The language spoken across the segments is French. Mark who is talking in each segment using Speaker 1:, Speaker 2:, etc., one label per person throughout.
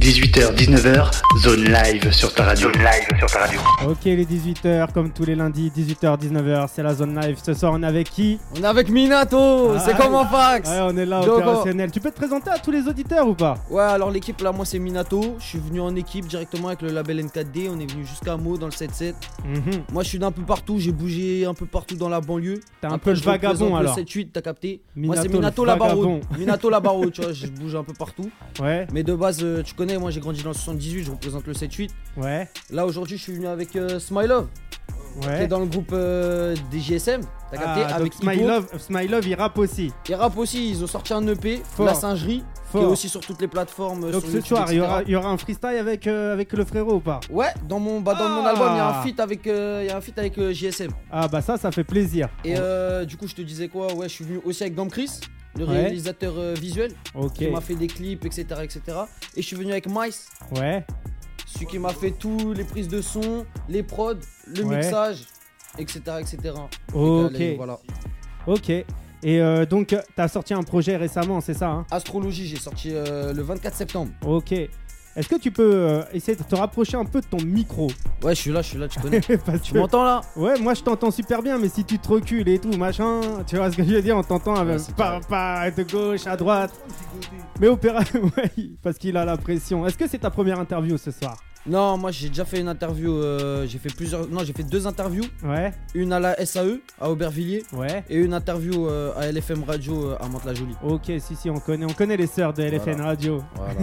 Speaker 1: 18h, 19h, zone live sur ta radio.
Speaker 2: Zone live sur ta radio.
Speaker 3: Ok, les 18h, comme tous les lundis, 18h, 19h, c'est la zone live. Ce soir, on est avec qui
Speaker 4: On est avec Minato,
Speaker 3: Ah,
Speaker 4: c'est comme en fax
Speaker 3: Ouais, on est là,
Speaker 4: Dogo.
Speaker 3: opérationnel. Tu peux te présenter à tous les auditeurs ou pas
Speaker 4: Ouais, alors l'équipe là, moi c'est Minato, je suis venu en équipe directement avec le label N4D, on est venu jusqu'à Meaux dans le 7-7.
Speaker 3: Mhm.
Speaker 4: Moi je suis d'un peu partout, j'ai bougé un peu partout dans la banlieue.
Speaker 3: T'es un
Speaker 4: Après,
Speaker 3: peu le
Speaker 4: je représente
Speaker 3: vagabond
Speaker 4: le
Speaker 3: alors.
Speaker 4: 7-8, t'as capté Moi
Speaker 3: Minato,
Speaker 4: c'est
Speaker 3: le
Speaker 4: Minato la
Speaker 3: vagabond.
Speaker 4: barreau. Minato la barreau, tu vois, je bouge un peu partout.
Speaker 3: Ouais,
Speaker 4: Mais de base, euh, tu connais, moi j'ai grandi dans le 78, je représente le 7-8.
Speaker 3: ouais,
Speaker 4: Là aujourd'hui, je suis venu avec euh, Smile Love, qui est
Speaker 3: ouais.
Speaker 4: dans le groupe euh, DJSM, t'as capté
Speaker 3: Ah,
Speaker 4: Avec
Speaker 3: donc Smile
Speaker 4: Ibo.
Speaker 3: Love, Smile Love, il rappe aussi.
Speaker 4: Et rap aussi, ils ont sorti un EP,
Speaker 3: Fort.
Speaker 4: La Singerie, qui est
Speaker 3: Fort.
Speaker 4: aussi sur toutes les plateformes. euh,
Speaker 3: donc
Speaker 4: sur
Speaker 3: ce
Speaker 4: YouTube,
Speaker 3: soir, il y
Speaker 4: etc.
Speaker 3: aura, il y aura un freestyle avec, euh, avec le frérot ou pas
Speaker 4: Ouais, dans mon, bah, dans mon
Speaker 3: Ah.
Speaker 4: album, il y a un feat avec, euh, il y a un feat avec euh, JSM.
Speaker 3: Ah, bah ça, ça fait plaisir.
Speaker 4: Et euh, du coup, je te disais quoi Ouais, je suis venu aussi avec Dom Chris, le
Speaker 3: Ouais.
Speaker 4: réalisateur euh, visuel,
Speaker 3: Ok,
Speaker 4: qui m'a fait des clips, etc., etc. Et je suis venu avec Mice,
Speaker 3: ouais.
Speaker 4: celui qui m'a fait tous les prises de son, les prods, le
Speaker 3: Ouais.
Speaker 4: mixage, etc., etc.
Speaker 3: Ok.
Speaker 4: Et, euh, voilà.
Speaker 3: Ok. Et euh, donc, euh, t'as sorti un projet récemment, c'est ça hein
Speaker 4: Astrologie, j'ai sorti euh, le 24 septembre.
Speaker 3: Ok. Est-ce que tu peux euh, essayer de te rapprocher un peu de ton micro
Speaker 4: Ouais, je suis là, je suis là, tu connais.
Speaker 3: Parce
Speaker 4: tu
Speaker 3: que-
Speaker 4: m'entends là
Speaker 3: Ouais, moi je t'entends super bien, mais si tu te recules et tout, machin, tu vois ce que je veux dire, on t'entend
Speaker 4: Ouais,
Speaker 3: avec
Speaker 4: c'est
Speaker 3: pas, pas de gauche à droite. Mais opéra, ouais, parce qu'il a la pression. Est-ce que c'est ta première interview ce soir
Speaker 4: Non, moi j'ai déjà fait une interview, euh, j'ai fait plusieurs, non j'ai fait deux interviews,
Speaker 3: Ouais,
Speaker 4: une à la SAE à Aubervilliers
Speaker 3: ouais.
Speaker 4: et une interview euh, à LFM Radio euh, à Mantes-la-Jolie.
Speaker 3: Ok, si, si, on connaît, on connaît les sœurs de LFN
Speaker 4: Voilà.
Speaker 3: Radio,
Speaker 4: Voilà.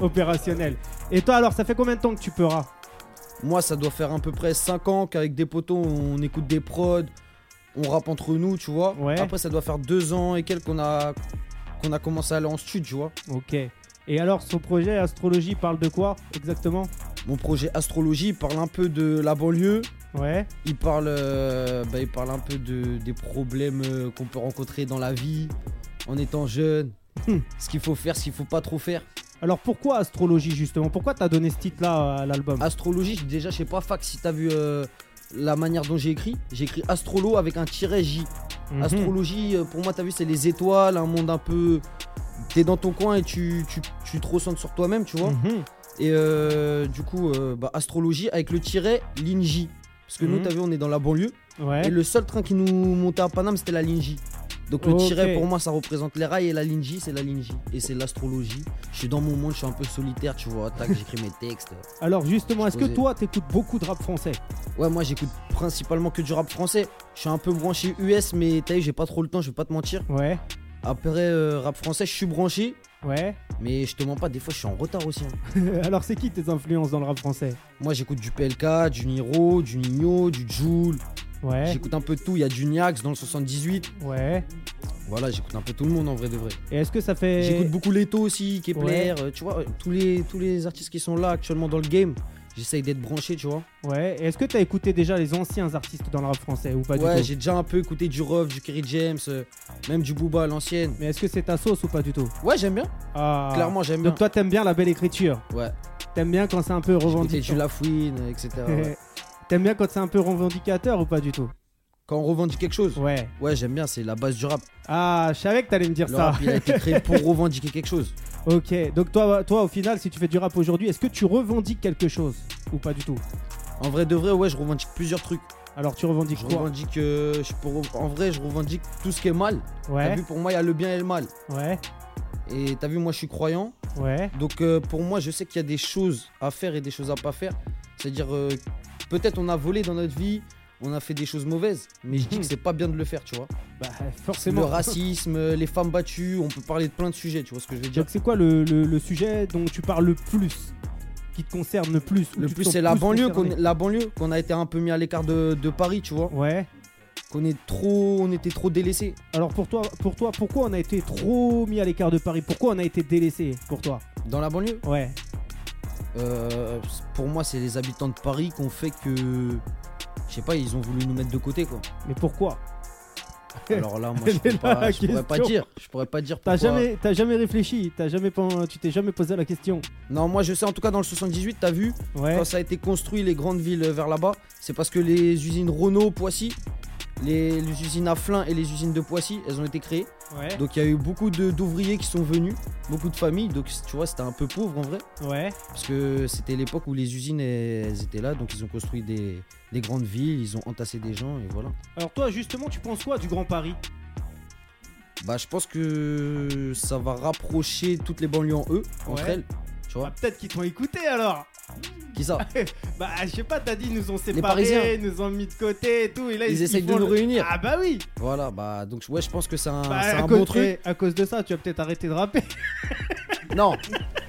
Speaker 3: opérationnel. Et toi alors, ça fait combien de temps que tu ah? peuras
Speaker 4: moi ça doit faire à peu près 5 ans qu'avec des potos on écoute des prods, on rappe entre nous, tu vois.
Speaker 3: Ouais.
Speaker 4: Après ça doit faire deux ans et quelques qu'on a qu'on a commencé à aller en stud, tu vois.
Speaker 3: Ok. Et alors, son projet Astrologie parle de quoi exactement
Speaker 4: Mon projet astrologie parle un peu de la banlieue.
Speaker 3: Ouais,
Speaker 4: Il parle, euh, bah, il parle un peu de, des problèmes euh, qu'on peut rencontrer dans la vie en étant jeune.
Speaker 3: Hmm.
Speaker 4: ce qu'il faut faire, ce qu'il faut pas trop faire.
Speaker 3: alors pourquoi Astrologie justement Pourquoi t'as donné ce titre-là à l'album
Speaker 4: Astrologie, déjà, je sais pas, fac, si t'as vu euh, la manière dont j'ai écrit, j'ai écrit astrolo avec un tiret J.
Speaker 3: Mhm.
Speaker 4: Ah, Astrologie, euh, pour moi, t'as vu, c'est les étoiles, un monde un peu. T'es dans ton coin et tu, tu, tu te ressentes sur toi-même, tu vois.
Speaker 3: Mhm.
Speaker 4: Et euh, du coup, euh, bah, astrologie avec le tiret ligne J. Parce que nous,
Speaker 3: Mhm.
Speaker 4: t'as vu, on est dans la banlieue.
Speaker 3: Ouais.
Speaker 4: Et le seul train qui nous montait à Paname, c'était la ligne J. Donc le
Speaker 3: Ok.
Speaker 4: tiret pour moi ça représente les rails et la ligne J c'est la ligne J et c'est l'astrologie. Je suis dans mon monde, je suis un peu solitaire, tu vois, tac, j'écris mes textes.
Speaker 3: Alors justement, est-ce que
Speaker 4: Posé.
Speaker 3: toi t'écoutes beaucoup de rap français
Speaker 4: Ouais, moi j'écoute principalement que du rap français. Je suis un peu branché US mais t'as vu, j'ai pas trop le temps, je vais pas te mentir.
Speaker 3: Ouais,
Speaker 4: Après euh, rap français, je suis branché
Speaker 3: ouais.
Speaker 4: mais je te mens pas, des fois je suis en retard aussi. hein.
Speaker 3: Alors c'est qui tes influences dans le rap français
Speaker 4: Moi j'écoute du PLK, du Niro, du Nino, du Joule.
Speaker 3: Ouais,
Speaker 4: J'écoute un peu de tout, il y a du Niax dans le 78.
Speaker 3: ouais.
Speaker 4: Voilà, j'écoute un peu tout le monde en vrai de vrai.
Speaker 3: Et est-ce que ça fait...
Speaker 4: J'écoute beaucoup Leto aussi, Kepler, euh, tu vois, euh, tous les, tous les artistes qui sont là actuellement dans le game, j'essaye d'être branché, tu vois.
Speaker 3: Ouais. Et est-ce que t'as écouté déjà les anciens artistes dans le rap français ou pas
Speaker 4: ouais,
Speaker 3: du tout
Speaker 4: j'ai déjà un peu écouté du Ruff, du Kerry James, euh, même du Booba à l'ancienne.
Speaker 3: Mais est-ce que c'est ta sauce ou pas du tout
Speaker 4: Ouais, j'aime bien,
Speaker 3: Ah.
Speaker 4: clairement j'aime bien.
Speaker 3: Donc toi t'aimes bien la belle écriture
Speaker 4: Ouais,
Speaker 3: T'aimes bien quand c'est un peu
Speaker 4: écouté
Speaker 3: revendicateur
Speaker 4: du Lafouine, euh, etc. ouais.
Speaker 3: T'aimes bien quand c'est un peu revendicateur ou pas du tout
Speaker 4: Quand on revendique quelque chose,
Speaker 3: Ouais.
Speaker 4: ouais, j'aime bien, c'est la base du rap.
Speaker 3: Ah, je savais que t'allais me dire
Speaker 4: Le
Speaker 3: ça.
Speaker 4: rap, il a été créé pour revendiquer quelque chose.
Speaker 3: Ok, donc toi, toi au final, si tu fais du rap aujourd'hui, est-ce que tu revendiques quelque chose ou pas du tout
Speaker 4: En vrai de vrai, ouais, je revendique plusieurs trucs.
Speaker 3: Alors tu revendiques
Speaker 4: Je
Speaker 3: quoi
Speaker 4: revendique, euh, je pour- en vrai, je revendique tout ce qui est mal. T'as
Speaker 3: Ouais,
Speaker 4: vu, pour moi, il y a le bien et le mal.
Speaker 3: ouais,
Speaker 4: Et t'as vu, moi, je suis croyant.
Speaker 3: ouais,
Speaker 4: Donc euh, pour moi, je sais qu'il y a des choses à faire et des choses à pas faire. C'est-à-dire, euh, peut-être on a volé dans notre vie, on a fait des choses mauvaises, mais je dis que c'est pas bien de le faire, tu vois.
Speaker 3: bah
Speaker 4: C'est le
Speaker 3: forcément.
Speaker 4: racisme, euh, les femmes battues, on peut parler de plein de sujets, tu vois ce que je veux dire.
Speaker 3: Donc c'est quoi le, le- le sujet dont tu parles le plus Qui te concerne le plus où
Speaker 4: Le
Speaker 3: tu te
Speaker 4: plus,
Speaker 3: sens
Speaker 4: c'est la banlieue, qu'on,
Speaker 3: concerné
Speaker 4: la banlieue, qu'on a été un peu mis à l'écart de, de Paris, tu vois.
Speaker 3: Ouais.
Speaker 4: Qu'on est trop, on était trop délaissés.
Speaker 3: Alors pour toi, pour toi, pourquoi on a été trop mis à l'écart de Paris Pourquoi on a été délaissé pour toi
Speaker 4: Dans la banlieue,
Speaker 3: Ouais.
Speaker 4: euh, pour moi, c'est les habitants de Paris qu'on fait que, je sais pas, ils ont voulu nous mettre de côté, quoi.
Speaker 3: Mais pourquoi
Speaker 4: Alors là, moi, je,
Speaker 3: Elle est
Speaker 4: peux
Speaker 3: là,
Speaker 4: pas,
Speaker 3: la
Speaker 4: je pourrais pas
Speaker 3: question.
Speaker 4: dire. Je pourrais pas dire
Speaker 3: T'as
Speaker 4: pourquoi.
Speaker 3: jamais, t'as jamais réfléchi T'as jamais, pen- tu t'es jamais posé la question
Speaker 4: Non, moi je sais en tout cas dans le 78, t'as vu,
Speaker 3: Ouais.
Speaker 4: quand ça a été construit les grandes villes euh, vers là-bas, c'est parce que les usines Renault, Poissy, les, les usines à Flins et les usines de Poissy, elles ont été créées
Speaker 3: Ouais.
Speaker 4: Donc il y a eu beaucoup de- d'ouvriers qui sont venus, beaucoup de familles. Donc tu vois, c'était un peu pauvre en vrai.
Speaker 3: Ouais.
Speaker 4: Parce que c'était l'époque où les usines elles étaient là, donc ils ont construit des, des grandes villes, ils ont entassé des gens et voilà.
Speaker 3: Alors toi, justement, tu penses quoi du Grand Paris
Speaker 4: Bah je pense que ça va rapprocher toutes les banlieues en eux, entre
Speaker 3: Ouais.
Speaker 4: elles. Tu vois
Speaker 3: Ah, Peut-être qu'ils t'ont écouté alors.
Speaker 4: Qui ça
Speaker 3: Bah, je sais pas, t'as dit, ils nous ont
Speaker 4: Parisiens.
Speaker 3: séparés, ils nous ont mis de côté et tout. Et là,
Speaker 4: Ils essayent de
Speaker 3: font
Speaker 4: nous
Speaker 3: le-
Speaker 4: réunir.
Speaker 3: Ah bah oui.
Speaker 4: Voilà, bah donc ouais, je pense que c'est un,
Speaker 3: Bah,
Speaker 4: c'est
Speaker 3: à
Speaker 4: un
Speaker 3: cause-
Speaker 4: bon truc.
Speaker 3: eh, à cause de ça, tu vas peut-être arrêter de rapper.
Speaker 4: Non,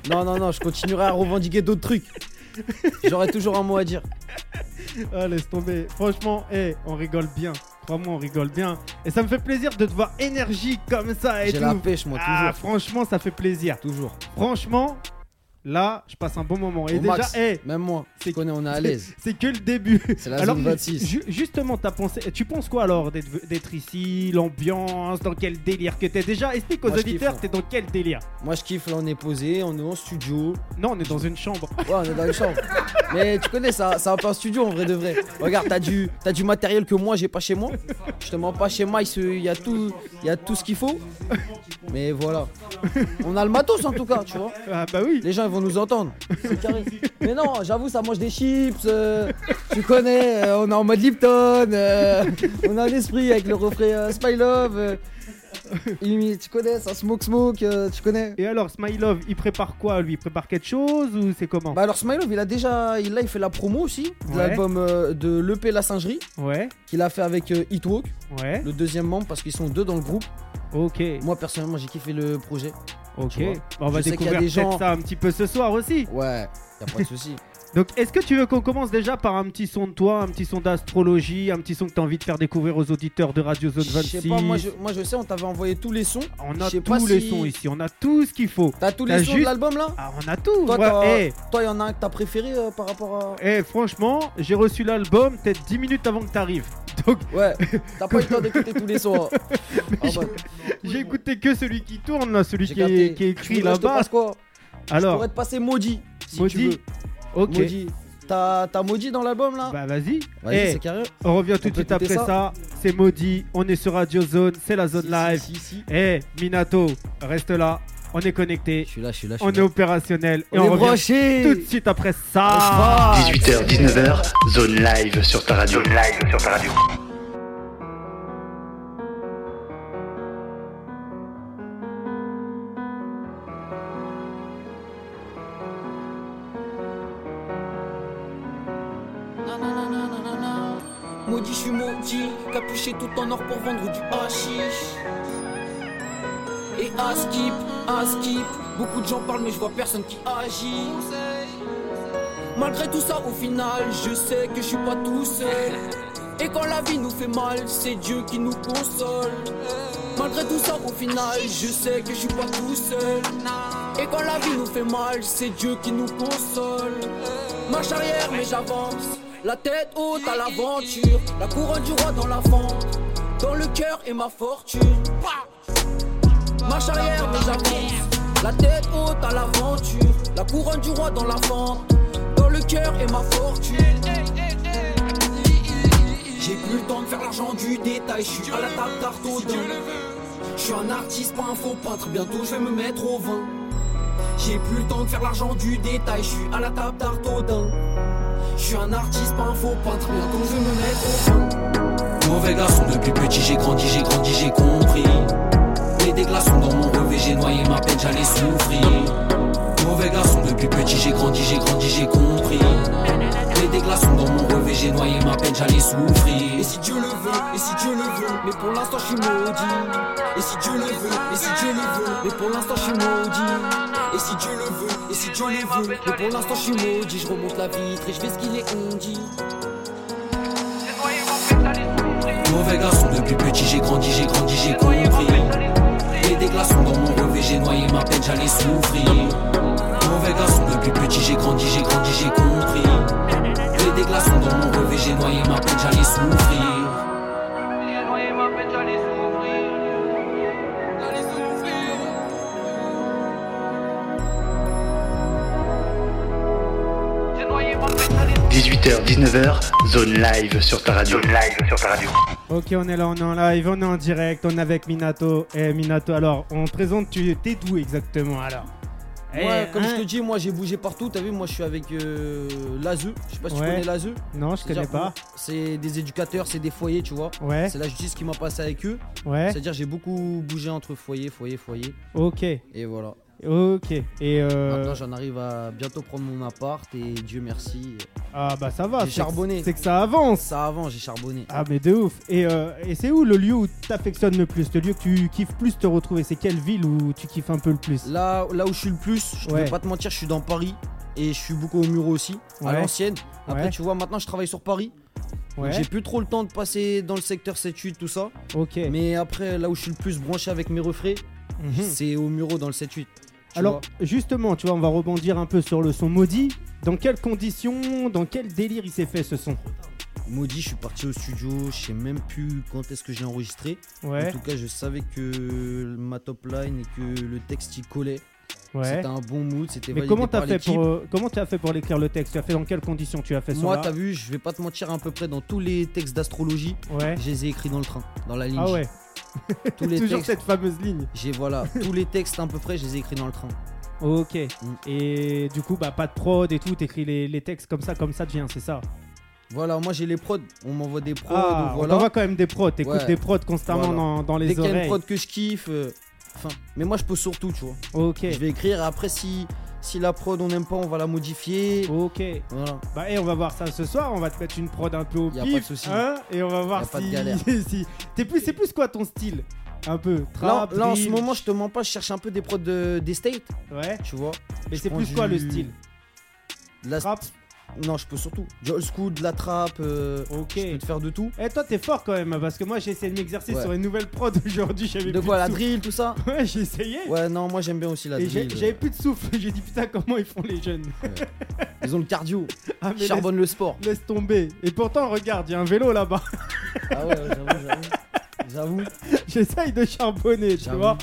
Speaker 4: non, non, non, je continuerai à revendiquer d'autres trucs. J'aurai toujours un mot à dire.
Speaker 3: Ah, laisse tomber. Franchement, eh, on rigole bien. Vraiment, on rigole bien. Et ça me fait plaisir de te voir énergique comme ça et
Speaker 4: J'ai
Speaker 3: tout.
Speaker 4: la pêche, moi,
Speaker 3: ah,
Speaker 4: toujours.
Speaker 3: franchement, ça fait plaisir.
Speaker 4: Toujours.
Speaker 3: Franchement, là, je passe un bon moment. Et
Speaker 4: Au
Speaker 3: déjà,
Speaker 4: max.
Speaker 3: eh,
Speaker 4: Même moi, tu
Speaker 3: C'est-
Speaker 4: connais, on est à l'aise.
Speaker 3: c'est que le début.
Speaker 4: C'est la
Speaker 3: alors,
Speaker 4: zone 26.
Speaker 3: ju- justement, t'as pensé, tu penses quoi alors d'être d'être ici, l'ambiance, dans quel délire que t'es Déjà, explique aux
Speaker 4: Moi, je
Speaker 3: auditeurs,
Speaker 4: kiffe, hein.
Speaker 3: t'es dans quel délire
Speaker 4: Moi, je kiffe, là, on est posé, on est en studio.
Speaker 3: Non, on est dans une chambre.
Speaker 4: Ouais, on est dans les chambres. Mais tu connais, ça, ça un peu un studio en vrai de vrai. Regarde, t'as du, t'as du matériel que moi j'ai pas chez moi. Je te mens pas chez moi, il se- il y a tout, il y a tout ce qu'il faut. Mais voilà, on a le matos en tout cas, tu vois.
Speaker 3: Ah bah oui.
Speaker 4: Les gens ils vont nous entendre. C'est carré. Mais non, j'avoue, ça mange des chips. euh, tu connais, euh, on est en mode Lipton. euh, on a un esprit avec le refrain euh, Spy Love. euh, il- tu connais, ça smoke smoke. euh, tu connais.
Speaker 3: Et alors, Smilov, il prépare quoi lui Il prépare quelque chose ou c'est comment
Speaker 4: Bah alors Smilov il a déjà il, là, il fait la promo aussi de
Speaker 3: Ouais.
Speaker 4: l'album euh, de l'EP La Singerie
Speaker 3: Ouais,
Speaker 4: qu'il a fait avec euh, Hitwalk,
Speaker 3: ouais.
Speaker 4: le deuxième membre parce qu'ils sont deux dans le groupe.
Speaker 3: Ok,
Speaker 4: Moi personnellement j'ai kiffé le projet.
Speaker 3: ok.
Speaker 4: tu vois.
Speaker 3: Bah, on va
Speaker 4: Je sais qu'il y a
Speaker 3: découvrir
Speaker 4: des
Speaker 3: peut-être
Speaker 4: gens-
Speaker 3: ça un petit peu ce soir aussi.
Speaker 4: Ouais, y a pas de souci.
Speaker 3: Donc, est-ce que tu veux qu'on commence déjà par un petit son de toi, un petit son d'astrologie, un petit son que t'as envie de faire découvrir aux auditeurs de Radio Zone
Speaker 4: Je
Speaker 3: 26
Speaker 4: sais pas, moi je, moi je sais, on t'avait envoyé tous les sons.
Speaker 3: On
Speaker 4: je
Speaker 3: a
Speaker 4: sais
Speaker 3: tous
Speaker 4: pas
Speaker 3: les
Speaker 4: si-
Speaker 3: sons ici, on a tout ce qu'il faut.
Speaker 4: T'as tous
Speaker 3: T'as
Speaker 4: les sons
Speaker 3: juste-
Speaker 4: de l'album là
Speaker 3: Ah, on a tout.
Speaker 4: Toi,
Speaker 3: Moi,
Speaker 4: t'as-
Speaker 3: eh,
Speaker 4: Toi, y'en a un que t'as préféré euh, par rapport à.
Speaker 3: eh, franchement, j'ai reçu l'album peut-être 10 minutes avant que t'arrives. Donc,
Speaker 4: Ouais, t'as pas eu le temps d'écouter tous les sons. hein. Ah ouais.
Speaker 3: j'ai écouté que celui qui tourne, là, celui
Speaker 4: J'ai
Speaker 3: qui est,
Speaker 4: capté.
Speaker 3: qui est
Speaker 4: Tu
Speaker 3: écrit
Speaker 4: voudrais que je te
Speaker 3: là-bas.
Speaker 4: passe quoi Je
Speaker 3: Alors,
Speaker 4: pourrais te passer Maudit. Si
Speaker 3: Maudit,
Speaker 4: tu veux.
Speaker 3: ok.
Speaker 4: Maudit. T'as t'as Maudit dans l'album là
Speaker 3: Bah, vas-y.
Speaker 4: Vas-y,
Speaker 3: Eh,
Speaker 4: c'est carré.
Speaker 3: on revient tout
Speaker 4: on
Speaker 3: de
Speaker 4: peut
Speaker 3: suite après
Speaker 4: écouter
Speaker 3: ça. C'est maudit. On est sur Radio Zone, c'est la zone
Speaker 4: Si,
Speaker 3: live.
Speaker 4: si, si, si.
Speaker 3: Eh, Minato, reste là. On est connecté.
Speaker 4: Je suis là, je suis là. je suis
Speaker 3: On est
Speaker 4: là.
Speaker 3: opérationnel et on,
Speaker 4: est
Speaker 3: revient
Speaker 4: branchés.
Speaker 3: tout de suite après ça.
Speaker 4: Ah,
Speaker 1: 18h, 19h, zone live sur ta radio. Zone live sur ta radio.
Speaker 5: Nanana, nanana. Maudit, je suis maudit, capuché tout en or pour vendre du hashish. Et à skip, à skip, beaucoup de gens parlent mais je vois personne qui agit. Malgré tout ça, au final, je sais que je suis pas tout seul. Et quand la vie nous fait mal, c'est Dieu qui nous console. Malgré tout ça, au final, je sais que je suis pas tout seul. Et quand la vie nous fait mal, c'est Dieu qui nous console. Marche arrière, mais j'avance. La tête haute à l'aventure. La couronne du roi dans la fente. Dans le cœur et ma fortune. Marche arrière, mais j'avance. La tête haute à l'aventure. La couronne du roi dans la fente. Dans le cœur et ma fortune. J'ai plus le temps de faire l'argent du détail. Je suis à la table tarte au daim. Je suis un artiste, pas un faux peintre. Bientôt, je vais me mettre au vin. J'ai plus le temps de faire l'argent du détail, je suis à la table d'Artodin. Je suis un artiste, pas un faux peintre, bientôt je vais me mettre au fond. Mauvais garçon, depuis petit j'ai grandi, j'ai grandi, j'ai compris. Les déglaçons dans mon revêt, j'ai noyé ma peine, j'allais souffrir. Mauvais garçon, depuis petit j'ai grandi, j'ai grandi, j'ai compris. Les déglaçons dans mon revêt, j'ai noyé ma peine, j'allais souffrir. Et si Dieu le veut, et si Dieu le veut, mais pour l'instant je suis maudit. Et si Dieu le veut, et si Dieu le veut, mais pour l'instant je suis maudit. Et si Dieu le veut, et si Dieu le veut, mais pour l'instant je suis maudit, je remonte la vitre et je fais ce qu'il est on dit.
Speaker 6: Mauvais garçon depuis petit j'ai grandi, j'ai grandi, j'ai compris Les déglaçons dans mon revêt, j'ai noyé ma peine, j'allais souffrir Mauvais garçon depuis petit j'ai grandi, j'ai grandi, j'ai compris Les déglaçons dans mon revêt, j'ai noyé ma peine, j'allais souffrir
Speaker 1: J'ai noyé 18h, 19h, zone live sur ta radio. Zone live sur ta radio.
Speaker 3: Ok, on est là, on est en live, on est en direct, on est avec Minato. Eh, Minato, alors, on te présente, tu t'es d'où exactement alors
Speaker 4: Moi,
Speaker 3: Eh,
Speaker 4: comme je
Speaker 3: hein
Speaker 4: te dis, moi j'ai bougé partout. T'as vu, moi je suis avec euh, l'ASE. Je sais pas si
Speaker 3: Ouais.
Speaker 4: tu connais l'ASE.
Speaker 3: Non, je connais
Speaker 4: C'est-à-dire,
Speaker 3: pas.
Speaker 4: C'est des éducateurs, c'est des foyers, tu vois.
Speaker 3: Ouais,
Speaker 4: C'est la justice qui m'a passé avec eux.
Speaker 3: ouais,
Speaker 4: C'est-à-dire, j'ai beaucoup bougé entre foyer, foyer, foyer.
Speaker 3: ok,
Speaker 4: Et voilà.
Speaker 3: ok. Et euh...
Speaker 4: Maintenant, j'en arrive à bientôt prendre mon appart. Et Dieu merci.
Speaker 3: Ah bah ça va,
Speaker 4: J'ai
Speaker 3: c'est que-
Speaker 4: charbonné.
Speaker 3: c'est que ça avance.
Speaker 4: Ça avant, j'ai charbonné.
Speaker 3: Ah mais de ouf. Et, euh, et c'est où le lieu où t'affectionnes le plus, le lieu que tu kiffes plus te retrouver C'est quelle ville où tu kiffes un peu le plus
Speaker 4: Là, là où je suis le plus, je
Speaker 3: Ouais.
Speaker 4: vais pas te mentir, je suis dans Paris. Et je suis beaucoup au mur aussi, à
Speaker 3: Ouais.
Speaker 4: l'ancienne. Après,
Speaker 3: Ouais.
Speaker 4: tu vois, maintenant, je travaille sur Paris. Donc,
Speaker 3: Ouais.
Speaker 4: J'ai plus trop le temps de passer dans le secteur 7-8, tout ça.
Speaker 3: Ok.
Speaker 4: Mais après, là où je suis le plus branché avec mes refrais,
Speaker 3: Mhm.
Speaker 4: c'est au Muro dans le 7-8. tu
Speaker 3: Alors
Speaker 4: vois.
Speaker 3: justement, tu vois, on va rebondir un peu sur le son maudit. Dans quelles conditions, dans quel délire il s'est fait ce son
Speaker 4: maudit, je suis parti au studio, je sais même plus quand est-ce que j'ai enregistré. En
Speaker 3: Ouais,
Speaker 4: tout cas, je savais que ma top line et que le texte y collait.
Speaker 3: ouais.
Speaker 4: C'était un bon mood, c'était
Speaker 3: Mais
Speaker 4: validé
Speaker 3: comment
Speaker 4: par
Speaker 3: t'as fait
Speaker 4: l'équipe.
Speaker 3: pour euh, comment t'as fait pour l'écrire le texte Tu as fait dans quelles conditions tu as fait
Speaker 4: Moi,
Speaker 3: ça
Speaker 4: t'as vu, je vais pas te mentir, à peu près dans tous les textes d'astrologie,
Speaker 3: Ouais.
Speaker 4: je les ai écrits dans le train, dans la ligne.
Speaker 3: Ah ouais.
Speaker 4: Tous les
Speaker 3: Toujours
Speaker 4: textes,
Speaker 3: cette fameuse ligne.
Speaker 4: j'ai voilà, tous les textes à peu près, je les ai écrits dans le train.
Speaker 3: Ok.
Speaker 4: Mm.
Speaker 3: Et du coup, bah pas de prod et tout. T'écris les, les textes comme ça, comme ça devient, c'est ça.
Speaker 4: Voilà, moi j'ai les prods, on m'envoie des prods,
Speaker 3: Ah,
Speaker 4: voilà.
Speaker 3: on voit quand même des prods. T'écoutes
Speaker 4: Ouais.
Speaker 3: des prods constamment
Speaker 4: Voilà.
Speaker 3: dans, dans
Speaker 4: Dès
Speaker 3: les
Speaker 4: qu'il y a une
Speaker 3: oreilles.
Speaker 4: prod que je kiffe, euh, enfin, mais moi je pose surtout, tu vois.
Speaker 3: Ok.
Speaker 4: Je vais écrire. Après, si, si la prod on n'aime pas, on va la modifier.
Speaker 3: Ok.
Speaker 4: Voilà.
Speaker 3: Bah, et on va voir ça ce soir. On va te mettre une prod un peu au
Speaker 4: Y a
Speaker 3: pif.
Speaker 4: pas de souci.
Speaker 3: hein, et on va voir
Speaker 4: Y a pas de
Speaker 3: si.
Speaker 4: galère.
Speaker 3: si- T'es plus, c'est plus quoi ton style Un peu.
Speaker 4: Là,
Speaker 3: Trap,
Speaker 4: là, en ce
Speaker 3: drill.
Speaker 4: moment, je te mens pas, je cherche un peu des prods de, des states,
Speaker 3: Ouais.
Speaker 4: tu vois.
Speaker 3: Mais
Speaker 4: Je
Speaker 3: c'est
Speaker 4: prends
Speaker 3: plus quoi
Speaker 4: du-
Speaker 3: le style
Speaker 4: de la-
Speaker 3: Trap.
Speaker 4: Non, je peux surtout. Du old school, de la trappe, euh,
Speaker 3: Ok.
Speaker 4: je peux te faire de tout.
Speaker 3: Eh toi t'es fort quand même parce que moi j'ai essayé de m'exercer
Speaker 4: Ouais.
Speaker 3: sur une nouvelle prod aujourd'hui j'avais
Speaker 4: De
Speaker 3: plus
Speaker 4: quoi la
Speaker 3: de souffle.
Speaker 4: drill, tout ça
Speaker 3: Ouais j'ai essayé
Speaker 4: Ouais, non, moi j'aime bien aussi la
Speaker 3: et j'ai-
Speaker 4: drill.
Speaker 3: j'avais plus de souffle j'ai dit putain comment ils font les jeunes
Speaker 4: Ils ont le cardio,
Speaker 3: ah, mais laisse,
Speaker 4: charbonne le sport.
Speaker 3: laisse tomber et pourtant regarde il y a un vélo là-bas
Speaker 4: Ah ouais, ouais, j'avoue, j'avoue. J'avoue.
Speaker 3: j'essaye de charbonner tu
Speaker 4: J'avoue.
Speaker 3: vois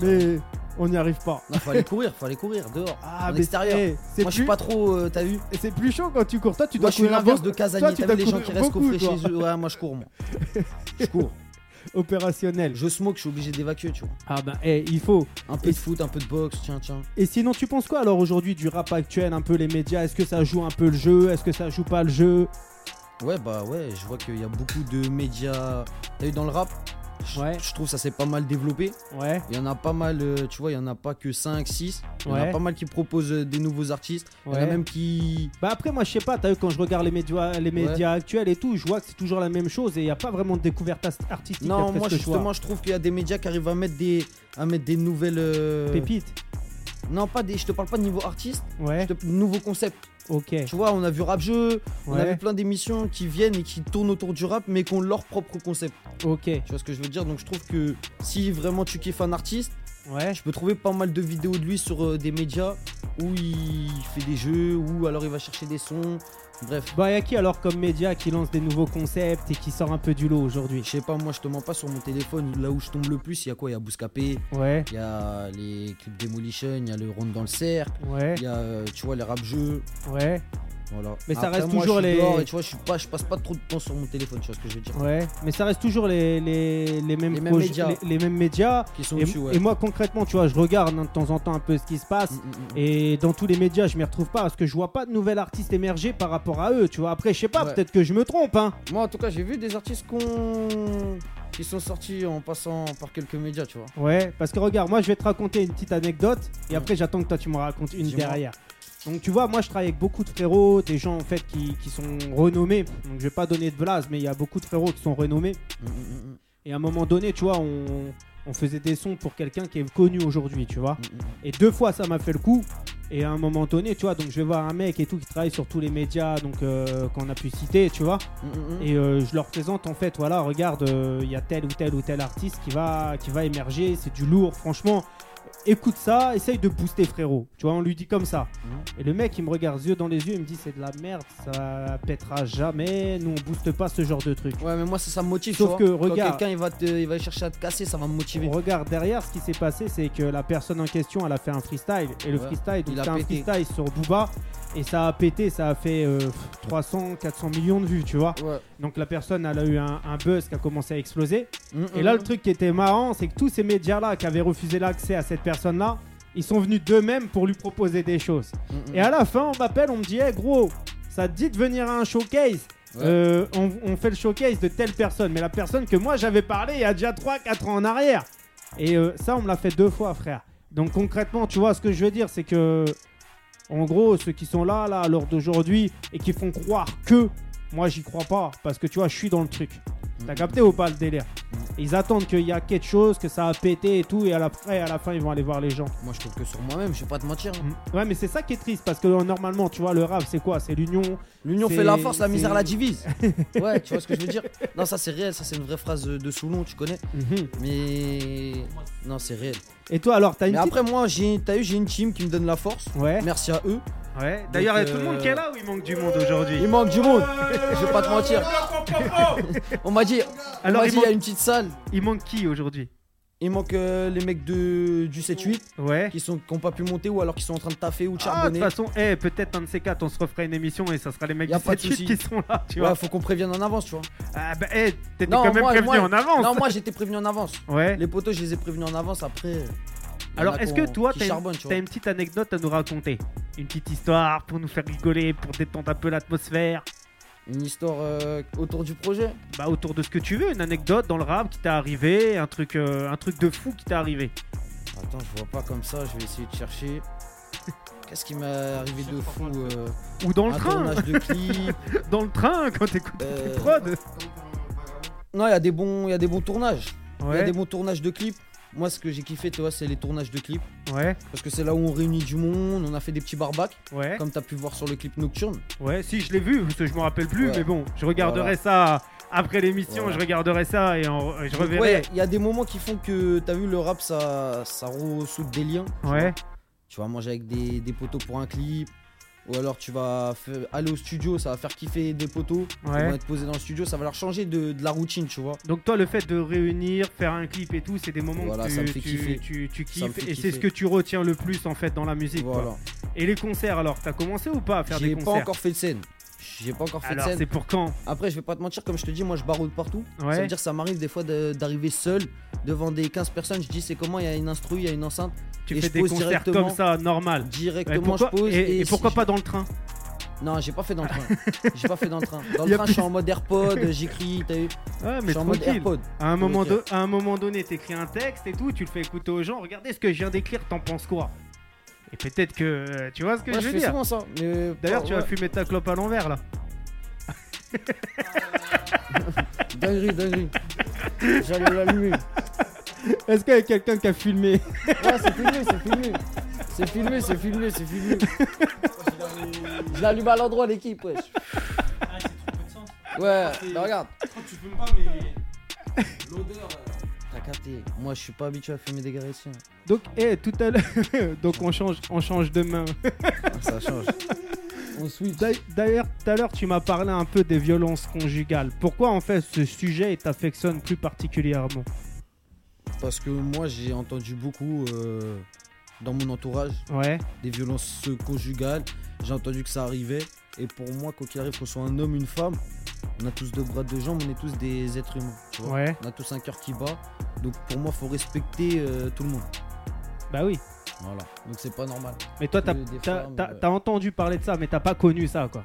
Speaker 3: mais on n'y arrive pas
Speaker 4: Non, fallait courir, fallait courir dehors.
Speaker 3: ah
Speaker 4: en
Speaker 3: mais
Speaker 4: extérieur.
Speaker 3: eh, c'est
Speaker 4: Moi je suis
Speaker 3: plus
Speaker 4: pas trop, euh, t'as vu
Speaker 3: c'est plus chaud quand tu cours toi tu
Speaker 4: Moi
Speaker 3: dois
Speaker 4: je suis
Speaker 3: courir
Speaker 4: l'inverse
Speaker 3: beaucoup.
Speaker 4: de Casanier,
Speaker 3: tu
Speaker 4: t'as
Speaker 3: dois
Speaker 4: vu les gens qui
Speaker 3: courir
Speaker 4: restent
Speaker 3: beaucoup,
Speaker 4: coffrés
Speaker 3: toi.
Speaker 4: chez eux Ouais, moi je cours, moi. Je cours.
Speaker 3: opérationnel
Speaker 4: Je smoke, je suis obligé d'évacuer, tu vois.
Speaker 3: ah bah eh, il faut
Speaker 4: Un peu de foot, un peu de boxe, tiens, tiens.
Speaker 3: et sinon tu penses quoi alors aujourd'hui du rap actuel un peu les médias est-ce que ça joue un peu le jeu est-ce que ça joue pas le jeu
Speaker 4: Ouais, bah ouais, je vois qu'il y a beaucoup de médias. T'as eu dans le rap je-
Speaker 3: Ouais.
Speaker 4: Je trouve ça s'est pas mal développé.
Speaker 3: ouais
Speaker 4: Il y en a pas mal, euh, tu vois, il y en a pas que 5, 6. Il y en
Speaker 3: Ouais.
Speaker 4: a pas mal qui proposent euh, des nouveaux artistes. Il y en
Speaker 3: Ouais.
Speaker 4: a même qui.
Speaker 3: Bah après moi je sais pas, t'as vu quand je regarde les médias, les médias actuels et tout, je vois que c'est toujours la même chose et il a pas vraiment de découverte ast- artistique.
Speaker 4: Non,
Speaker 3: d'après ce
Speaker 4: moi
Speaker 3: que je vois.
Speaker 4: justement, je trouve qu'il y a des médias qui arrivent à mettre des, à mettre des nouvelles. euh,
Speaker 3: Pépite.
Speaker 4: Non, pas des. Je te parle pas de niveau artiste,
Speaker 3: Ouais.
Speaker 4: je te... nouveau concept.
Speaker 3: Ok.
Speaker 4: Tu vois, on a vu rap jeu, on a
Speaker 3: Ouais.
Speaker 4: vu plein d'émissions qui viennent et qui tournent autour du rap, mais qui ont leur propre concept.
Speaker 3: Ok.
Speaker 4: Tu vois ce que je veux dire Donc je trouve que si vraiment tu kiffes un artiste,
Speaker 3: Ouais.
Speaker 4: je peux trouver pas mal de vidéos de lui sur euh, des médias où il fait des jeux, ou alors il va chercher des sons. Bref,
Speaker 3: Bah y'a qui alors comme média qui lance des nouveaux concepts et qui sort un peu du lot
Speaker 4: je
Speaker 3: aujourd'hui
Speaker 4: sais pas, moi je te mens pas sur mon téléphone, là où je tombe le plus, il y a quoi Il y a Bouscapé,
Speaker 3: Ouais.
Speaker 4: il y a les clips Demolition, il y a le Ronde dans le cercle,
Speaker 3: Ouais.
Speaker 4: il y a euh, tu vois les rap jeux,
Speaker 3: Ouais.
Speaker 4: voilà.
Speaker 3: Mais ça
Speaker 4: Après,
Speaker 3: reste
Speaker 4: moi,
Speaker 3: toujours
Speaker 4: je suis
Speaker 3: les-
Speaker 4: dehors et tu vois, je suis pas je passe pas trop de temps sur mon téléphone, tu vois ce que je veux dire
Speaker 3: Ouais. Mais ça reste toujours les, les, les mêmes
Speaker 4: Les mêmes
Speaker 3: projets-
Speaker 4: médias.
Speaker 3: les, les mêmes médias.
Speaker 4: Qui sont
Speaker 3: Et,
Speaker 4: dessus, ouais.
Speaker 3: et moi concrètement, tu vois, je regarde hein, de temps en temps un peu ce qui se passe.
Speaker 4: Mm, mm, mm.
Speaker 3: Et dans tous les médias, je m'y retrouve pas parce que je vois pas de nouvel artiste émerger par rapport à eux, tu vois. Après, je sais pas,
Speaker 4: Ouais.
Speaker 3: peut-être que je me trompe, hein.
Speaker 4: Moi, en tout cas, j'ai vu des artistes qu'on- qui sont sortis en passant par quelques médias, tu vois.
Speaker 3: Ouais, parce que regarde, moi je vais te raconter une petite anecdote et
Speaker 4: Ouais.
Speaker 3: après j'attends que toi tu me racontes une
Speaker 4: Dis-moi.
Speaker 3: derrière. Donc tu vois, moi je travaille avec beaucoup de frérots, des gens en fait qui, qui sont renommés. Donc je vais pas donner de blase, mais il y a beaucoup de frérots qui sont renommés.
Speaker 4: Mm, mm, mm,
Speaker 3: Et à un moment donné, tu vois, on, on faisait des sons pour quelqu'un qui est connu aujourd'hui, tu vois.
Speaker 4: mm, mm.
Speaker 3: Et deux fois ça m'a fait le coup. Et à un moment donné, tu vois, donc je vais voir un mec et tout qui travaille sur tous les médias, donc euh, qu'on a pu citer, tu vois.
Speaker 4: Mm, mm, mm.
Speaker 3: Et euh, je leur présente en fait, voilà, regarde, euh, il y a tel ou tel ou tel artiste qui va, qui va émerger, c'est du lourd, franchement. Écoute ça, essaye de booster frérot. Tu vois, on lui dit comme ça. Et le mec, il me regarde yeux dans les yeux, il me dit c'est de la merde, ça pètera jamais, nous on booste pas ce genre de truc.
Speaker 4: Ouais, mais moi, ça, ça me motive.
Speaker 3: Sauf
Speaker 4: tu vois.
Speaker 3: que,
Speaker 4: Quand
Speaker 3: regarde.
Speaker 4: quelqu'un il va, te- il va chercher à te casser, ça va me motiver.
Speaker 3: On regarde derrière, ce qui s'est passé, c'est que la personne en question, elle a fait un freestyle. Et le
Speaker 4: Ouais,
Speaker 3: freestyle, donc
Speaker 4: il a
Speaker 3: c'était un
Speaker 4: pété.
Speaker 3: freestyle sur Booba. Et ça a pété, ça a fait euh, 300, 400 millions de vues, tu vois.
Speaker 4: Ouais.
Speaker 3: Donc la personne, elle a eu un, un buzz qui a commencé à exploser.
Speaker 4: Mm,
Speaker 3: Et
Speaker 4: mm,
Speaker 3: là,
Speaker 4: mm.
Speaker 3: le truc qui était marrant, c'est que tous ces médias-là qui avaient refusé l'accès à cette personne-là, ils sont venus d'eux-mêmes pour lui proposer des choses.
Speaker 4: Mm, mm.
Speaker 3: Et à la fin, on m'appelle, on me dit, Eh gros, ça te dit de venir à un showcase
Speaker 4: Ouais.
Speaker 3: Euh, on, on fait le showcase de telle personne, mais la personne que moi j'avais parlé il y a déjà 3-4 ans en arrière. Et euh, ça, on me l'a fait deux fois, frère. Donc concrètement, tu vois, ce que je veux dire, c'est que, en gros, ceux qui sont là, là, à l'heure d'aujourd'hui, et qui font croire que, moi j'y crois pas, parce que tu vois, je suis dans le truc. T'as capté ou pas le délire Ils attendent qu'il y a quelque chose, que ça a pété et tout, et à la, après, à la fin, ils vont aller voir les gens.
Speaker 4: Moi je compte que sur moi-même, je vais pas te mentir. hein.
Speaker 3: Mm. Ouais, mais c'est ça qui est triste parce que euh, normalement, tu vois, le rap, c'est quoi C'est l'union.
Speaker 4: L'union
Speaker 3: C'est-
Speaker 4: fait la force, la misère
Speaker 3: c'est-
Speaker 4: la divise. ouais, tu vois ce que je veux dire Non, ça c'est réel, ça c'est une vraie phrase de Soulon, tu connais.
Speaker 3: Mhm.
Speaker 4: Mais non, c'est réel.
Speaker 3: Et toi, alors, t'as une
Speaker 4: Mais
Speaker 3: petite-
Speaker 4: après moi, j'ai t'as eu j'ai une team qui me donne la force.
Speaker 3: Ouais.
Speaker 4: Merci à eux.
Speaker 3: ouais.
Speaker 4: D'ailleurs, il y a tout le monde qui est
Speaker 3: là ou il manque du monde aujourd'hui
Speaker 4: euh, Il manque du monde. je vais pas te mentir. On m'a dit, on
Speaker 3: Alors,
Speaker 4: m'a
Speaker 3: il
Speaker 4: dit, il y a
Speaker 3: manque-
Speaker 4: une petite salle.
Speaker 3: Il manque qui aujourd'hui
Speaker 4: Il manque euh, les mecs de du 7-8
Speaker 3: Ouais.
Speaker 4: qui sont qui ont pas pu monter ou alors qui sont en train de taffer ou de
Speaker 3: Ah, de
Speaker 4: charbonner.
Speaker 3: toute façon, eh, peut-être un de ces quatre, on se refera une émission et ça sera les mecs
Speaker 4: Y a
Speaker 3: du
Speaker 4: pas de
Speaker 3: 7-8 qui
Speaker 4: souci.
Speaker 3: seront là, tu
Speaker 4: ouais,
Speaker 3: vois.
Speaker 4: faut qu'on prévienne en avance, tu vois.
Speaker 3: Ah, bah, eh, t'étais
Speaker 4: Non,
Speaker 3: quand même
Speaker 4: moi-
Speaker 3: prévenu
Speaker 4: moi-
Speaker 3: en avance.
Speaker 4: Non, moi j'étais prévenu en avance.
Speaker 3: ouais.
Speaker 4: Les poteaux, je les ai prévenus en avance après. euh, y en
Speaker 3: Alors,
Speaker 4: a
Speaker 3: est-ce
Speaker 4: qu'on-
Speaker 3: que toi,
Speaker 4: qui
Speaker 3: t'as
Speaker 4: charbonnent,
Speaker 3: une,
Speaker 4: tu
Speaker 3: t'as
Speaker 4: vois.
Speaker 3: une petite anecdote à nous raconter Une petite histoire pour nous faire rigoler, pour détendre un peu l'atmosphère
Speaker 4: une histoire euh, autour du projet
Speaker 3: Bah, autour de ce que tu veux, une anecdote dans le rap qui t'est arrivé, un truc, euh, un truc de fou qui t'est arrivé.
Speaker 4: Attends, je vois pas comme ça, je vais essayer de chercher. Qu'est-ce qui m'est arrivé de fou euh,
Speaker 3: Ou dans le
Speaker 4: Un
Speaker 3: train,
Speaker 4: tournage de clip.
Speaker 3: dans le train quand t'écoutes
Speaker 4: euh,
Speaker 3: les prods.
Speaker 4: Non, il y a des bons, il y a des bons tournages. Il y a
Speaker 3: Ouais,
Speaker 4: des bons tournages de clips. Moi, ce que j'ai kiffé, tu vois, c'est les tournages de clips.
Speaker 3: ouais,
Speaker 4: Parce que c'est là où on réunit du monde, on a fait des petits barbacs,
Speaker 3: ouais,
Speaker 4: comme t'as pu voir sur le clip Nocturne.
Speaker 3: ouais. Si je l'ai vu, parce que je me rappelle plus,
Speaker 4: Ouais.
Speaker 3: mais bon, je regarderai ça après l'émission,
Speaker 4: Voilà.
Speaker 3: je regarderai ça et en- je
Speaker 4: Donc,
Speaker 3: reverrai.
Speaker 4: ouais, il y a des moments qui font que, t'as vu, le rap, ça, ça ressoude des liens. tu vois.
Speaker 3: Ouais,
Speaker 4: tu vas manger avec des, des poteaux pour un clip. Ou alors tu vas fa- aller au studio, ça va faire kiffer des poteaux. Ils
Speaker 3: ouais.
Speaker 4: vont être posés dans le studio, ça va leur changer de, de la routine, tu vois.
Speaker 3: Donc toi, le fait de réunir, faire un clip et tout, c'est des moments
Speaker 4: Voilà,
Speaker 3: que
Speaker 4: ça me
Speaker 3: tu,
Speaker 4: fait
Speaker 3: tu-
Speaker 4: kiffer.
Speaker 3: tu- tu
Speaker 4: Ça me
Speaker 3: kiffes
Speaker 4: fait
Speaker 3: et c'est ce que
Speaker 4: kiffer.
Speaker 3: tu retiens le plus en fait dans la musique. quoi.
Speaker 4: Voilà.
Speaker 3: Et les concerts alors, t'as commencé ou pas à faire des
Speaker 4: J'ai pas
Speaker 3: concerts
Speaker 4: encore fait de scène. J'ai pas encore fait
Speaker 3: Alors
Speaker 4: de
Speaker 3: c'est
Speaker 4: scène.
Speaker 3: pour quand
Speaker 4: Après, je vais pas te mentir, comme je te dis, moi je baroude partout. Ça
Speaker 3: Ouais.
Speaker 4: veut dire que ça m'arrive des fois de- d'arriver seul devant des 15 personnes. Je dis c'est comment, il y a une instru, il y a une enceinte.
Speaker 3: Tu
Speaker 4: et
Speaker 3: fais
Speaker 4: je
Speaker 3: des
Speaker 4: pose
Speaker 3: concerts
Speaker 4: directement-
Speaker 3: comme ça, normal. Et
Speaker 4: Directement,
Speaker 3: pourquoi,
Speaker 4: je pose.
Speaker 3: et- et
Speaker 4: si
Speaker 3: pourquoi
Speaker 4: je-
Speaker 3: pas dans le train
Speaker 4: Non, j'ai pas fait dans le train. j'ai pas fait dans le train. Dans
Speaker 3: Y
Speaker 4: le
Speaker 3: a
Speaker 4: train, je suis en mode AirPod, j'écris, t'as vu
Speaker 3: Ouais,
Speaker 4: Je
Speaker 3: mais
Speaker 4: suis en mode
Speaker 3: tranquille.
Speaker 4: AirPod.
Speaker 3: À un, moment
Speaker 4: Ok.
Speaker 3: do- à un moment donné, t'écris un texte et tout, tu le fais écouter aux gens, regardez ce que je viens d'écrire, t'en penses quoi Et peut-être que. euh, Tu vois ce que
Speaker 4: Moi,
Speaker 3: je
Speaker 4: je
Speaker 3: veux
Speaker 4: fais
Speaker 3: dire
Speaker 4: souvent ça. mais- euh,
Speaker 3: D'ailleurs, tu
Speaker 4: Ouais.
Speaker 3: as fumé ta clope à l'envers là.
Speaker 4: Dinguerie, dinguerie. J'allais l'allumer.
Speaker 3: Est-ce qu'il y a quelqu'un qui a filmé
Speaker 4: Ouais, c'est filmé, c'est filmé. C'est filmé, c'est filmé, c'est filmé. Je l'allume à l'endroit, l'équipe, wesh.
Speaker 5: Ah, c'est trop peu de sens. Ah,
Speaker 4: Ouais, mais regarde.
Speaker 5: Je crois que tu peux pas, mais l'odeur. euh,
Speaker 4: T'as capté. Moi, je suis pas habitué à fumer des hein. garetiens.
Speaker 3: Donc, eh, tout à l'heure. Donc, on change, on change de main. Ah,
Speaker 4: Ça change. On switch.
Speaker 3: D'a- D'ailleurs, tout à l'heure, tu m'as parlé un peu des violences conjugales. Pourquoi en fait ce sujet t'affectionne plus particulièrement
Speaker 4: Parce que moi, j'ai entendu beaucoup euh, dans mon entourage
Speaker 3: Ouais,
Speaker 4: des violences conjugales. J'ai entendu que ça arrivait. Et pour moi, quoi qu'il arrive, qu'on soit un homme, une femme, on a tous deux bras, deux jambes, on est tous des êtres humains. Tu vois
Speaker 3: ouais.
Speaker 4: On a tous un cœur qui bat. Donc pour moi, faut respecter euh, tout le monde.
Speaker 3: Bah oui.
Speaker 4: Voilà. Donc c'est pas normal.
Speaker 3: Mais toi, t'as
Speaker 4: Des
Speaker 3: t'as-
Speaker 4: femmes, euh,
Speaker 3: t'as-
Speaker 4: ouais.
Speaker 3: t'as entendu parler de ça, mais t'as pas connu ça quoi.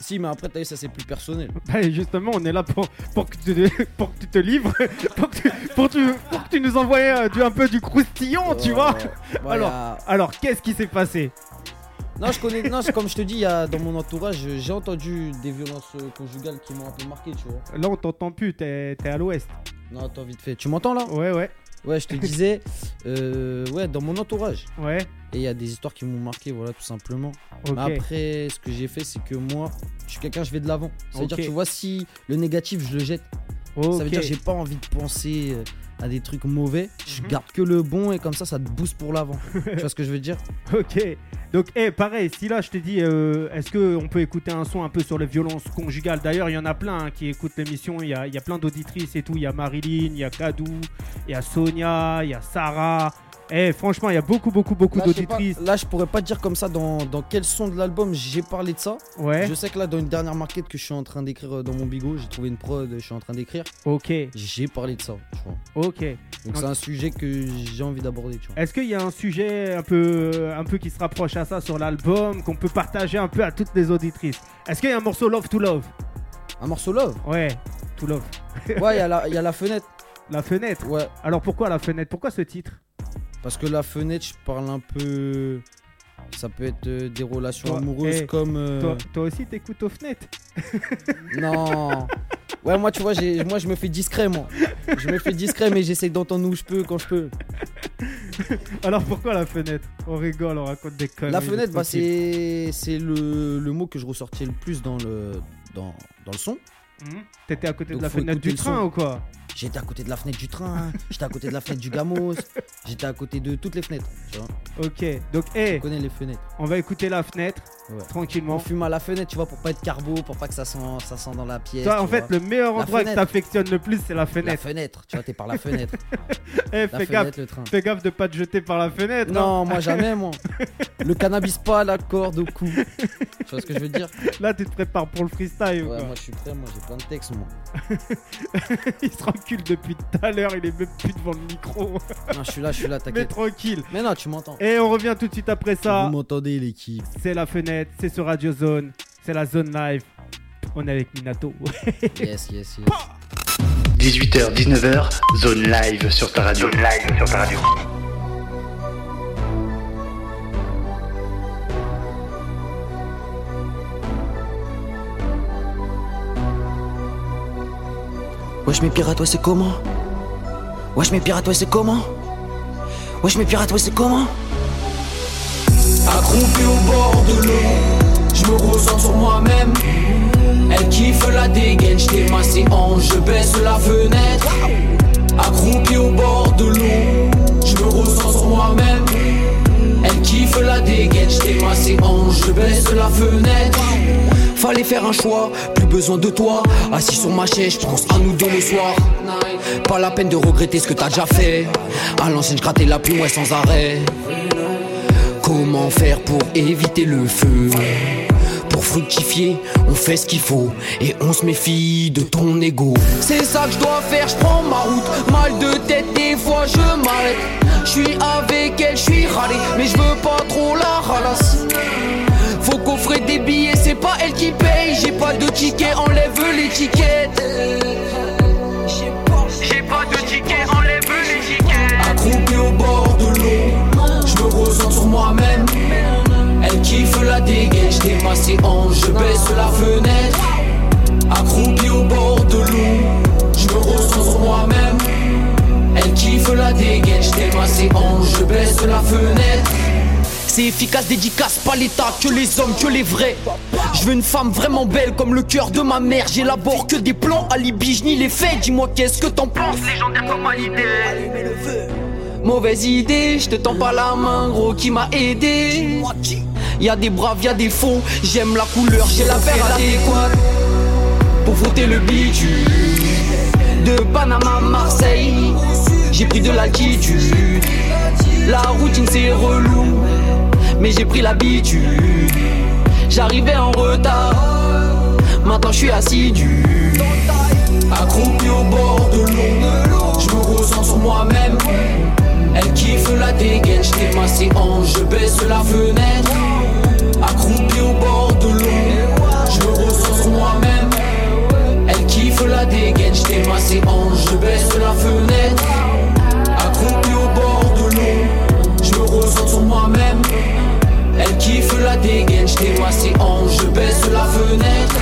Speaker 4: Si, mais après, t'as vu, ça c'est plus personnel.
Speaker 3: Bah, justement, on est là pour, pour, que, tu, te- pour que tu te livres, pour que tu, pour tu- pour que tu nous envoies euh, du, un peu du croustillant, tu
Speaker 4: Euh,
Speaker 3: vois.
Speaker 4: voilà.
Speaker 3: Alors, qu'est-ce qui s'est passé
Speaker 4: Non, je connais. Non, c'est comme je te dis, il y a- dans mon entourage, euh, j'ai entendu des violences euh, conjugales qui m'ont un peu marqué, tu vois.
Speaker 3: Là, on t'entend plus, t'es t'es à l'ouest.
Speaker 4: Non, attends, vite fait. Tu m'entends là
Speaker 3: Ouais, ouais,
Speaker 4: Ouais, je te disais. euh, ouais, dans mon entourage.
Speaker 3: ouais.
Speaker 4: Et il y a des histoires qui m'ont marqué, voilà, tout simplement.
Speaker 3: Ok.
Speaker 4: Mais Bah, après, ce que j'ai fait, c'est que moi, je suis quelqu'un, je vais de l'avant. C'est-à-dire,
Speaker 3: Ok.
Speaker 4: tu vois, si le négatif, je le jette. Ça veut
Speaker 3: ok.
Speaker 4: dire que j'ai pas envie de penser euh, à des trucs mauvais. Je
Speaker 3: Mhm.
Speaker 4: garde que le bon et comme ça, ça te booste pour l'avant. tu vois ce que je veux dire
Speaker 3: Ok. Donc, eh, pareil, si là je te dis, euh, est-ce qu'on peut écouter un son un peu sur les violences conjugales D'ailleurs, il y en a plein hein, qui écoutent l'émission. Il y a, il y a plein d'auditrices et tout. Il y a Marilyn, il y a Kadou, il y a Sonia, il y a Sarah. Eh, franchement, il y a beaucoup, beaucoup, beaucoup
Speaker 4: Là, Bah, je sais pas-
Speaker 3: d'auditrices.
Speaker 4: là, je pourrais pas te dire comme ça dans, dans quel son de l'album j'ai parlé de ça.
Speaker 3: Ouais,
Speaker 4: Je sais que là, dans une dernière marquette que je suis en train d'écrire euh, dans mon bigot, j'ai trouvé une prod, je suis en train d'écrire,
Speaker 3: ok,
Speaker 4: j'ai parlé de ça, tu vois.
Speaker 3: ok. Ok.
Speaker 4: Donc c'est un sujet que j'ai envie d'aborder, tu vois.
Speaker 3: Est-ce qu'il y a un sujet un peu, euh, un peu qui se rapproche à ça sur l'album, qu'on peut partager un peu à toutes les auditrices Est-ce qu'il y a un morceau Love to Love
Speaker 4: Un morceau love
Speaker 3: Ouais, to Love.
Speaker 4: Ouais, il y, a la- il y a la fenêtre.
Speaker 3: La fenêtre
Speaker 4: Ouais,
Speaker 3: Alors pourquoi la fenêtre Pourquoi ce titre
Speaker 4: parce que la fenêtre, je parle un peu. Ça peut être euh, des relations
Speaker 3: Toi,
Speaker 4: amoureuses
Speaker 3: eh,
Speaker 4: comme. euh,
Speaker 3: toi, toi aussi, t'écoutes aux fenêtres
Speaker 4: Non. Ouais, moi, tu vois, j'ai- moi, je me fais discret, moi. Je me fais discret, mais j'essaie d'entendre où je peux, quand je peux.
Speaker 3: Alors pourquoi la fenêtre On rigole, on raconte des conneries.
Speaker 4: La fenêtre, bah,
Speaker 3: tranquille.
Speaker 4: c'est c'est le, le mot que je ressortais le plus dans le, dans, dans le son.
Speaker 3: Hmm T'étais à côté
Speaker 4: Donc,
Speaker 3: de la
Speaker 4: faut
Speaker 3: fenêtre
Speaker 4: écouter
Speaker 3: du
Speaker 4: le
Speaker 3: train
Speaker 4: son.
Speaker 3: ou quoi
Speaker 4: J'étais à côté de la fenêtre du train, j'étais à côté de la fenêtre du gamos, j'étais à côté de toutes les fenêtres. Tu vois,
Speaker 3: Ok, donc eh,
Speaker 4: je connais les fenêtres.
Speaker 3: on va écouter la fenêtre
Speaker 4: Ouais. On
Speaker 3: tranquillement.
Speaker 4: fume à la fenêtre, tu vois, pour pas être carbo, pour pas que ça sent, ça sent dans la pièce.
Speaker 3: Toi,
Speaker 4: tu
Speaker 3: en fait,
Speaker 4: vois.
Speaker 3: le meilleur
Speaker 4: La
Speaker 3: endroit que
Speaker 4: fenêtre.
Speaker 3: t'affectionnes le plus, c'est la
Speaker 4: la
Speaker 3: fenêtre.
Speaker 4: fenêtre, tu vois, t'es par la fenêtre.
Speaker 3: Eh,
Speaker 4: la
Speaker 3: fais
Speaker 4: fenêtre,
Speaker 3: gaffe,
Speaker 4: le train.
Speaker 3: fais gaffe de pas te jeter par la fenêtre. hein.
Speaker 4: Non, moi jamais, moi. Le cannabis pas, la corde au cou. Tu vois ce que je veux dire
Speaker 3: Là, tu te prépares pour le freestyle. ou
Speaker 4: Ouais,
Speaker 3: quoi
Speaker 4: moi je suis prêt, moi j'ai plein de textes, moi.
Speaker 3: Il se recule depuis tout à l'heure, il est même plus devant le micro.
Speaker 4: Non, je suis là, je suis là,
Speaker 3: Mais
Speaker 4: t'inquiète.
Speaker 3: tranquille.
Speaker 4: Mais non, tu m'entends.
Speaker 3: Et on revient tout de suite après ça.
Speaker 4: Vous m'entendez, l'équipe.
Speaker 3: C'est la fenêtre, c'est sur Radio Zone, c'est la zone live. On est avec Minato.
Speaker 4: Yes, yes, yes.
Speaker 1: 18h, 19h, zone live sur ta radio. Zone live sur ta radio.
Speaker 7: Wesh mes pirates, ouais c'est comment Wesh mes pirates, ouais c'est comment Wesh mes pirates, ouais c'est comment
Speaker 5: Accroupi au bord de l'eau, je me ressens sur moi-même. Elle kiffe la dégaine, j'étais ma séance, je baisse la fenêtre. Accroupi au bord de l'eau, je me ressens sur moi-même. Elle kiffe la dégaine, j'étais ma séance, je baisse la fenêtre.
Speaker 7: Fallait faire un choix, plus besoin de toi. Assis sur ma chaise, je pense à nous deux le soir. Pas la peine de regretter ce que t'as déjà fait. À l'ancienne, je grattais la plume, ouais, sans arrêt. Comment faire pour éviter le feu Pour fructifier, on fait ce qu'il faut et on se méfie de ton ego.
Speaker 5: C'est ça que je dois faire, je prends ma route. Mal de tête, des fois je m'arrête. Je suis avec elle, je suis râlé, mais je veux pas trop la ralasse. Faut coffrer des billets, c'est pas elle qui paye. J'ai pas de ticket, enlève l'étiquette. J'ai pas de ticket, enlève l'étiquette. Accroupi au bord de l'eau, je me ressens sur moi-même. Elle kiffe la dégaine, j'étais ma séance, je baisse la fenêtre. Accroupi au bord de l'eau, je me ressens sur moi-même. Elle kiffe la dégaine, j'étais ma séance, je baisse la fenêtre.
Speaker 7: C'est efficace, dédicace, pas l'état, que les hommes, que les vrais. Je veux une femme vraiment belle comme le cœur de ma mère. J'élabore que des plans, alibi, je nie les faits. Dis-moi qu'est-ce que t'en penses, légendaire comme ma idée.
Speaker 5: Mauvaise idée, je te tends pas la main, gros, qui m'a aidé.
Speaker 7: Y a des braves, y a des faux. J'aime la couleur, j'ai
Speaker 5: J'ai
Speaker 7: la
Speaker 5: la paire
Speaker 7: paire
Speaker 5: adéquate pour frotter le bitume. De Panama à Marseille, j'ai pris de l'altitude. La routine c'est relou, mais j'ai pris l'habitude. J'arrivais en retard, maintenant je suis assidu. Accroupi au bord de l'eau, je me ressens sur moi-même. Elle kiffe la dégaine, j'étais ma séance, je baisse la fenêtre. Accroupi au bord de l'eau, je me ressens sur moi-même. Elle kiffe la dégaine, j'étais ma séance, je baisse la fenêtre. Accroupi au bord de l'eau, je me ressens sur moi-même. Elle kiffe la dégaine, j'étais ma séance, je baisse la fenêtre.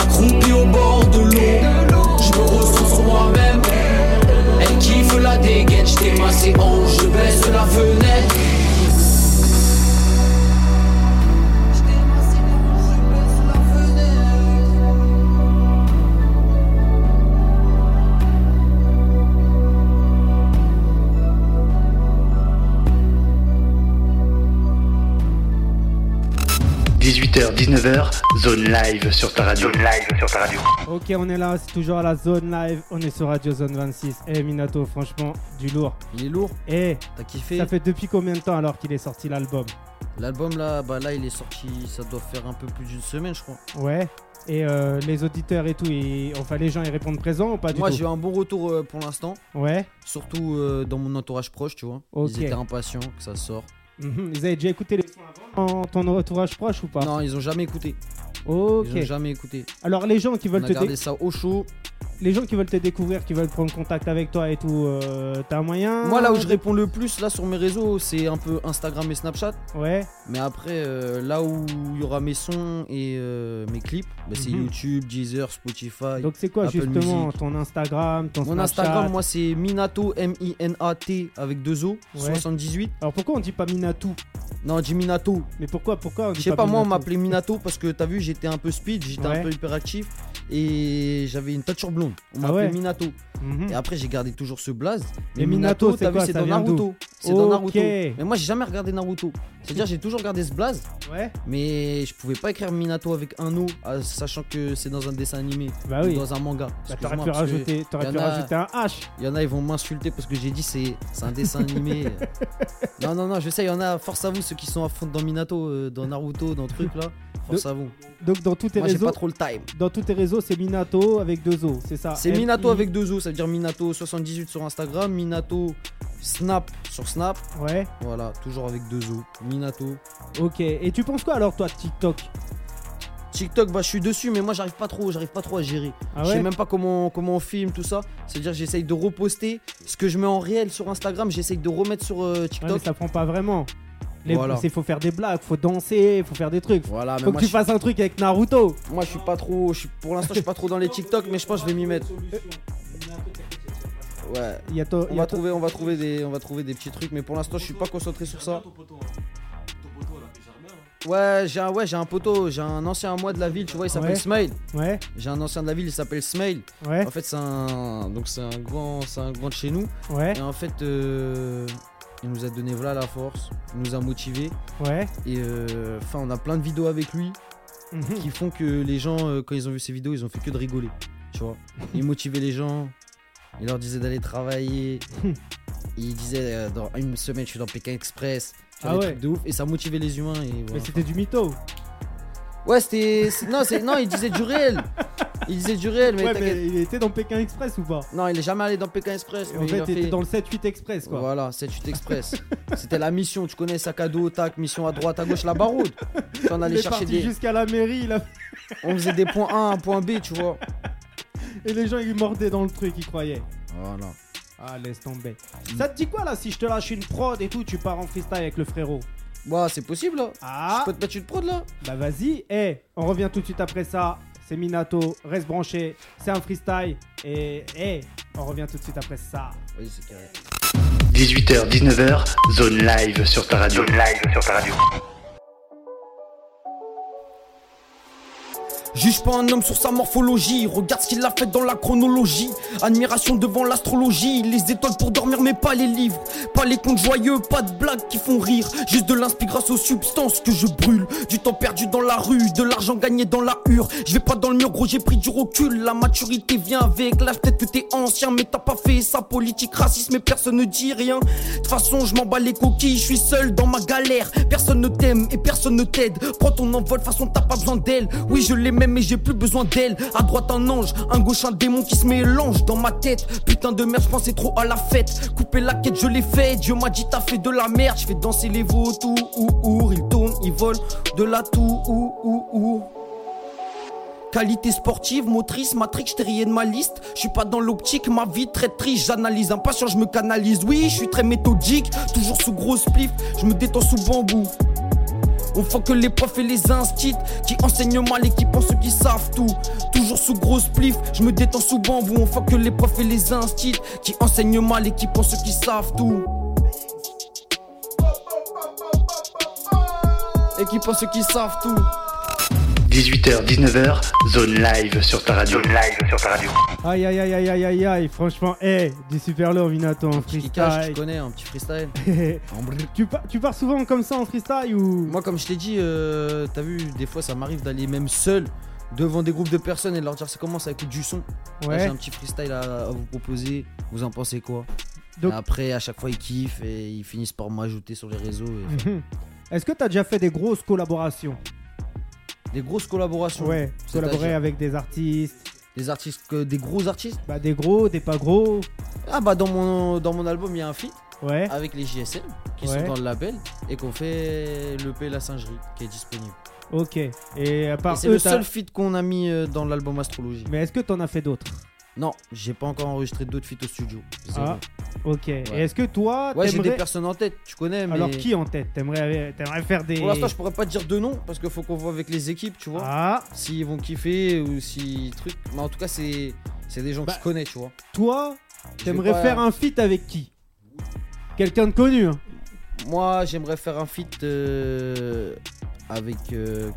Speaker 5: Accroupi au bord de l'eau, je me ressens sur moi-même. Elle kiffe la dégaine, j'étais ma séance, je baisse la fenêtre.
Speaker 1: 18h, 19h, zone live sur ta radio. live sur ta radio.
Speaker 3: Ok, on est là, c'est toujours à la zone live. On est sur Radio Zone 26. Eh, Minato, franchement, du lourd.
Speaker 4: Il est lourd,
Speaker 3: Eh,
Speaker 4: t'as kiffé
Speaker 3: ça fait depuis combien de temps alors qu'il est sorti l'album
Speaker 4: L'album là, bah là il est sorti, ça doit faire un peu plus d'une semaine je crois.
Speaker 3: Ouais. Et euh, les auditeurs et tout, ils- enfin les gens ils répondent présent ou pas Ah, du
Speaker 4: Moi
Speaker 3: tout
Speaker 4: j'ai eu un bon retour euh, pour l'instant,
Speaker 3: Ouais.
Speaker 4: surtout euh, dans mon entourage proche, tu vois.
Speaker 3: Ok.
Speaker 4: Ils étaient impatients que ça sorte.
Speaker 3: Mhm. Ils avaient déjà écouté les sons avant en ton entourage proche ou pas
Speaker 4: Non, ils ont jamais écouté.
Speaker 3: Ah. Ok.
Speaker 4: Ils ont jamais écouté.
Speaker 3: Alors les gens qui
Speaker 4: On
Speaker 3: veulent
Speaker 4: a
Speaker 3: te dé-
Speaker 4: gardé ça au chaud.
Speaker 3: les gens qui veulent te découvrir, qui veulent prendre contact avec toi et tout, euh, t'as un moyen
Speaker 4: Moi là où je réponds le plus là sur mes réseaux, c'est un peu Instagram et Snapchat.
Speaker 3: Ouais.
Speaker 4: Mais après, euh, là où il y aura mes sons et euh, mes clips, bah, c'est
Speaker 3: Mhm.
Speaker 4: YouTube, Deezer, Spotify.
Speaker 3: Donc c'est quoi
Speaker 4: Apple
Speaker 3: justement
Speaker 4: Music.
Speaker 3: ton Instagram, ton
Speaker 4: Mon
Speaker 3: Snapchat
Speaker 4: Instagram, moi, c'est Minato, M-I-N-A-T, avec deux O,
Speaker 3: Ouais.
Speaker 4: 78.
Speaker 3: Alors pourquoi on dit pas Minatou
Speaker 4: Non, on dit Minato.
Speaker 3: Mais pourquoi pourquoi on dit
Speaker 4: Je sais pas, moi, on
Speaker 3: Minato
Speaker 4: m'appelait Minato parce que t'as vu, j'étais un peu speed, j'étais
Speaker 3: Ouais.
Speaker 4: un peu hyperactif et j'avais une teinture blonde. On
Speaker 3: Ah
Speaker 4: m'appelait
Speaker 3: ouais.
Speaker 4: Minato.
Speaker 3: Mhm.
Speaker 4: Et après, j'ai gardé toujours ce blaze.
Speaker 3: Et Minato, c'est
Speaker 4: t'as vu,
Speaker 3: quoi
Speaker 4: c'est
Speaker 3: Ça
Speaker 4: dans
Speaker 3: vient d'où
Speaker 4: Naruto. C'est dans
Speaker 3: Ok.
Speaker 4: Naruto. Mais moi, j'ai jamais regardé Naruto. C'est-à-dire, j'ai toujours gardé ce blaze.
Speaker 3: Ouais.
Speaker 4: Mais je pouvais pas écrire Minato avec un O, ah, sachant que c'est dans un dessin animé,
Speaker 3: Bah
Speaker 4: ou
Speaker 3: oui.
Speaker 4: dans un manga.
Speaker 3: Bah,
Speaker 4: Excuse-moi,
Speaker 3: t'aurais pu
Speaker 4: parce que
Speaker 3: rajouter, t'aurais
Speaker 4: y
Speaker 3: pu
Speaker 4: en a-
Speaker 3: rajouter un H.
Speaker 4: Il y en a, ils vont m'insulter parce que j'ai dit c'est c'est un dessin animé. non, non, non, je sais, il y en a, force à vous, ceux qui sont à fond dans Minato, euh, dans Naruto, dans le truc là. Force à vous.
Speaker 3: Donc dans tous tes
Speaker 4: Moi, j'ai
Speaker 3: réseaux,
Speaker 4: pas trop le time.
Speaker 3: dans tous tes réseaux, c'est Minato avec deux O, c'est ça
Speaker 4: C'est
Speaker 3: M-
Speaker 4: Minato
Speaker 3: I-
Speaker 4: avec deux O, ça veut dire Minato 78 sur Instagram, Minato Snap sur Snap.
Speaker 3: Ouais.
Speaker 4: Voilà, toujours avec deux O. Minato.
Speaker 3: Ok. Et tu penses quoi alors toi de TikTok
Speaker 4: TikTok, bah je suis dessus, mais moi j'arrive pas trop, j'arrive pas trop à gérer.
Speaker 3: Ah
Speaker 4: Je
Speaker 3: ouais.
Speaker 4: sais même pas comment, comment on filme tout ça. C'est-à-dire j'essaye de reposter ce que je mets en réel sur Instagram, j'essaye de remettre sur euh,
Speaker 3: Ouais, mais
Speaker 4: TikTok.
Speaker 3: ça prend pas vraiment. Les...
Speaker 4: Voilà.
Speaker 3: c'est- faut faire des blagues, faut danser, faut faire des trucs.
Speaker 4: voilà, mais
Speaker 3: Faut que
Speaker 4: moi,
Speaker 3: tu
Speaker 4: je,
Speaker 3: fasses un truc avec Naruto.
Speaker 4: moi, je suis pas trop. Je suis, pour l'instant je suis pas trop dans les TikTok mais je pense que je vais m'y mettre. Ouais.
Speaker 3: Il y a toi- il
Speaker 4: On
Speaker 3: y a
Speaker 4: va
Speaker 3: toi-
Speaker 4: trouver, on va trouver des, on va trouver des petits trucs, mais pour l'instant je suis pas concentré sur ça. Ouais, j'ai un, ouais, j'ai un poteau, j'ai un ancien à moi de la ville, tu vois, il s'appelle
Speaker 3: Ah Ouais.
Speaker 4: Smile.
Speaker 3: Ouais.
Speaker 4: J'ai un ancien de la ville, il s'appelle Smile.
Speaker 3: Ouais.
Speaker 4: En fait, c'est un, donc c'est un grand, c'est un grand de chez nous.
Speaker 3: Ouais.
Speaker 4: Et en fait, euh, il nous a donné voilà la force, il nous a motivés.
Speaker 3: Ouais.
Speaker 4: Et euh, enfin, on a plein de vidéos avec lui
Speaker 3: Mhm.
Speaker 4: qui font que les gens, euh, quand ils ont vu ces vidéos, ils ont fait que de rigoler. Tu vois, il motivait les gens, il leur disait d'aller travailler. il disait euh, dans une semaine, je suis dans Pékin Express. Tu vois,
Speaker 3: Ah
Speaker 4: des
Speaker 3: ouais.
Speaker 4: trucs de ouf. Et ça motivait les humains. Et
Speaker 3: Mais
Speaker 4: voilà.
Speaker 3: c'était du mytho.
Speaker 4: Ouais, c'était. c'est- Non, c'est- non, il disait du réel. Il disait du réel, mais
Speaker 3: ouais,
Speaker 4: t'inquiète.
Speaker 3: mais il était dans Pékin Express ou pas
Speaker 4: Non, il est jamais allé dans Pékin Express.
Speaker 3: Et
Speaker 4: mais
Speaker 3: En
Speaker 4: il
Speaker 3: fait,
Speaker 4: a
Speaker 3: il était
Speaker 4: fait-
Speaker 3: dans le 7-8 Express quoi.
Speaker 4: Voilà, 7-8 Express. C'était la mission, tu connais, sac à dos, tac, mission à droite, à gauche, la baroude. Puis on
Speaker 3: Il
Speaker 4: allait
Speaker 3: est
Speaker 4: chercher
Speaker 3: parti
Speaker 4: des.
Speaker 3: jusqu'à la mairie là.
Speaker 4: On faisait des points A, un point B, tu vois.
Speaker 3: Et les gens ils mordaient dans le truc, ils croyaient.
Speaker 4: Voilà.
Speaker 3: Ah, laisse tomber. Ça te dit quoi là si je te lâche une prod et tout, tu pars en freestyle avec le frérot
Speaker 4: Bah, c'est possible là.
Speaker 3: Ah,
Speaker 4: Je peux te mettre une prod là
Speaker 3: bah vas-y. Eh, on revient tout de suite après ça. C'est Minato, reste branché. C'est un freestyle. Et eh, on revient tout de suite après ça.
Speaker 4: Oui, c'est carré.
Speaker 1: 18h, 19h, zone live sur ta radio. live sur ta radio.
Speaker 5: Juge pas un homme sur sa morphologie, regarde ce qu'il a fait dans la chronologie. Admiration devant l'astrologie, les étoiles pour dormir mais pas les livres. Pas les contes joyeux, pas de blagues qui font rire. Juste de l'inspi grâce aux substances que je brûle. Du temps perdu dans la rue, de l'argent gagné dans la hure. Je vais pas dans le mur gros, j'ai pris du recul. La maturité vient avec l'âge, peut-être que t'es ancien mais t'as pas fait ça. Politique, racisme et personne ne dit rien. De toute façon, je m'en bats les coquilles, je suis seul dans ma galère. Personne ne t'aime et personne ne t'aide. Prends ton envol, de toute façon t'as pas besoin d'elle. Oui, je l'aimais, mais j'ai plus besoin d'elle. À droite, un ange, un gauche, un démon qui se mélange dans ma tête. Putain de merde, je pensais trop à la fête. Couper la quête, je l'ai fait. Dieu m'a dit, t'as fait de la merde. Je fais danser les vautours, ou, ou, ils tournent, ils volent de la tour, ou, ou, ou. Qualité sportive, motrice, matrix, t'es rayé de ma liste. Je suis pas dans l'optique, ma vie très triste. J'analyse impatient, je me canalise. Oui, je suis très méthodique, toujours sous gros spliff. Je me détends sous bambou. On faut que les profs et les instits qui enseignent mal et qui pensent qu'ils savent tout. Toujours sous grosse plif, je me détends sous bambou. On faut que les profs et les instits qui enseignent mal et qui pensent qu'ils savent tout. Et qui pensent qu'ils savent tout.
Speaker 1: 18h, 19h, zone live sur ta radio. live sur ta radio.
Speaker 3: Aïe aïe aïe aïe aïe aïe aïe, franchement, hé, du super lourd Minato en
Speaker 4: Petit kickage, tu
Speaker 3: freestyle.
Speaker 4: connais, un petit freestyle. En brut.
Speaker 3: tu, pa- tu pars souvent comme ça en freestyle ou.
Speaker 4: Moi, comme je t'ai dit, euh, t'as vu, des fois, ça m'arrive d'aller même seul devant des groupes de personnes et de leur dire c'est comment ça écoute du son. Là, J'ai
Speaker 3: ouais,
Speaker 4: un petit freestyle à, à vous proposer. Vous en pensez quoi
Speaker 3: Donc-
Speaker 4: Et Après, à chaque fois, ils kiffent et ils finissent par m'ajouter sur les réseaux. et-
Speaker 3: Est-ce que t'as déjà fait des grosses collaborations
Speaker 4: Des grosses collaborations.
Speaker 3: Ouais,
Speaker 4: C'est-à-dire
Speaker 3: collaborer avec des artistes,
Speaker 4: Des artistes, que- des gros artistes.
Speaker 3: bah des gros, des pas gros.
Speaker 4: Ah bah dans mon dans mon album, il y a un feat
Speaker 3: Ouais,
Speaker 4: avec les JSM qui
Speaker 3: Ouais.
Speaker 4: sont dans le label et qu'on fait le P La Singerie qui est disponible.
Speaker 3: ok. Et à
Speaker 4: Et
Speaker 3: part
Speaker 4: c'est
Speaker 3: eux,
Speaker 4: le
Speaker 3: t'as-
Speaker 4: seul feat qu'on a mis euh, dans l'album Astrologie.
Speaker 3: mais est-ce que t'en as fait d'autres
Speaker 4: Non, j'ai pas encore enregistré d'autres feats au studio. Zéro.
Speaker 3: Ah, ok. Et est-ce que toi,
Speaker 4: Ouais, j'ai des
Speaker 3: Ah, t'aimerais.
Speaker 4: personnes en tête, tu connais, mais.
Speaker 3: Alors qui en tête T'aimerais t'aimerais faire des.
Speaker 4: Pour l'instant, je pourrais pas te dire de nom parce qu'il faut qu'on voit avec les équipes, tu vois.
Speaker 3: Ah,
Speaker 4: S'ils vont kiffer ou si truc. Mais en tout cas, c'est c'est des gens
Speaker 3: Bah,
Speaker 4: que je connais, tu vois.
Speaker 3: toi,
Speaker 4: Je
Speaker 3: t'aimerais
Speaker 4: vais pas-
Speaker 3: faire un feat avec qui Quelqu'un de connu, hein
Speaker 4: Moi, j'aimerais faire un feat euh, avec euh,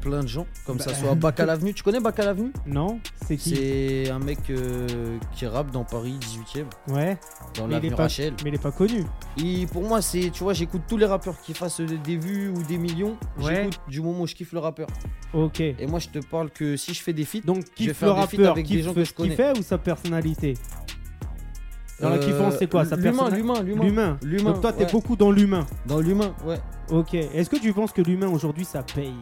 Speaker 4: plein de gens, comme ça
Speaker 3: Bah.
Speaker 4: soit Bac à l'avenue. Tu connais Bac à l'avenue
Speaker 3: Non C'est qui
Speaker 4: C'est un mec euh, qui rappe dans Paris 18ème,
Speaker 3: Ouais,
Speaker 4: dans
Speaker 3: Mais il est
Speaker 4: l'avenue
Speaker 3: pas-
Speaker 4: Rachel.
Speaker 3: mais il est pas connu.
Speaker 4: Et pour moi, c'est, tu vois, j'écoute tous les rappeurs qui fassent des vues ou des millions.
Speaker 3: Ouais.
Speaker 4: J'écoute du moment où je kiffe le rappeur.
Speaker 3: Ok.
Speaker 4: Et moi, je te parle que si je fais des feats,
Speaker 3: Donc,
Speaker 4: Je vais
Speaker 3: kiffe le
Speaker 4: faire des feats
Speaker 3: rappeur,
Speaker 4: avec des
Speaker 3: kiffe
Speaker 4: gens
Speaker 3: ce
Speaker 4: que je
Speaker 3: qu'il
Speaker 4: connais.
Speaker 3: fait ou sa personnalité Dans la
Speaker 4: euh,
Speaker 3: kiffance, c'est quoi sa
Speaker 4: L'humain,
Speaker 3: personnalité
Speaker 4: l'humain, l'humain.
Speaker 3: L'humain.
Speaker 4: L'humain,
Speaker 3: Donc, toi, t'es
Speaker 4: ouais.
Speaker 3: beaucoup dans l'humain.
Speaker 4: Dans l'humain, ouais.
Speaker 3: Ok. Est-ce que tu penses que l'humain aujourd'hui ça paye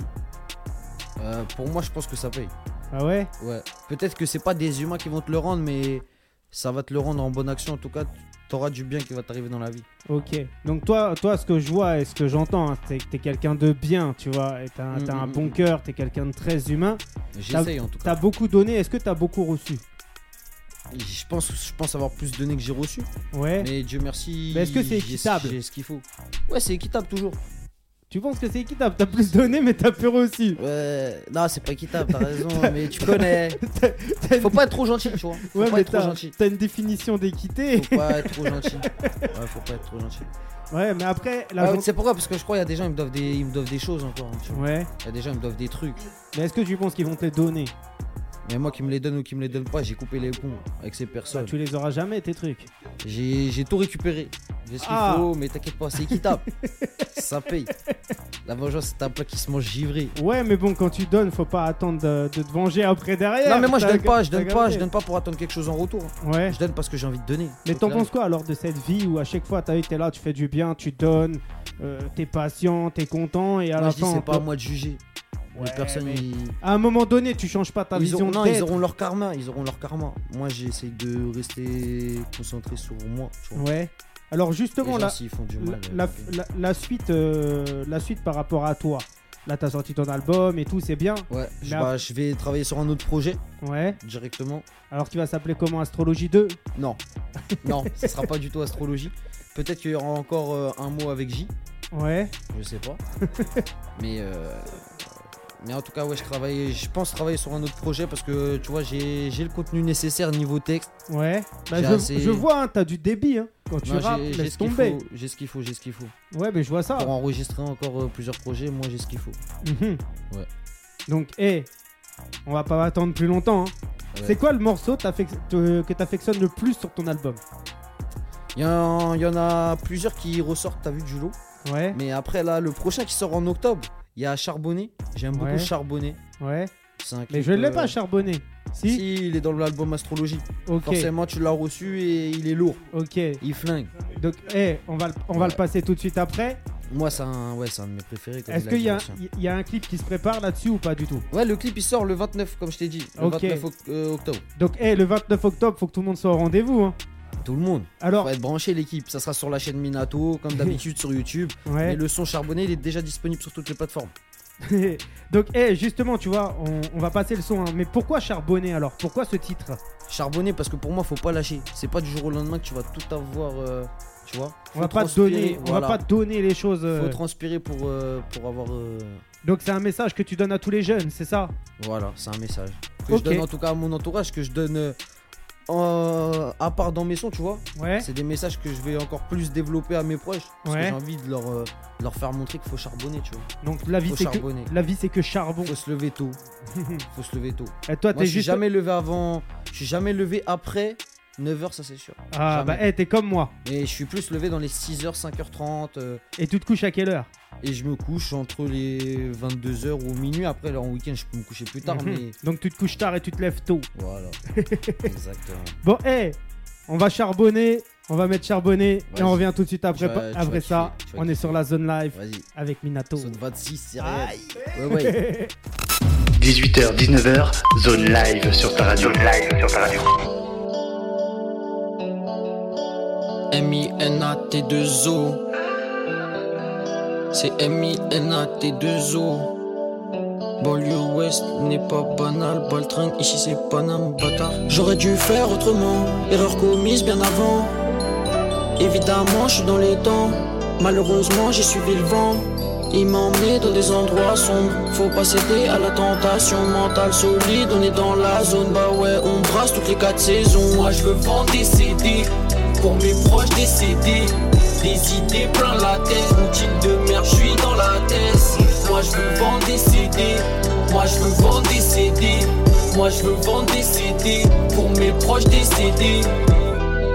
Speaker 4: Euh, pour moi, je pense que ça paye.
Speaker 3: Ah ouais
Speaker 4: Ouais. Peut-être que c'est pas des humains qui vont te le rendre, mais ça va te le rendre en bonne action. En tout cas, t'auras du bien qui va t'arriver dans la vie.
Speaker 3: Ok. Donc, toi, toi, ce que je vois et ce que j'entends, hein, c'est que t'es quelqu'un de bien, tu vois. Et T'as
Speaker 4: Mm,
Speaker 3: t'as un
Speaker 4: mm,
Speaker 3: bon
Speaker 4: mm.
Speaker 3: cœur, t'es quelqu'un de très humain.
Speaker 4: J'essaye en tout cas.
Speaker 3: T'as beaucoup donné, est-ce que t'as beaucoup reçu
Speaker 4: Je pense, je pense avoir plus donné que j'ai reçu.
Speaker 3: Ouais.
Speaker 4: Mais Dieu merci.
Speaker 3: Mais est-ce que c'est
Speaker 4: j'ai-
Speaker 3: équitable
Speaker 4: J'ai ce qu'il faut. Ouais, c'est équitable toujours.
Speaker 3: Tu penses que c'est équitable T'as plus donné, mais t'as plus reçu.
Speaker 4: Ouais. Non, c'est pas équitable, t'as raison. mais tu connais. Faut pas être trop gentil, tu vois. Faut
Speaker 3: Ouais,
Speaker 4: pas
Speaker 3: mais
Speaker 4: être trop
Speaker 3: t'as
Speaker 4: gentil.
Speaker 3: t'as une définition d'équité.
Speaker 4: Faut pas être trop gentil. Ouais, faut pas être trop gentil.
Speaker 3: Ouais, mais après, la
Speaker 4: Ouais,
Speaker 3: journée-
Speaker 4: mais c'est pourquoi Parce que je crois qu'il y a des gens, ils me doivent des, ils me doivent des choses encore. hein, tu vois.
Speaker 3: Ouais.
Speaker 4: Il y a des gens, ils me doivent des trucs.
Speaker 3: Mais est-ce que tu penses qu'ils vont te les donner
Speaker 4: Mais moi qui me les donne ou qui me les donne pas, j'ai coupé les ponts avec ces
Speaker 3: Bah,
Speaker 4: personnes.
Speaker 3: Tu les auras jamais, tes trucs.
Speaker 4: J'ai j'ai tout récupéré. J'ai ce qu'il
Speaker 3: Ah.
Speaker 4: faut, mais t'inquiète pas, c'est équitable. ça paye. La vengeance, c'est un plat qui se mange givré.
Speaker 3: Ouais, mais bon, quand tu donnes, faut pas attendre de, de te venger après derrière.
Speaker 4: Non mais moi je
Speaker 3: Eh, T'as-
Speaker 4: donne pas, je
Speaker 3: t'as
Speaker 4: donne pas, je
Speaker 3: capté.
Speaker 4: donne pas pour attendre quelque chose en retour.
Speaker 3: Ouais.
Speaker 4: Je donne parce que j'ai envie de donner.
Speaker 3: Mais
Speaker 4: Faut
Speaker 3: t'en
Speaker 4: que la-
Speaker 3: penses quoi alors de cette vie où à chaque fois t'as vu, t'es là, tu fais du bien, tu donnes, euh, t'es patient, t'es content et à
Speaker 4: Moi
Speaker 3: la
Speaker 4: je dis
Speaker 3: fin. on
Speaker 4: c'est pas
Speaker 3: peut-
Speaker 4: à moi de juger.
Speaker 3: Ouais,
Speaker 4: les personnes
Speaker 3: mais
Speaker 4: ils...
Speaker 3: À un moment donné, tu changes pas ta
Speaker 4: ils
Speaker 3: vision
Speaker 4: auront, non,
Speaker 3: d'être.
Speaker 4: ils auront leur karma, ils auront leur karma. Moi j'essaye de rester concentré sur moi. Tu vois.
Speaker 3: Ouais. Alors
Speaker 4: Les
Speaker 3: justement
Speaker 4: gens,
Speaker 3: là,
Speaker 4: s'ils font du
Speaker 3: la,
Speaker 4: mal. euh,
Speaker 3: la-
Speaker 4: tant pis.
Speaker 3: la- la suite, euh, la suite par rapport à toi. Là, t'as sorti ton album et tout, c'est bien.
Speaker 4: Ouais, je-
Speaker 3: Mais
Speaker 4: bah, je vais travailler sur un autre projet
Speaker 3: Ouais.
Speaker 4: directement.
Speaker 3: Alors qu'il va s'appeler comment Astrologie 2
Speaker 4: Non, non, ce sera pas du tout astrologie. Peut-être qu'il y aura encore euh, un mot avec J,
Speaker 3: Ouais.
Speaker 4: je sais pas. mais, euh, mais en tout cas, ouais, je travaille, je pense travailler sur un autre projet parce que tu vois, j'ai j'ai le contenu nécessaire niveau texte.
Speaker 3: Ouais. Bah,
Speaker 4: J'ai
Speaker 3: je,
Speaker 4: assez-
Speaker 3: je vois, hein, t'as du débit hein, quand tu
Speaker 4: Non,
Speaker 3: rappes,
Speaker 4: j'ai- j'ai
Speaker 3: laisse
Speaker 4: ce qu'il
Speaker 3: tomber. Ah.
Speaker 4: faut, j'ai ce qu'il faut, j'ai ce qu'il faut.
Speaker 3: Ouais, mais je vois ça.
Speaker 4: Pour enregistrer encore euh, plusieurs projets, moi j'ai ce qu'il faut.
Speaker 3: Mhm.
Speaker 4: Ouais.
Speaker 3: Donc, hé, on va pas attendre plus longtemps. hein.
Speaker 4: Ouais.
Speaker 3: C'est quoi le morceau t'affec- te- que t'affectionnes le plus sur ton album
Speaker 4: Il y, en- il y en a plusieurs qui ressortent, t'as vu du lot.
Speaker 3: Ouais,
Speaker 4: Mais après, là, le prochain qui sort en octobre, il y a Charbonné. J'aime
Speaker 3: Ouais.
Speaker 4: beaucoup Charbonné.
Speaker 3: ouais.
Speaker 4: C'est un
Speaker 3: Mais
Speaker 4: clip,
Speaker 3: je l'ai
Speaker 4: euh,
Speaker 3: pas charbonné. Si,
Speaker 4: Si, il est dans l'album Astrologie.
Speaker 3: Ok,
Speaker 4: Forcément, tu l'as reçu et il est lourd.
Speaker 3: ok.
Speaker 4: Il flingue.
Speaker 3: Donc, hé, on va, le- on va le passer tout de suite après.
Speaker 4: Moi, c'est un, ouais, c'est un de mes préférés. comme
Speaker 3: Est-ce
Speaker 4: il
Speaker 3: qu'il y, a-
Speaker 4: dit, l'ancien.
Speaker 3: il y a un clip qui se prépare là-dessus ou pas du tout
Speaker 4: Ouais, le clip il sort le 29, comme je t'ai dit. Le
Speaker 3: Ok.
Speaker 4: 29 oc- euh, octobre.
Speaker 3: Donc, hé, le 29 octobre, faut que tout le monde soit au rendez-vous. hein.
Speaker 4: Tout le monde.
Speaker 3: Alors,
Speaker 4: Faut être branché, l'équipe. Ça sera sur la chaîne Minato, comme d'habitude sur YouTube.
Speaker 3: ouais.
Speaker 4: Et le son charbonné, il est déjà disponible sur toutes les plateformes.
Speaker 3: Donc, eh, justement, tu vois, on, on va passer le son. hein. Mais pourquoi charbonner alors Pourquoi ce titre
Speaker 4: Charbonné, parce que pour moi, faut pas lâcher. C'est pas du jour au lendemain que tu vas tout avoir. euh, tu vois
Speaker 3: On
Speaker 4: Faut
Speaker 3: va pas te
Speaker 4: transpirer,
Speaker 3: donner, on
Speaker 4: voilà.
Speaker 3: va pas te donner les choses. euh.
Speaker 4: Faut transpirer pour, euh, pour avoir. euh,
Speaker 3: Donc c'est un message que tu donnes à tous les jeunes, c'est ça
Speaker 4: Voilà, c'est un message. Que
Speaker 3: Ok.
Speaker 4: je donne en tout cas à mon entourage, que je donne euh, euh, à part dans mes sons, tu vois,
Speaker 3: Ouais.
Speaker 4: c'est des messages que je vais encore plus développer à mes proches. Parce
Speaker 3: Ouais.
Speaker 4: que j'ai envie de leur, euh, de leur faire montrer qu'il faut charbonner, tu vois.
Speaker 3: Donc la vie,
Speaker 4: Faut
Speaker 3: c'est que,
Speaker 4: charbonner.
Speaker 3: la vie, c'est que charbon.
Speaker 4: Faut se lever tôt. faut se lever tôt.
Speaker 3: Et toi,
Speaker 4: Moi,
Speaker 3: t'es
Speaker 4: je suis
Speaker 3: juste.
Speaker 4: jamais levé avant. Je suis jamais levé après 9h, ça c'est sûr.
Speaker 3: Ah
Speaker 4: jamais.
Speaker 3: bah, hey, t'es comme moi.
Speaker 4: Mais je suis plus levé dans les 6h, 5h30. euh,
Speaker 3: Et tu te couches à quelle heure
Speaker 4: et je me couche entre les 22h ou minuit. Après, là, en week-end, je peux me coucher plus tard,
Speaker 3: Mhm.
Speaker 4: mais
Speaker 3: Donc tu te couches tard et tu te lèves tôt.
Speaker 4: voilà. Exactement.
Speaker 3: Bon, eh, on va charbonner, on va mettre charbonner et
Speaker 4: Vas-y.
Speaker 3: on revient tout de suite après.
Speaker 4: Tu vas- tu
Speaker 3: après
Speaker 4: vas
Speaker 3: ça,
Speaker 4: kiffer, tu vas
Speaker 3: on est
Speaker 4: kiffer.
Speaker 3: sur la zone live
Speaker 4: Vas-y,
Speaker 3: avec Minato.
Speaker 4: zone 26, sérieux. Ouais, ouais.
Speaker 1: 18h, 19h, zone live sur ta radio. live sur ta radio.
Speaker 5: M-I-N-A-T-2-O. C'est M-I-N-A-T-2-O. Banlieue ouest n'est pas banal, Baltringue, ici c'est Paname, bâtard. J'aurais dû faire autrement, erreur commise bien avant. Évidemment, je suis dans les temps, malheureusement j'ai suivi le vent. Il m'a emmené dans des endroits sombres, faut pas céder à la tentation mentale solide. On est dans la zone, bah ouais, on brasse toutes les quatre saisons. Moi je veux vendre des CD, pour mes proches décédés. Des idées plein la tête, routine de merde, je suis dans la tête. Moi je veux vendre des CD, moi je veux vendre des CD, moi je veux vendre des CD pour mes proches décédés.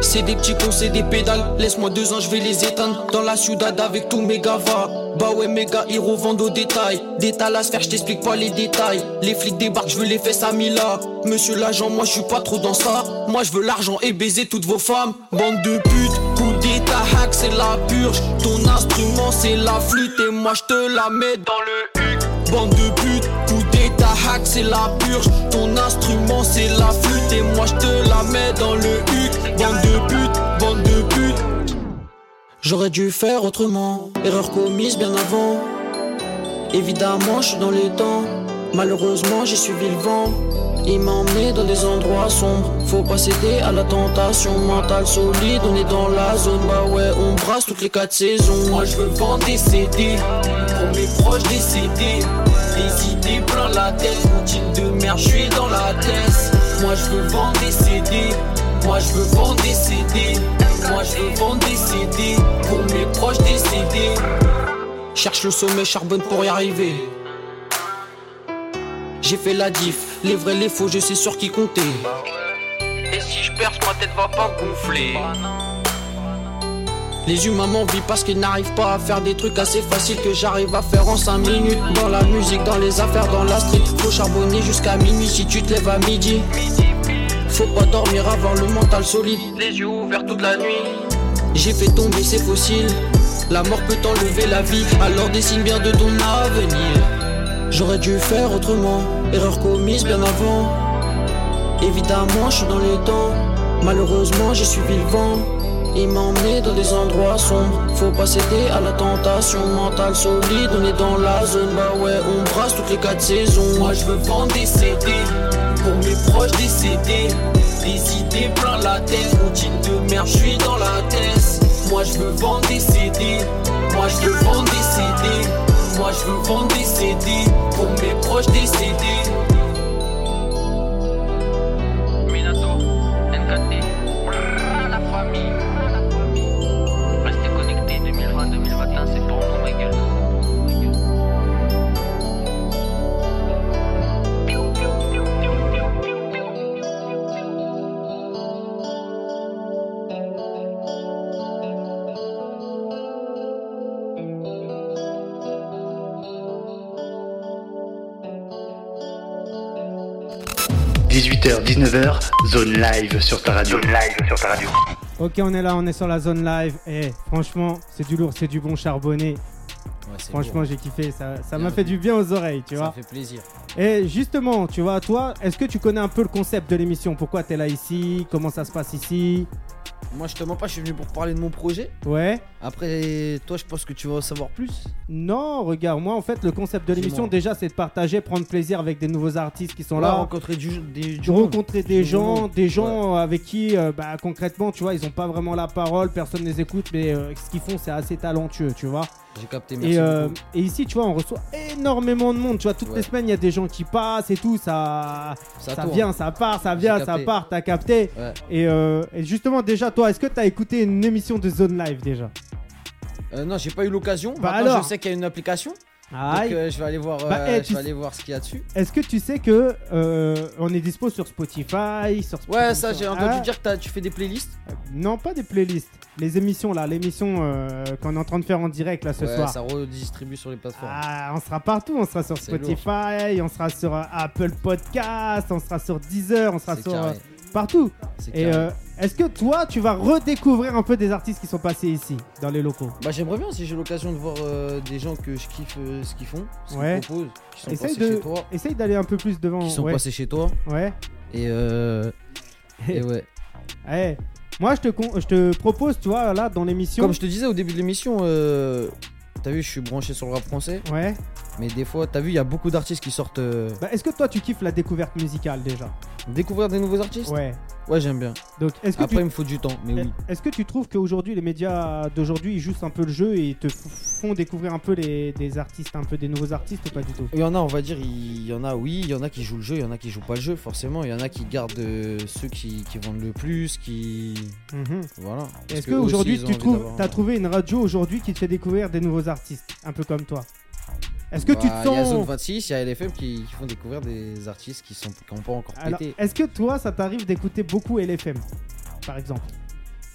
Speaker 5: C'est des petits cons, c'est des pédales. Laisse-moi deux ans, je vais les éteindre. Dans la ciudad avec tous mes gavas. Bah ouais, mes gars, ils revendent au détail. Des faire je t'explique pas les détails. Les flics débarquent, je veux les fesses à Mila. Monsieur l'agent, moi je suis pas trop dans ça. Moi je veux l'argent et baiser toutes vos femmes. Bande de putes, coup d'état, hack, c'est la purge. Ton instrument, c'est la flûte. Et moi je te la mets dans le huc. Bande de putes, coup d'état, hack, c'est la purge. Ton instrument, c'est la flûte. Et moi, je te la mets dans le huc. Bande de putes, bande de putes. J'aurais dû faire autrement. Erreur commise bien avant. Évidemment, je suis dans les temps. Malheureusement, j'ai suivi le vent. Il m'a emmené dans des endroits sombres. Faut pas céder à la tentation mentale solide. On est dans la zone, bah ouais, on brasse toutes les quatre saisons. Moi, je veux vendre des CD pour mes proches décédés. Des idées plein la tête, routine de merde, je suis dans la tête. Moi, je veux vendre des CD. Moi, je veux vendre des CD. Moi, je veux vendre des CD pour mes proches décédés. Cherche le sommet, charbonne pour y arriver. J'ai fait la diff, les vrais, les faux, je sais sur qui compter. Et si je perds, ma tête va pas gonfler. Les humains m'envient parce qu'ils n'arrivent pas à faire des trucs assez faciles que j'arrive à faire en 5 minutes. Dans la musique, dans les affaires, dans la street, faut charbonner jusqu'à minuit si tu te lèves à midi. Faut pas dormir, avoir le mental solide. Les yeux ouverts toute la nuit. J'ai fait tomber ces fossiles. La mort peut enlever la vie, alors dessine bien de ton avenir. J'aurais dû faire autrement, erreur commise bien avant. Évidemment, je suis dans les temps. Malheureusement, j'ai suivi le vent. Il m'a emmené dans des endroits sombres. Faut pas céder à la tentation mentale solide. On est dans la zone, bah ouais, on brasse toutes les quatre saisons. Moi, je veux vendre des CD pour mes proches décédés. Des idées plein la tête, routine de merde, je suis dans la tête. Moi, je veux vendre des CD. Moi, je veux vendre des CD. Moi, je veux vendre des CD pour mes proches décédés. Minato, NKT, la famille. Restez connectés 2020-2021, c'est pour nous, ma gueule.
Speaker 1: live. 18h, 19h, zone live sur ta radio. live sur ta radio.
Speaker 3: Ok, on est là, on est sur la zone live. Et franchement, c'est du lourd, c'est du bon charbonné.
Speaker 4: Ouais, c'est
Speaker 3: Franchement,
Speaker 4: lourd.
Speaker 3: j'ai kiffé. Ça ça
Speaker 4: Bien
Speaker 3: m'a fait
Speaker 4: vu.
Speaker 3: du bien aux oreilles, tu
Speaker 4: ça
Speaker 3: vois.
Speaker 4: fait plaisir.
Speaker 3: Et justement, tu vois, toi, est-ce que tu connais un peu le concept de l'émission Pourquoi t'es là ici Comment ça se passe ici
Speaker 4: Moi, je te mens pas, je suis venu pour parler de mon projet.
Speaker 3: Ouais.
Speaker 4: Après, toi, je pense que tu vas en savoir plus.
Speaker 3: Non, regarde, moi, en fait, le concept de
Speaker 4: Dis-moi.
Speaker 3: l'émission, déjà, c'est de partager, prendre plaisir avec des nouveaux artistes qui sont
Speaker 4: On l'a
Speaker 3: là.
Speaker 4: rencontré du,
Speaker 3: de
Speaker 4: des, du monde.
Speaker 3: rencontrer des
Speaker 4: Du
Speaker 3: gens,
Speaker 4: monde.
Speaker 3: des gens avec qui, euh, bah, concrètement, tu vois, ils ont pas vraiment la parole, personne les écoute, mais euh, ce qu'ils font, c'est assez talentueux, tu vois.
Speaker 4: J'ai capté, merci.
Speaker 3: Et, euh,
Speaker 4: beaucoup.
Speaker 3: et ici, tu vois, on reçoit énormément de monde. Tu vois, toutes les
Speaker 4: Ouais.
Speaker 3: semaines, il y a des gens qui passent et tout. Ça, ça,
Speaker 4: tourne.
Speaker 3: vient, ça part, ça
Speaker 4: J'ai
Speaker 3: vient, ça
Speaker 4: capté.
Speaker 3: part. T'as capté.
Speaker 4: Ouais.
Speaker 3: Et, euh, et justement, déjà, toi, est-ce que t'as écouté une émission de Zone Live déjà
Speaker 4: Euh, non, j'ai pas eu l'occasion.
Speaker 3: Bah
Speaker 4: Maintenant,
Speaker 3: alors.
Speaker 4: je sais qu'il y a une application.
Speaker 3: Aïe.
Speaker 4: Donc, euh, je vais aller voir, euh,
Speaker 3: Bah, eh, tu
Speaker 4: je vais
Speaker 3: sais-
Speaker 4: aller voir ce qu'il y a dessus.
Speaker 3: Est-ce que tu sais que euh, on est dispo sur Spotify, sur
Speaker 4: Ouais,
Speaker 3: Spotify,
Speaker 4: ça, j'ai
Speaker 3: sur-
Speaker 4: entendu
Speaker 3: Ah,
Speaker 4: dire que t'as- tu fais des playlists.
Speaker 3: Non, pas des playlists. Les émissions là, l'émission euh, qu'on est en train de faire en direct là ce
Speaker 4: ouais,
Speaker 3: soir.
Speaker 4: ça redistribue sur les plateformes.
Speaker 3: Ah, on sera partout, on sera sur
Speaker 4: C'est lourd.
Speaker 3: Spotify, on sera sur euh, Apple Podcast, on sera sur Deezer, on sera
Speaker 4: C'est
Speaker 3: sur
Speaker 4: carré,
Speaker 3: euh, partout.
Speaker 4: c'est
Speaker 3: Et
Speaker 4: carré.
Speaker 3: euh, est-ce que toi, tu vas redécouvrir un peu des artistes qui sont passés ici, dans les locaux
Speaker 4: Bah j'aimerais bien si j'ai l'occasion de voir euh, des gens que je kiffe euh, ce qu'ils font, ce
Speaker 3: Ouais.
Speaker 4: qu'ils proposent, qui sont
Speaker 3: Essaye
Speaker 4: passés
Speaker 3: de,
Speaker 4: chez toi,
Speaker 3: essaye d'aller un peu plus devant.
Speaker 4: qui sont
Speaker 3: ouais,
Speaker 4: passés chez toi
Speaker 3: ouais.
Speaker 4: et euh, et ouais.
Speaker 3: Ouais. Eh, Moi, je te, con- je te propose, tu vois, là, dans l'émission.
Speaker 4: Comme je te disais au début de l'émission, euh, t'as vu, je suis branché sur le rap français,
Speaker 3: Ouais.
Speaker 4: mais des fois, t'as vu, il y a beaucoup d'artistes qui sortent euh,
Speaker 3: Bah, est-ce que toi, tu kiffes la découverte musicale déjà
Speaker 4: découvrir des nouveaux artistes. Ouais,
Speaker 3: Ouais.
Speaker 4: j'aime bien.
Speaker 3: Donc, est-ce que
Speaker 4: Après,
Speaker 3: tu
Speaker 4: il me faut du temps, mais oui.
Speaker 3: Est-ce que tu trouves qu'aujourd'hui, les médias d'aujourd'hui, ils jouent un peu le jeu et ils te f- font découvrir un peu les, des artistes, un peu des nouveaux artistes ou pas du tout
Speaker 4: Il y en a, on va dire, il y en a, oui, il y en a qui jouent le jeu, il y en a qui jouent pas le jeu, forcément. Il y en a qui gardent euh, ceux qui, qui vendent le plus, qui.
Speaker 3: Mhm.
Speaker 4: Voilà. Parce
Speaker 3: Est-ce
Speaker 4: que eux aussi,
Speaker 3: qu'aujourd'hui,
Speaker 4: ils ont
Speaker 3: tu
Speaker 4: envie
Speaker 3: trouves,
Speaker 4: d'avoir un-
Speaker 3: as trouvé une radio aujourd'hui qui te fait découvrir des nouveaux artistes, un peu comme toi Est-ce que
Speaker 4: Bah,
Speaker 3: tu te
Speaker 4: Il y a
Speaker 3: sens
Speaker 4: Zone 26, il y a LFM qui, qui font découvrir des artistes qui sont qui ont pas encore
Speaker 3: Alors,
Speaker 4: pété.
Speaker 3: est-ce que toi, ça t'arrive d'écouter beaucoup LFM, par exemple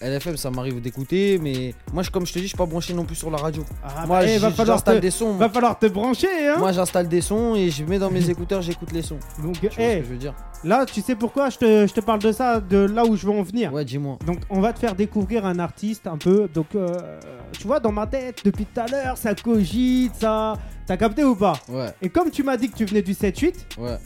Speaker 4: LFM, ça m'arrive d'écouter, mais moi, je, comme je te dis, je suis pas branché non plus sur la radio.
Speaker 3: Ah,
Speaker 4: moi,
Speaker 3: bah, eh,
Speaker 4: j-
Speaker 3: va falloir
Speaker 4: j'installe
Speaker 3: te,
Speaker 4: des sons.
Speaker 3: va falloir te brancher, hein
Speaker 4: Moi, j'installe des sons et je mets dans mes écouteurs, j'écoute les sons.
Speaker 3: Donc,
Speaker 4: Tu vois
Speaker 3: eh,
Speaker 4: ce que je veux dire
Speaker 3: là, tu sais pourquoi je te, je te parle de ça, de là où je veux en venir.
Speaker 4: Ouais, dis-moi.
Speaker 3: Donc on va te faire découvrir un artiste un peu. Donc euh, tu vois dans ma tête depuis tout à l'heure ça cogite, ça. T'as capté ou pas
Speaker 4: Ouais,
Speaker 3: Et comme tu m'as dit que tu venais du 7-8,
Speaker 4: ouais.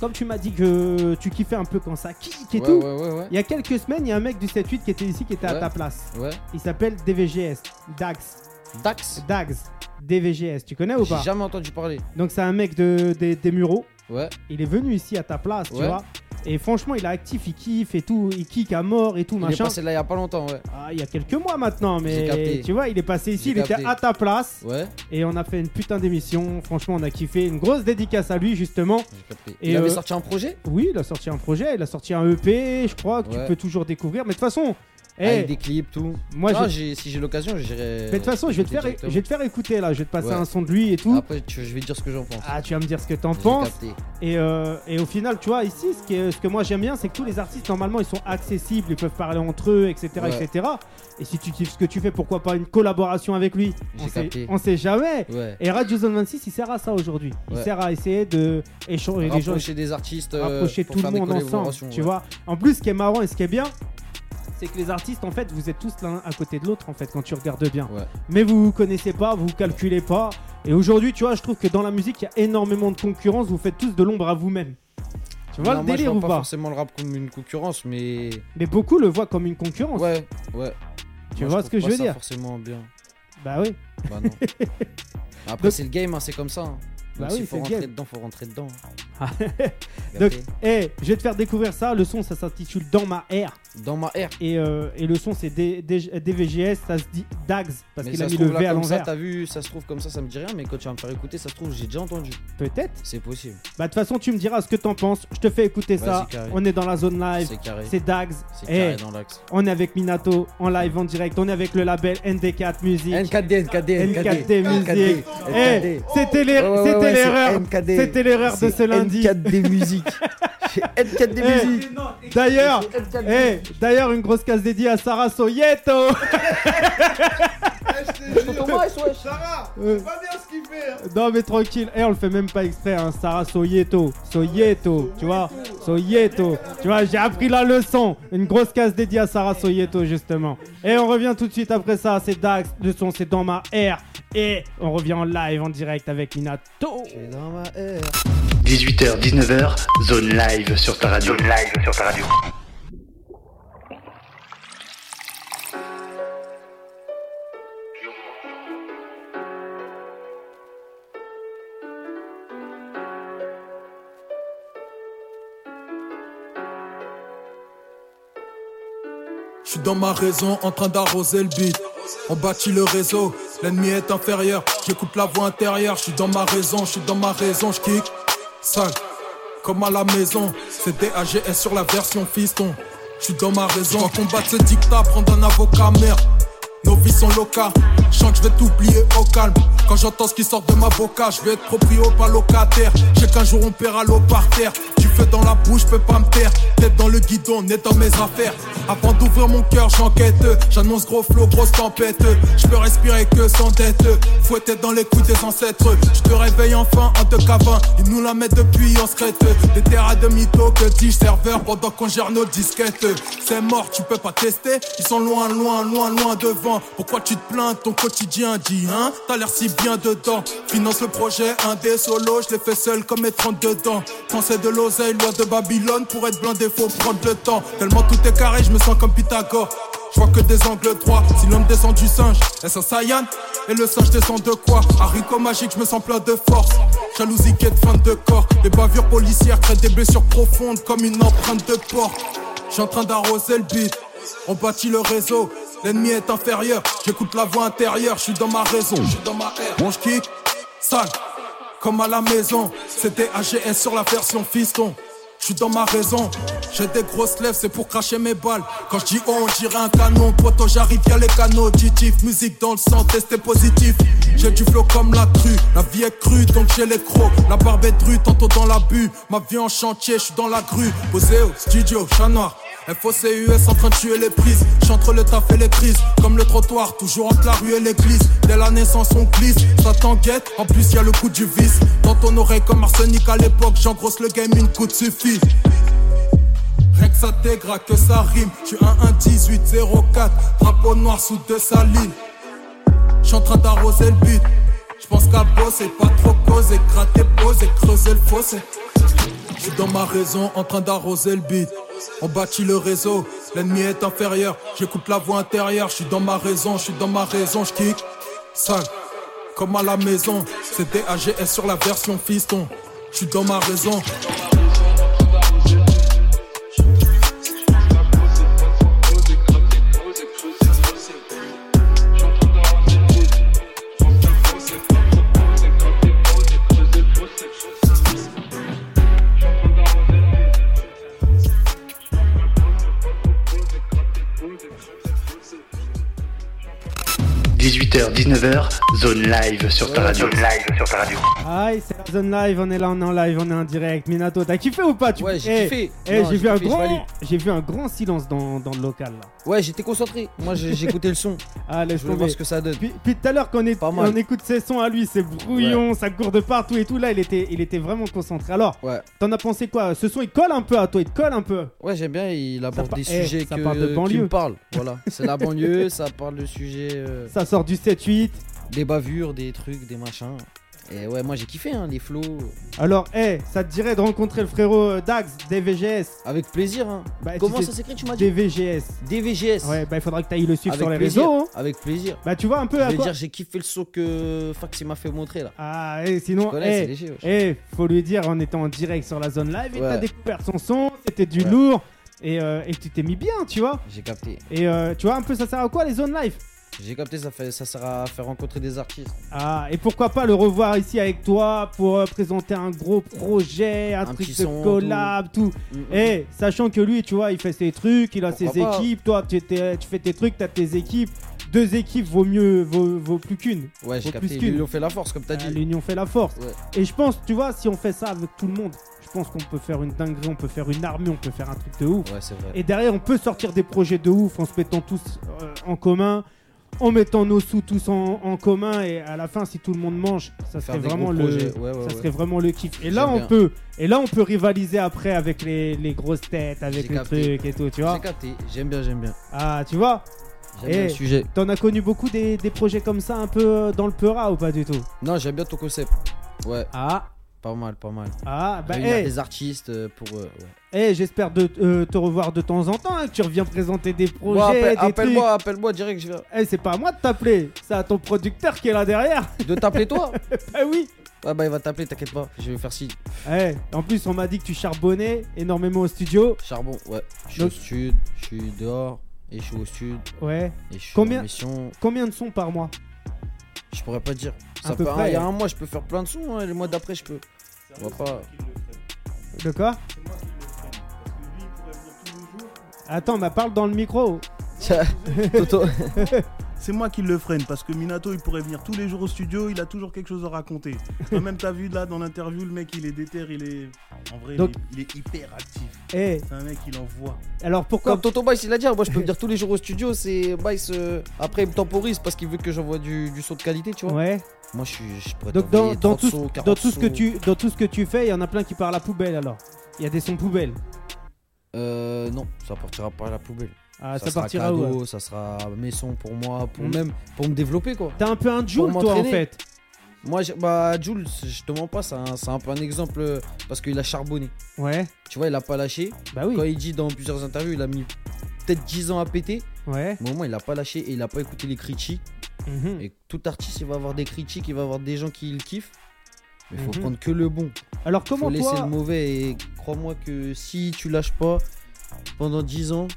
Speaker 3: comme tu m'as dit que tu kiffais un peu quand ça kick et
Speaker 4: ouais,
Speaker 3: tout.
Speaker 4: ouais, ouais, ouais.
Speaker 3: Il y a quelques semaines, il y a un mec du 7-8 qui était ici, qui était à
Speaker 4: Ouais.
Speaker 3: ta place.
Speaker 4: Ouais.
Speaker 3: Il s'appelle DVGS. Dax.
Speaker 4: Dax,
Speaker 3: Dags. DVGS. Tu connais ou
Speaker 4: j'ai
Speaker 3: pas
Speaker 4: jamais entendu parler.
Speaker 3: Donc c'est un mec de, des, des Mureaux.
Speaker 4: Ouais,
Speaker 3: Il est venu ici à ta place, tu
Speaker 4: Ouais.
Speaker 3: vois. Et franchement, il est actif, il kiffe et tout. Il kick à mort et tout,
Speaker 4: il est
Speaker 3: machin.
Speaker 4: passé là il y a pas longtemps, ouais.
Speaker 3: Ah, il y a quelques mois maintenant,
Speaker 4: J'ai
Speaker 3: mais
Speaker 4: capté.
Speaker 3: tu vois, il est passé ici,
Speaker 4: J'ai
Speaker 3: il était
Speaker 4: capté.
Speaker 3: à ta place
Speaker 4: Ouais,
Speaker 3: et on a fait une putain d'émission. Franchement, on a kiffé. Une grosse dédicace à lui, justement.
Speaker 4: j'ai capté.
Speaker 3: Et
Speaker 4: il
Speaker 3: euh,
Speaker 4: avait sorti un projet
Speaker 3: Oui, il a sorti un projet, il a sorti un EP, je crois, que tu
Speaker 4: Ouais.
Speaker 3: peux toujours découvrir. Mais de toute façon, eh,
Speaker 4: avec des clips, tout.
Speaker 3: moi,
Speaker 4: non,
Speaker 3: j'ai-
Speaker 4: j'ai- si j'ai l'occasion,
Speaker 3: mais
Speaker 4: j'irai.
Speaker 3: de toute façon, je vais, te faire,
Speaker 4: directement.
Speaker 3: je vais te faire écouter là, je vais te passer
Speaker 4: Ouais.
Speaker 3: un son de lui et tout.
Speaker 4: Après, tu- je vais dire ce que j'en pense.
Speaker 3: Ah, tu vas me dire ce que t'en
Speaker 4: J'ai
Speaker 3: penses.
Speaker 4: capté.
Speaker 3: Et, euh, et au final, tu vois, ici, ce, qui est- ce que moi j'aime bien, c'est que tous les artistes, normalement, ils sont accessibles, ils peuvent parler entre eux, etc.
Speaker 4: Ouais.
Speaker 3: etc. Et si tu kiffes ce que tu fais, pourquoi pas une collaboration avec lui
Speaker 4: J'ai
Speaker 3: on sait,
Speaker 4: capté.
Speaker 3: on sait jamais.
Speaker 4: Ouais.
Speaker 3: Et Radio Zone 26, il sert à ça aujourd'hui. Il
Speaker 4: Ouais.
Speaker 3: sert à essayer de échanger les gens,
Speaker 4: rapprocher des artistes, euh,
Speaker 3: rapprocher
Speaker 4: pour
Speaker 3: tout le
Speaker 4: faire des
Speaker 3: monde ensemble.
Speaker 4: collaborations,
Speaker 3: Tu
Speaker 4: ouais.
Speaker 3: vois. En plus, ce qui est marrant et ce qui est bien, c'est que les artistes, en fait, vous êtes tous l'un à côté de l'autre, en fait, quand tu regardes bien.
Speaker 4: Ouais.
Speaker 3: Mais vous vous connaissez pas, vous vous calculez pas. Et aujourd'hui, tu vois, je trouve que dans la musique, il y a énormément de concurrence. Vous faites tous de l'ombre à vous-même. Tu vois
Speaker 4: Non,
Speaker 3: le
Speaker 4: moi, je
Speaker 3: délire
Speaker 4: vois
Speaker 3: ou
Speaker 4: pas
Speaker 3: pas
Speaker 4: forcément le rap comme une concurrence, mais
Speaker 3: Mais beaucoup le voient comme une concurrence.
Speaker 4: ouais, ouais.
Speaker 3: Tu
Speaker 4: Moi,
Speaker 3: vois ce
Speaker 4: trouve
Speaker 3: que je
Speaker 4: pas
Speaker 3: veux
Speaker 4: ça
Speaker 3: dire
Speaker 4: Forcément bien.
Speaker 3: Bah oui.
Speaker 4: Bah non. Après
Speaker 3: Donc-
Speaker 4: c'est le game, hein, c'est comme ça. hein.
Speaker 3: Bah
Speaker 4: Donc,
Speaker 3: oui,
Speaker 4: s'il
Speaker 3: c'est
Speaker 4: faut
Speaker 3: le
Speaker 4: rentrer
Speaker 3: game.
Speaker 4: dedans, faut rentrer dedans.
Speaker 3: Ah.
Speaker 4: Donc,
Speaker 3: Eh, je vais te faire découvrir ça. Le son, ça s'intitule Dans ma air.
Speaker 4: dans ma R.
Speaker 3: et, euh, et le son c'est D- D- DVGS, ça se dit DAGS parce
Speaker 4: Mais
Speaker 3: qu'il
Speaker 4: ça
Speaker 3: a
Speaker 4: se
Speaker 3: mis le
Speaker 4: trouve,
Speaker 3: V
Speaker 4: là,
Speaker 3: à
Speaker 4: comme ça,
Speaker 3: l'envers.
Speaker 4: t'as vu, ça se trouve comme ça, ça me dit rien, mais quand tu vas me faire écouter, ça se trouve, j'ai déjà entendu.
Speaker 3: Peut-être.
Speaker 4: C'est possible.
Speaker 3: Bah de toute façon tu me diras ce que t'en penses. Je te fais écouter
Speaker 4: Vas-y,
Speaker 3: ça.
Speaker 4: carré.
Speaker 3: On est dans la zone live.
Speaker 4: C'est carré.
Speaker 3: Ah, C'est DAGS.
Speaker 4: C'est
Speaker 3: Eh,
Speaker 4: carré dans l'axe.
Speaker 3: on est avec Minato en live en direct. On est avec le label ND4 Music.
Speaker 4: NKD, NKD,
Speaker 3: NKD Music. Eh, c'était les-
Speaker 4: Ouais, ouais,
Speaker 3: c'était
Speaker 4: ouais, c'est
Speaker 3: l'erreur.
Speaker 4: NKD.
Speaker 3: C'était l'erreur de ce lundi.
Speaker 4: NKD Music. Chez NKD
Speaker 3: Eh,
Speaker 4: Music.
Speaker 3: D'ailleurs, eh, d'ailleurs une grosse case dédiée à Sarah Soyeto. Euh,
Speaker 8: pas bien ce qu'il fait. hein.
Speaker 3: Non mais tranquille, eh, on le fait même pas exprès, hein. Sarah Soyeto, Soyeto, tu vois, Soyeto, tu vois, j'ai appris la leçon, une grosse case dédiée à Sarah Soyeto justement. Et on revient tout de suite après ça, c'est Dax, le son c'est dans ma air, et on revient en live en direct avec Minato.
Speaker 1: 18h, 19h, zone live sur ta radio. live sur ta radio.
Speaker 8: Je suis dans ma raison en train d'arroser le beat. On bâtit le réseau, l'ennemi est inférieur. J'écoute la voix intérieure, je suis dans ma raison, je suis dans ma raison, je kick. Sale, comme à la maison, c'est DAGS sur la version fiston. Je suis dans ma raison, J'dois combattre ce dictat, prendre un avocat, merde. Nos vies sont locales, je sens que je vais t'oublier au calme. Quand j'entends ce qui sort de ma boca, je vais être proprio, pas locataire. Je sais qu'un jour on paiera l'eau par terre. Tu fais dans la bouche, je peux pas me taire. Tête dans le guidon, nez dans mes affaires. Avant d'ouvrir mon cœur, j'enquête. J'annonce gros flow, grosse tempête. Je peux respirer que sans tête. Fouetté dans les coups des ancêtres. Je te réveille enfin en te cavant. Ils nous la mettent depuis en secrète. Des terres à demi-taux que dis serveur pendant qu'on gère nos disquettes. C'est mort, tu peux pas tester. Ils sont loin, loin, loin, loin devant. Pourquoi tu te plains de ton quotidien Dis, hein, t'as l'air si bien dedans. Finance le projet, un des solos, je l'ai fait seul comme mes 32 dedans. Français de l'oseille, loi de Babylone. Pour être blindé, faut prendre le temps. Tellement tout est carré, je me sens comme Pythagore. Je vois que des angles droits, si l'homme descend du singe, est-ce un Saiyan Et le singe descend de quoi Haricot magique, je me sens plein de force. Jalousie guette, fin de corps. Les bavures policières créent des blessures profondes comme une empreinte de porte. Je suis en train d'arroser le beat, on bâtit le réseau. L'ennemi est inférieur, j'écoute la voix intérieure, je suis dans ma raison, je suis dans ma air. Bon, je kick, sale, comme à la maison. C'était AGS sur la version fiston. Je suis dans ma raison, j'ai des grosses lèvres, c'est pour cracher mes balles. Quand je dis oh, on, dirait un canon. Poto, j'arrive, y'a les canaux auditifs. Musique dans le sang, testé positif. J'ai du flow comme la crue, la vie est crue, donc j'ai les crocs. La barbe est drue, tantôt dans l'abus. Ma vie en chantier, je suis dans la grue. Poseo, studio, chat noir. FOCUS en train de tuer les prises. J'entre le taf et les crises. Comme le trottoir, toujours entre la rue et l'église. Dès la naissance, on glisse. Ça t'enquête, en plus y a le coup du vice. Dans ton oreille, comme arsenic à l'époque, j'engrosse le game, une coude suffit. Rien que ça t'aigra, que ça rime. Tu un 1 18 04 drapeau noir sous deux salines. J'suis en train d'arroser le but. J'pense qu'à bosser, pas trop causer, gratter, poser, creuser le fossé. J'suis dans ma raison, en train d'arroser le beat. On bâtit le réseau, l'ennemi est inférieur. J'écoute la voix intérieure, j'suis dans ma raison, j'suis dans ma raison, j'kick. Sale, comme à la maison, c'est DAGS sur la version fiston. J'suis dans ma raison,
Speaker 1: h 19h, zone live sur ta radio. live sur ta radio.
Speaker 3: Aïe, c'est la zone live, on est là, on est en live, on est en direct. Minato, t'as kiffé ou pas tu...
Speaker 4: Ouais, j'ai
Speaker 3: Eh,
Speaker 4: kiffé.
Speaker 3: eh, j'ai
Speaker 4: Non, j'ai
Speaker 3: vu, un
Speaker 4: kiffé, je valide.
Speaker 3: grand... j'ai vu un grand silence dans, dans le local. Là.
Speaker 4: Ouais, j'étais concentré. Moi, j'ai- j'écoutais le son.
Speaker 3: Ah, laisse
Speaker 4: Je voulais
Speaker 3: tomber.
Speaker 4: voir ce que ça donne.
Speaker 3: Puis, puis tout à l'heure, quand on, est-
Speaker 4: Pas mal.
Speaker 3: on écoute ses sons à lui, c'est brouillon, ça court de partout et tout. Là, il était, il était vraiment concentré. Alors,
Speaker 4: Ouais,
Speaker 3: t'en as pensé quoi Ce son, il colle un peu à toi, il te colle un peu.
Speaker 4: ouais j'aime bien. Il aborde
Speaker 3: par-
Speaker 4: des
Speaker 3: eh,
Speaker 4: sujets
Speaker 3: ça
Speaker 4: que,
Speaker 3: parle de
Speaker 4: qui
Speaker 3: banlieue.
Speaker 4: me parlent. Voilà, c'est la banlieue, ça parle de sujets, euh,
Speaker 3: Ça sort du 7-8.
Speaker 4: des bavures, des trucs, des machins. Et ouais, moi j'ai kiffé hein, les flots.
Speaker 3: Alors, eh, ça te dirait de rencontrer le frérot euh, Dax, DVGS
Speaker 4: Avec plaisir. Hein.
Speaker 3: Bah, tu
Speaker 4: Comment
Speaker 3: sais-
Speaker 4: ça s'écrit, tu m'as dit
Speaker 3: DVGS.
Speaker 4: DVGS.
Speaker 3: Ouais, bah, il faudra que t'ailles le suivre
Speaker 4: Avec
Speaker 3: sur les
Speaker 4: plaisir,
Speaker 3: réseaux. hein.
Speaker 4: Avec plaisir.
Speaker 3: Bah, tu vois un peu
Speaker 4: Je
Speaker 3: à
Speaker 4: veux
Speaker 3: quoi.
Speaker 4: dire, j'ai kiffé le saut que Fax il m'a fait montrer là.
Speaker 3: Ah, et sinon,
Speaker 4: Tu connais,
Speaker 3: eh,
Speaker 4: c'est léger. wesh.
Speaker 3: Eh, faut lui dire, on était en direct sur la zone live et
Speaker 4: Ouais.
Speaker 3: t'as découvert son son, c'était du
Speaker 4: Ouais.
Speaker 3: lourd et, euh, et tu t'es mis bien, tu vois.
Speaker 4: J'ai capté.
Speaker 3: Et euh, tu vois un peu, ça sert à quoi les zones live
Speaker 4: J'ai capté, ça, fait, ça sert à faire rencontrer des artistes.
Speaker 3: Ah, et pourquoi pas le revoir ici avec toi pour euh, présenter un gros projet, un,
Speaker 4: Un
Speaker 3: truc
Speaker 4: petit
Speaker 3: de
Speaker 4: son,
Speaker 3: collab, tout.
Speaker 4: Mm, mm.
Speaker 3: Eh, sachant que lui, tu vois, il fait ses trucs, il a
Speaker 4: Pourquoi
Speaker 3: ses
Speaker 4: pas.
Speaker 3: équipes, toi, tu, t'es- tu fais tes trucs, t'as tes équipes. Deux équipes vaut mieux, vaut, vaut plus qu'une.
Speaker 4: Ouais, j'ai
Speaker 3: Faut plus
Speaker 4: capté.
Speaker 3: qu'une.
Speaker 4: Ils lui ont fait la force, comme t'as
Speaker 3: Ah,
Speaker 4: dit.
Speaker 3: L'union fait la force.
Speaker 4: Ouais.
Speaker 3: Et je pense, tu vois, si on fait ça avec tout le monde, je pense qu'on peut faire une dinguerie, on peut faire une armée, on peut faire un truc de ouf.
Speaker 4: Ouais, c'est vrai.
Speaker 3: Et derrière, on peut sortir des projets de ouf en se mettant tous euh, en commun, en mettant nos sous tous en, en commun. Et à la fin, si tout le monde mange, ça serait
Speaker 4: Faire des
Speaker 3: vraiment
Speaker 4: gros
Speaker 3: le,
Speaker 4: projets. Ouais, ouais,
Speaker 3: ça
Speaker 4: ouais.
Speaker 3: serait vraiment le kiff. Et là,
Speaker 4: J'aime
Speaker 3: on
Speaker 4: bien.
Speaker 3: peut, et là, on peut rivaliser après avec les, les grosses têtes, avec
Speaker 4: J'ai
Speaker 3: les
Speaker 4: capté.
Speaker 3: trucs et tout. Tu vois
Speaker 4: J'ai capté. J'aime bien, j'aime bien.
Speaker 3: Ah, tu vois
Speaker 4: J'aime
Speaker 3: Eh.
Speaker 4: bien le sujet.
Speaker 3: T'en as connu beaucoup des, des projets comme ça, un peu euh, dans le peura ou pas du tout
Speaker 4: Non, j'aime bien ton concept. Ouais,
Speaker 3: Ah,
Speaker 4: pas mal, pas mal.
Speaker 3: ah, bah,
Speaker 4: Réunir
Speaker 3: eh,
Speaker 4: des artistes euh, pour. euh, ouais.
Speaker 3: eh, j'espère de euh, te revoir de temps en temps, hein, que tu reviens présenter des
Speaker 4: Bon, appelle-
Speaker 3: projets, des trucs.
Speaker 4: appelle-moi, appelle-moi direct, je viens.
Speaker 3: Eh, c'est pas à moi de t'appeler, c'est à ton producteur qui est là derrière.
Speaker 4: De t'appeler toi
Speaker 3: Ah oui.
Speaker 4: Ouais, bah il va t'appeler, t'inquiète pas. Je vais lui faire signe.
Speaker 3: Eh, en plus, on m'a dit que tu charbonnais énormément au studio.
Speaker 4: Charbon, ouais. Je suis
Speaker 3: Donc-
Speaker 4: au sud, je suis dehors, et je suis au sud,
Speaker 3: Ouais.
Speaker 4: et je suis
Speaker 3: Combien-
Speaker 4: en mission.
Speaker 3: Combien de sons par mois
Speaker 4: Je pourrais pas dire.
Speaker 3: À
Speaker 4: Ça
Speaker 3: peu
Speaker 4: fait un-
Speaker 3: près.
Speaker 4: il y a un mois, je peux faire plein de sons, hein, et le mois d'après, je peux. On va pas.
Speaker 3: De quoi Attends, bah parle dans le micro.
Speaker 4: Tiens, Toto.
Speaker 9: C'est moi qui le freine parce que Minato il pourrait venir tous les jours au studio, il a toujours quelque chose à raconter. Toi même t'as vu là dans l'interview le mec il est déter, il est en vrai il
Speaker 3: Donc-
Speaker 9: est- il, est, hyper actif.
Speaker 3: Eh,
Speaker 9: C'est un mec il envoie.
Speaker 3: alors pourquoi
Speaker 4: Comme Tonton Bice, il a dit, hein, moi je peux me dire tous les jours au studio, c'est Bice. euh, Après, il me temporise parce qu'il veut que j'envoie du, du son de qualité, tu vois.
Speaker 3: Ouais.
Speaker 4: Moi, je, suis- je pourrais
Speaker 3: Donc dans,
Speaker 4: t'envoyer
Speaker 3: dans
Speaker 4: 30
Speaker 3: tout,
Speaker 4: sons,
Speaker 3: ce-
Speaker 4: 40
Speaker 3: dans tout ce que
Speaker 4: sons.
Speaker 3: tu dans tout ce que tu fais, il y en a plein qui partent à la poubelle alors. Il y a des sons poubelles.
Speaker 4: Euh, non, ça partira pas à la poubelle.
Speaker 3: Ah, ça,
Speaker 4: sera
Speaker 3: partira où
Speaker 4: cadeau,
Speaker 3: ouais.
Speaker 4: Ça sera mes sons pour moi, pour
Speaker 3: Mm.
Speaker 4: même pour me développer, quoi.
Speaker 3: T'as un peu un Joule
Speaker 4: Pour
Speaker 3: toi en
Speaker 4: m'entraîner.
Speaker 3: fait.
Speaker 4: Moi, j'ai- bah, Jules, je te mens pas, c'est un, c'est un peu un exemple euh, parce qu'il a charbonné.
Speaker 3: Ouais.
Speaker 4: Tu vois, il a pas lâché.
Speaker 3: Bah oui.
Speaker 4: Quand il dit dans plusieurs interviews, il a mis peut-être 10 ans à péter.
Speaker 3: Ouais.
Speaker 4: Mais au moins, il a pas lâché et il a pas écouté les critiques.
Speaker 3: Mhm.
Speaker 4: Et tout artiste, il va avoir des critiques, il va avoir des gens qui le kiffent. Mais faut
Speaker 3: Mhm.
Speaker 4: prendre que le bon.
Speaker 3: Alors
Speaker 4: faut
Speaker 3: comment
Speaker 4: laisser
Speaker 3: toi
Speaker 4: le mauvais. Et crois-moi que si tu lâches pas pendant 10 ans,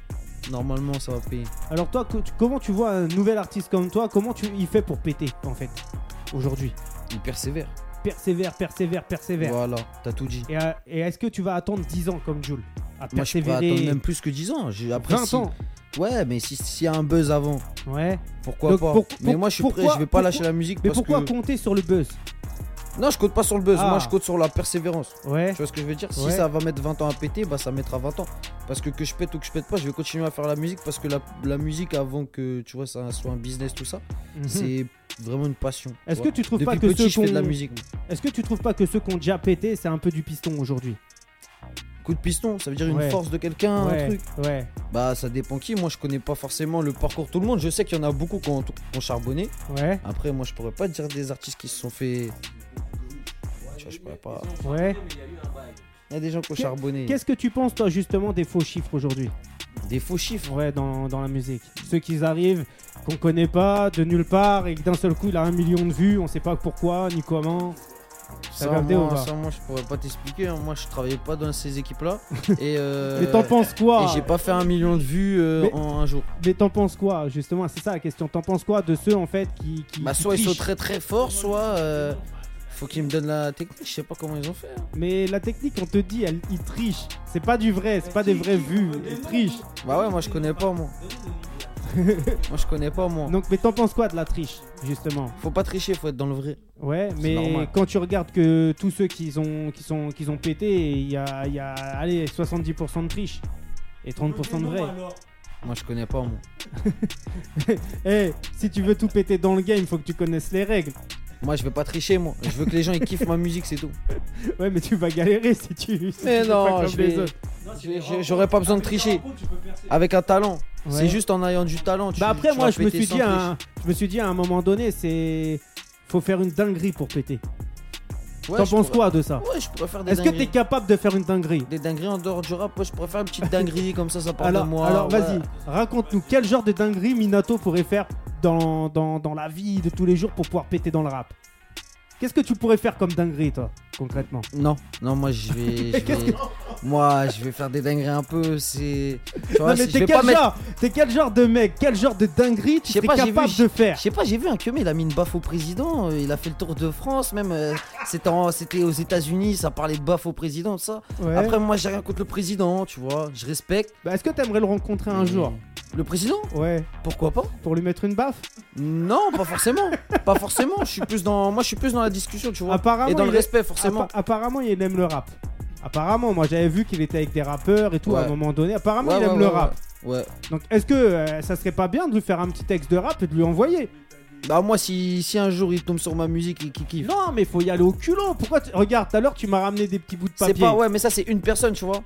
Speaker 4: normalement, ça va payer.
Speaker 3: Alors toi co- tu- comment tu vois un nouvel artiste comme toi Comment tu il fait pour péter en fait aujourd'hui
Speaker 4: Il persévère.
Speaker 3: Persévère, persévère, persévère.
Speaker 4: Voilà, t'as tout dit.
Speaker 3: Et, euh, et est-ce que tu vas attendre 10 ans comme Joule à
Speaker 4: Moi, je peux
Speaker 3: persévérer
Speaker 4: attendre même plus que 10 ans. J'ai- Après,
Speaker 3: 20
Speaker 4: si-
Speaker 3: ans
Speaker 4: Ouais, mais si- s'il y a un buzz avant,
Speaker 3: Ouais.
Speaker 4: pourquoi
Speaker 3: Donc,
Speaker 4: pas
Speaker 3: pour-
Speaker 4: Mais
Speaker 3: pour-
Speaker 4: moi, je suis
Speaker 3: pourquoi-
Speaker 4: prêt, je vais pas
Speaker 3: pourquoi-
Speaker 4: lâcher la musique.
Speaker 3: Mais
Speaker 4: parce
Speaker 3: pourquoi
Speaker 4: que...
Speaker 3: compter sur le buzz
Speaker 4: Non, je compte pas sur le buzz.
Speaker 3: Ah.
Speaker 4: Moi, je compte sur la persévérance.
Speaker 3: Ouais.
Speaker 4: Tu vois ce que je veux dire Si
Speaker 3: Ouais.
Speaker 4: ça va mettre 20 ans à péter, bah ça mettra 20 ans. Parce que que je pète ou que je pète pas, je vais continuer à faire la musique parce que la, la musique, avant que tu vois, ça soit un business, tout ça,
Speaker 3: Mhm.
Speaker 4: c'est vraiment une passion.
Speaker 3: Est-ce
Speaker 4: tu
Speaker 3: que
Speaker 4: vois.
Speaker 3: tu trouves
Speaker 4: Depuis
Speaker 3: pas que
Speaker 4: petit,
Speaker 3: ceux
Speaker 4: je fais de la
Speaker 3: qu'on-
Speaker 4: musique. moi.
Speaker 3: Est-ce que tu trouves pas que ceux qui ont déjà pété, c'est un peu du piston aujourd'hui
Speaker 4: Coup de piston, ça veut dire une
Speaker 3: Ouais.
Speaker 4: force de quelqu'un,
Speaker 3: ouais,
Speaker 4: un truc.
Speaker 3: ouais,
Speaker 4: Bah ça dépend qui. Moi, je connais pas forcément le parcours de tout le monde. Je sais qu'il y en a beaucoup qui ont, qui ont charbonné.
Speaker 3: ouais,
Speaker 4: Après, moi, je pourrais pas dire des artistes qui se sont fait. Tu vois, je pourrais pas.
Speaker 3: ouais.
Speaker 4: Il y a des gens qui ont
Speaker 3: Qu'est-
Speaker 4: charbonné.
Speaker 3: Qu'est-ce que tu penses, toi, justement, des faux chiffres aujourd'hui
Speaker 4: Des faux chiffres.
Speaker 3: Ouais, dans, dans la musique. Ceux qui arrivent, qu'on connaît pas, de nulle part, et que d'un seul coup, il a un million de vues, on sait pas pourquoi, ni comment.
Speaker 4: Ça,
Speaker 3: regardé
Speaker 4: moi,
Speaker 3: ou pas
Speaker 4: ça, moi, je pourrais pas t'expliquer. hein. Moi, je travaillais pas dans ces équipes-là. et euh,
Speaker 3: Mais t'en penses
Speaker 4: et
Speaker 3: quoi
Speaker 4: j'ai pas fait un million de vues euh,
Speaker 3: Mais-
Speaker 4: en un jour.
Speaker 3: Mais t'en penses quoi, justement C'est ça la question. T'en penses quoi de ceux, en fait, qui. qui
Speaker 4: Bah,
Speaker 3: qui
Speaker 4: soit ils sont
Speaker 3: trichent
Speaker 4: très très forts, soit euh, faut qu'ils me donnent la technique. Je sais pas comment ils ont fait. hein.
Speaker 3: Mais la technique, on te dit, elle, ils trichent. C'est pas du vrai, c'est pas des vraies vues. Ils trichent.
Speaker 4: Bah ouais, moi je connais pas moi. moi je connais pas moi.
Speaker 3: Donc, mais t'en penses quoi de la triche, justement
Speaker 4: Faut pas tricher, faut être dans le vrai.
Speaker 3: Ouais,
Speaker 4: C'est
Speaker 3: mais
Speaker 4: normal.
Speaker 3: quand tu regardes que tous ceux qui ont, qui sont, qui ont pété, il y a, il y a allez, 70% de triche et 30% de vrai.
Speaker 4: Moi je connais pas moi.
Speaker 3: Eh, si tu veux tout péter dans le game, faut que tu connaisses les règles.
Speaker 4: Moi je veux pas tricher moi. Je veux que les gens ils kiffent ma musique, c'est tout.
Speaker 3: Ouais, mais tu vas galérer si tu. si
Speaker 4: Mais
Speaker 3: tu fais pas
Speaker 4: non,
Speaker 3: comme
Speaker 4: je
Speaker 3: les
Speaker 4: vais-
Speaker 3: autres.
Speaker 4: J'ai- j'ai- J'aurais pas besoin de tricher. Avec un talent.
Speaker 3: Ouais.
Speaker 4: C'est juste en ayant du talent. tu-
Speaker 3: Bah après,
Speaker 4: tu
Speaker 3: moi,
Speaker 4: vas
Speaker 3: je me
Speaker 4: péter
Speaker 3: suis
Speaker 4: sans
Speaker 3: dit, hein, à
Speaker 4: triche.
Speaker 3: un- je me suis dit à un moment donné, c'est, faut faire une dinguerie pour péter.
Speaker 4: Ouais,
Speaker 3: T'en
Speaker 4: je
Speaker 3: penses
Speaker 4: pourrais-
Speaker 3: quoi de ça
Speaker 4: Ouais, je pourrais faire des
Speaker 3: Est-ce que
Speaker 4: dingueries.
Speaker 3: t'es capable de faire une dinguerie
Speaker 4: Des dingueries en dehors du rap, moi je préfère une petite dinguerie comme ça, ça part
Speaker 3: Alors,
Speaker 4: de moi.
Speaker 3: alors
Speaker 4: ouais.
Speaker 3: vas-y, raconte-nous quel genre de dinguerie Minato pourrait faire dans, dans, dans la vie de tous les jours pour pouvoir péter dans le rap. Qu'est-ce que tu pourrais faire comme dinguerie, toi, concrètement
Speaker 4: Non, non, moi je vais. je vais- moi je vais faire des dingueries un peu, c'est. Tu vois,
Speaker 3: Non, mais
Speaker 4: c'est- je vais
Speaker 3: t'es
Speaker 4: pas
Speaker 3: quel,
Speaker 4: mettre-
Speaker 3: genre T'es quel genre de mec Quel genre de dinguerie tu
Speaker 4: Je sais
Speaker 3: serais
Speaker 4: pas, j'ai vu,
Speaker 3: capable de faire
Speaker 4: Je sais pas, j'ai vu un Kemé, il a mis une baffe au président, euh, il a fait le tour de France, même euh, c'était, en- c'était aux États-Unis, ça parlait de baffe au président, tout ça.
Speaker 3: Ouais.
Speaker 4: Après, moi j'ai rien contre le président, tu vois, je respecte.
Speaker 3: Bah, Est-ce que t'aimerais le rencontrer un
Speaker 4: Mais-
Speaker 3: jour
Speaker 4: Le président
Speaker 3: Ouais,
Speaker 4: Pourquoi pas
Speaker 3: pour lui mettre une baffe
Speaker 4: Non, pas forcément, pas forcément. Je suis plus dans, moi je suis plus dans la discussion, tu vois,
Speaker 3: Ah, Apparemment,
Speaker 4: et dans le
Speaker 3: il est-
Speaker 4: respect forcément.
Speaker 3: Appa- Apparemment, il aime le rap. Apparemment, moi j'avais vu qu'il était avec des rappeurs et tout à un
Speaker 4: Ouais.
Speaker 3: moment donné. Apparemment,
Speaker 4: Ouais,
Speaker 3: il aime
Speaker 4: ouais, ouais,
Speaker 3: le
Speaker 4: ouais.
Speaker 3: rap.
Speaker 4: Ouais.
Speaker 3: Donc, est-ce que euh, ça serait pas bien de lui faire un petit texte de rap et de lui envoyer
Speaker 4: Bah moi, si, si un jour il tombe sur ma musique et qu'il kiffe.
Speaker 3: Non, mais faut y aller au culot. Pourquoi tu- Regarde, tout à l'heure, tu m'as ramené des petits bouts de papier.
Speaker 4: C'est pas ouais, mais ça c'est une personne, tu vois.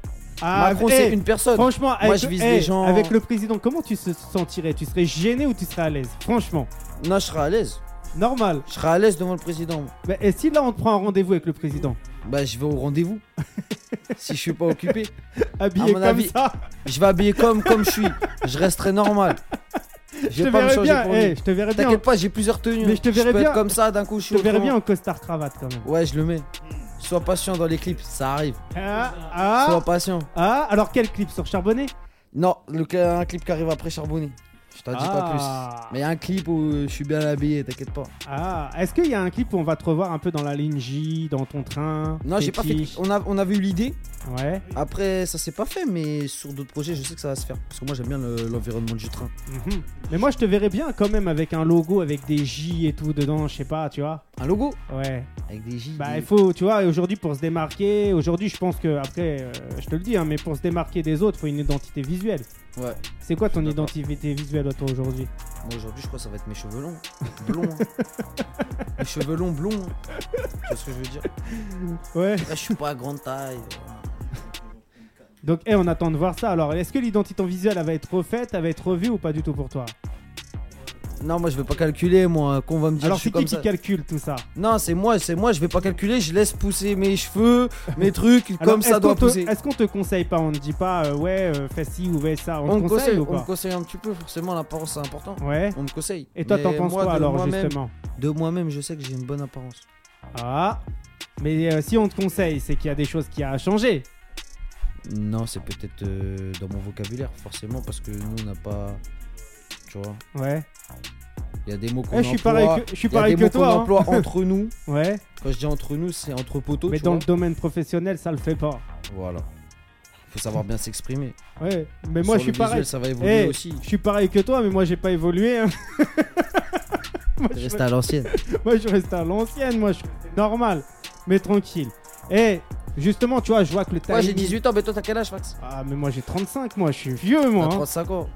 Speaker 3: Ah,
Speaker 4: Macron
Speaker 3: eh,
Speaker 4: c'est une personne.
Speaker 3: Franchement, avec,
Speaker 4: je vise
Speaker 3: eh,
Speaker 4: les gens.
Speaker 3: avec le président, comment tu se sentirais Tu serais gêné ou tu serais à l'aise Franchement,
Speaker 4: Non, je serai à l'aise.
Speaker 3: normal.
Speaker 4: Je serai à l'aise devant le président. moi.
Speaker 3: Mais- et si là, on te prend un rendez-vous avec le président
Speaker 4: Bah je vais au rendez-vous. si je suis pas occupé,
Speaker 3: Habillé
Speaker 4: mon
Speaker 3: comme
Speaker 4: avis,
Speaker 3: ça
Speaker 4: je vais habiller comme comme je suis. Je resterai normal.
Speaker 3: Je
Speaker 4: Je
Speaker 3: te
Speaker 4: vais pas me
Speaker 3: verrais
Speaker 4: changer
Speaker 3: bien.
Speaker 4: pour
Speaker 3: eh,
Speaker 4: lui.
Speaker 3: je te verrais bien.
Speaker 4: T'inquiète pas, j'ai plusieurs tenues. hein.
Speaker 3: Mais je te verrai
Speaker 4: peux
Speaker 3: bien.
Speaker 4: être comme ça d'un coup, je
Speaker 3: Je
Speaker 4: suis
Speaker 3: te verrais bien
Speaker 4: autrement.
Speaker 3: en costard cravate quand même.
Speaker 4: Ouais, je le mets. Sois patient dans les clips, ça arrive.
Speaker 3: Ah, ah,
Speaker 4: Sois patient.
Speaker 3: ah, alors quel clip sur Charbonnet
Speaker 4: Non, le, un clip qui arrive après Charbonnet. Je t'en dis pas plus.
Speaker 3: Ah.
Speaker 4: Mais il y a un clip où je suis bien habillé, t'inquiète pas.
Speaker 3: Ah, est-ce qu'il y a un clip où on va te revoir un peu dans la ligne J, dans ton train
Speaker 4: Non, j'ai pas fait. oh.
Speaker 3: fétiche
Speaker 4: On, a, on avait eu l'idée.
Speaker 3: Ouais.
Speaker 4: Après, ça s'est pas fait, mais sur d'autres projets, je sais que ça va se faire. Parce que moi, j'aime bien le- l'environnement du train.
Speaker 3: mhm. Mais moi, je te verrais bien quand même avec un logo avec des J et tout dedans, je sais pas, tu vois.
Speaker 4: Un logo
Speaker 3: Ouais.
Speaker 4: avec des J.
Speaker 3: Bah,
Speaker 4: des-
Speaker 3: il faut, tu vois, aujourd'hui pour se démarquer, aujourd'hui, je pense que, après, euh, je te le dis, hein, mais pour se démarquer des autres, faut une identité visuelle.
Speaker 4: Ouais.
Speaker 3: C'est quoi ton
Speaker 4: suis d'accord.
Speaker 3: identité visuelle, toi, aujourd'hui
Speaker 4: Moi, aujourd'hui, je crois que ça va être mes cheveux longs. Blonds. hein. mes cheveux longs, blonds. hein. Tu vois ce que je veux dire
Speaker 3: Bah, Ouais.
Speaker 4: Après, je suis pas à grande taille.
Speaker 3: euh.
Speaker 4: voilà.
Speaker 3: Donc, eh, on attend de voir ça. Alors, est-ce que l'identité visuelle, elle va être refaite, elle va être revue ou pas du tout pour toi
Speaker 4: Non, moi, je vais pas calculer, moi. Qu'on va me dire
Speaker 3: Alors,
Speaker 4: je suis
Speaker 3: c'est
Speaker 4: comme
Speaker 3: qui qui
Speaker 4: ça.
Speaker 3: calcule tout ça
Speaker 4: Non, c'est moi, c'est moi, je vais pas calculer, je laisse pousser mes cheveux, mes trucs,
Speaker 3: Alors,
Speaker 4: comme
Speaker 3: est-ce
Speaker 4: ça
Speaker 3: qu'on
Speaker 4: doit
Speaker 3: te-
Speaker 4: pousser.
Speaker 3: Est-ce qu'on te conseille pas On ne dit pas, euh, ouais, euh, fais ci ou fais ça. On,
Speaker 4: On
Speaker 3: te
Speaker 4: me
Speaker 3: conseille,
Speaker 4: conseille,
Speaker 3: ou
Speaker 4: on me
Speaker 3: pas
Speaker 4: conseille un petit peu, forcément, l'apparence, c'est important.
Speaker 3: Ouais.
Speaker 4: On me conseille.
Speaker 3: Et toi,
Speaker 4: Mais
Speaker 3: t'en penses
Speaker 4: moi,
Speaker 3: quoi
Speaker 4: de
Speaker 3: alors,
Speaker 4: moi-même-
Speaker 3: justement
Speaker 4: De moi-même, je sais que j'ai une bonne apparence.
Speaker 3: Ah Mais euh, si on te conseille, c'est qu'il y a des choses qui a changé.
Speaker 4: Non, c'est peut-être euh, dans mon vocabulaire, forcément, parce que nous, on n'a pas. Tu vois,
Speaker 3: Ouais.
Speaker 4: il y a des mots qu'on
Speaker 3: Eh, je suis
Speaker 4: emploie.
Speaker 3: pareil que, je suis
Speaker 4: il y a
Speaker 3: pareil
Speaker 4: des
Speaker 3: que
Speaker 4: mots qu'on
Speaker 3: toi. hein.
Speaker 4: emploie entre nous.
Speaker 3: Ouais.
Speaker 4: Quand je dis entre nous, c'est entre poteaux.
Speaker 3: Mais
Speaker 4: tu
Speaker 3: dans
Speaker 4: vois.
Speaker 3: le domaine professionnel, ça le fait pas.
Speaker 4: Voilà. Faut savoir bien s'exprimer.
Speaker 3: Ouais. Mais moi, je
Speaker 4: Sur
Speaker 3: suis
Speaker 4: le visuel,
Speaker 3: pareil.
Speaker 4: Ça va évoluer
Speaker 3: Eh,
Speaker 4: aussi.
Speaker 3: Je suis pareil que toi, mais moi, j'ai pas évolué. hein. moi, je,
Speaker 4: Reste à l'ancienne.
Speaker 3: moi, je reste à l'ancienne. Moi, je suis normal, mais tranquille. Et justement, tu vois, je vois que le timing.
Speaker 4: Moi, j'ai 18 ans, mais toi, t'as quel âge, Max
Speaker 3: Ah, mais moi, j'ai 35. Moi, je suis vieux,
Speaker 4: T'as
Speaker 3: moi. hein.
Speaker 4: 35 ans.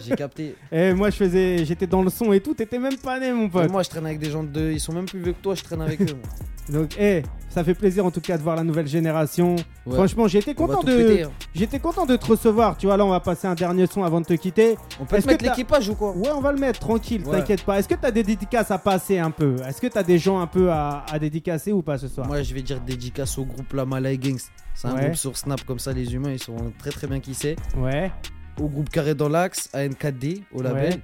Speaker 4: J'ai capté.
Speaker 3: Eh, moi, je faisais, j'étais dans le son et tout, t'étais même pas né, mon
Speaker 4: Mais
Speaker 3: pote.
Speaker 4: moi, je traîne avec des gens de. Ils sont même plus vieux que toi, je traîne avec eux. moi.
Speaker 3: Donc, eh, ça fait plaisir en tout cas de voir la nouvelle génération.
Speaker 4: Ouais.
Speaker 3: Franchement, j'étais
Speaker 4: On va
Speaker 3: content
Speaker 4: tout
Speaker 3: de,
Speaker 4: péter, hein.
Speaker 3: j'étais content de te recevoir. Tu vois, là, on va passer un dernier son avant de te quitter.
Speaker 4: On peut
Speaker 3: Est-ce
Speaker 4: te
Speaker 3: que
Speaker 4: mettre
Speaker 3: t'as-
Speaker 4: l'équipage ou quoi
Speaker 3: Ouais, on va le mettre tranquille,
Speaker 4: Ouais.
Speaker 3: t'inquiète pas. Est-ce que t'as des dédicaces à passer un peu Est-ce que t'as des gens un peu à, à dédicacer ou pas ce soir
Speaker 4: Moi, je vais dire dédicace au groupe La Malay Gangs. C'est un
Speaker 3: Ouais.
Speaker 4: groupe sur Snap, comme ça, les humains, ils sont très très bien qui c'est.
Speaker 3: Ouais,
Speaker 4: Au groupe Carré dans l'Axe, à NKD, au label,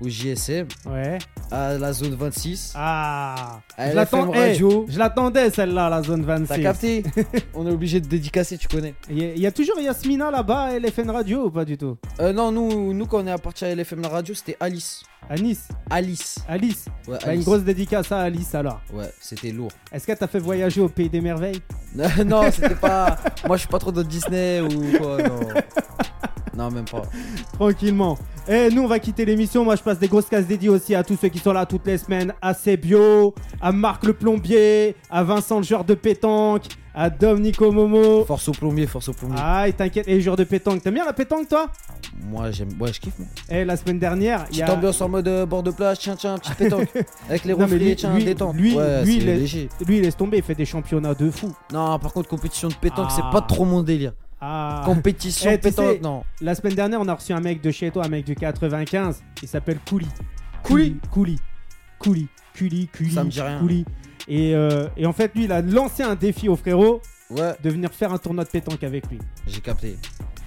Speaker 4: au JSM,
Speaker 3: ouais.
Speaker 4: à la zone 26,
Speaker 3: Ah,
Speaker 4: à
Speaker 3: je
Speaker 4: LFM
Speaker 3: l'attends- eh,
Speaker 4: Radio.
Speaker 3: je l'attendais celle-là, la zone
Speaker 4: T'as
Speaker 3: 26.
Speaker 4: capté On est obligé de dédicacer, tu connais.
Speaker 3: Il y, a- il y a toujours Yasmina là-bas, LFN Radio ou pas du tout
Speaker 4: Euh, non, nous, nous, quand on est partir à LFM La Radio, c'était Alice.
Speaker 3: À Nice,
Speaker 4: Alice.
Speaker 3: Alice.
Speaker 4: Ouais,
Speaker 3: Bah, une
Speaker 4: Alice.
Speaker 3: grosse dédicace à Alice alors.
Speaker 4: Ouais, c'était lourd.
Speaker 3: Est-ce que t'as fait voyager au pays des merveilles
Speaker 4: non, c'était pas. Moi, je suis pas trop dans Disney ou quoi, non. Non, même pas.
Speaker 3: Tranquillement. Et nous, on va quitter l'émission. Moi, je passe des grosses cases dédiées aussi à tous ceux qui sont là toutes les semaines. À Sebio, à Marc le plombier, à Vincent le joueur de pétanque, à Domnico Momo.
Speaker 4: Force au plombier, force au plombier.
Speaker 3: Ah, et t'inquiète, et le joueur de pétanque. T'aimes bien la pétanque, toi
Speaker 4: Moi, j'aime. Ouais, je kiffe, moi.
Speaker 3: Et la semaine dernière, il y
Speaker 4: Petite
Speaker 3: a.
Speaker 4: ambiance en mode euh, bord de plage, tiens, tiens, petite pétanque. Avec les
Speaker 3: Non, mais lui-
Speaker 4: reflets, tiens,
Speaker 3: lui-
Speaker 4: détente.
Speaker 3: lui-
Speaker 4: ouais,
Speaker 3: lui,
Speaker 4: c'est
Speaker 3: il est-
Speaker 4: léger.
Speaker 3: Lui, il laisse tomber, il fait des championnats de fou.
Speaker 4: Non, par contre, compétition de pétanque,
Speaker 3: Ah.
Speaker 4: c'est pas trop mon délire.
Speaker 3: Ah.
Speaker 4: Compétition
Speaker 3: Eh, tu
Speaker 4: pétanque,
Speaker 3: sais-
Speaker 4: non.
Speaker 3: La semaine dernière, on a reçu un mec de chez toi, un mec du 95. Il s'appelle Couli.
Speaker 4: Couli
Speaker 3: Couli. Couli. Couli. Couli.
Speaker 4: Ça me dit rien.
Speaker 3: Couli. Et, euh, et en fait, lui, il a lancé un défi au frérot
Speaker 4: Ouais,
Speaker 3: de venir faire un tournoi de pétanque avec lui.
Speaker 4: j'ai capté.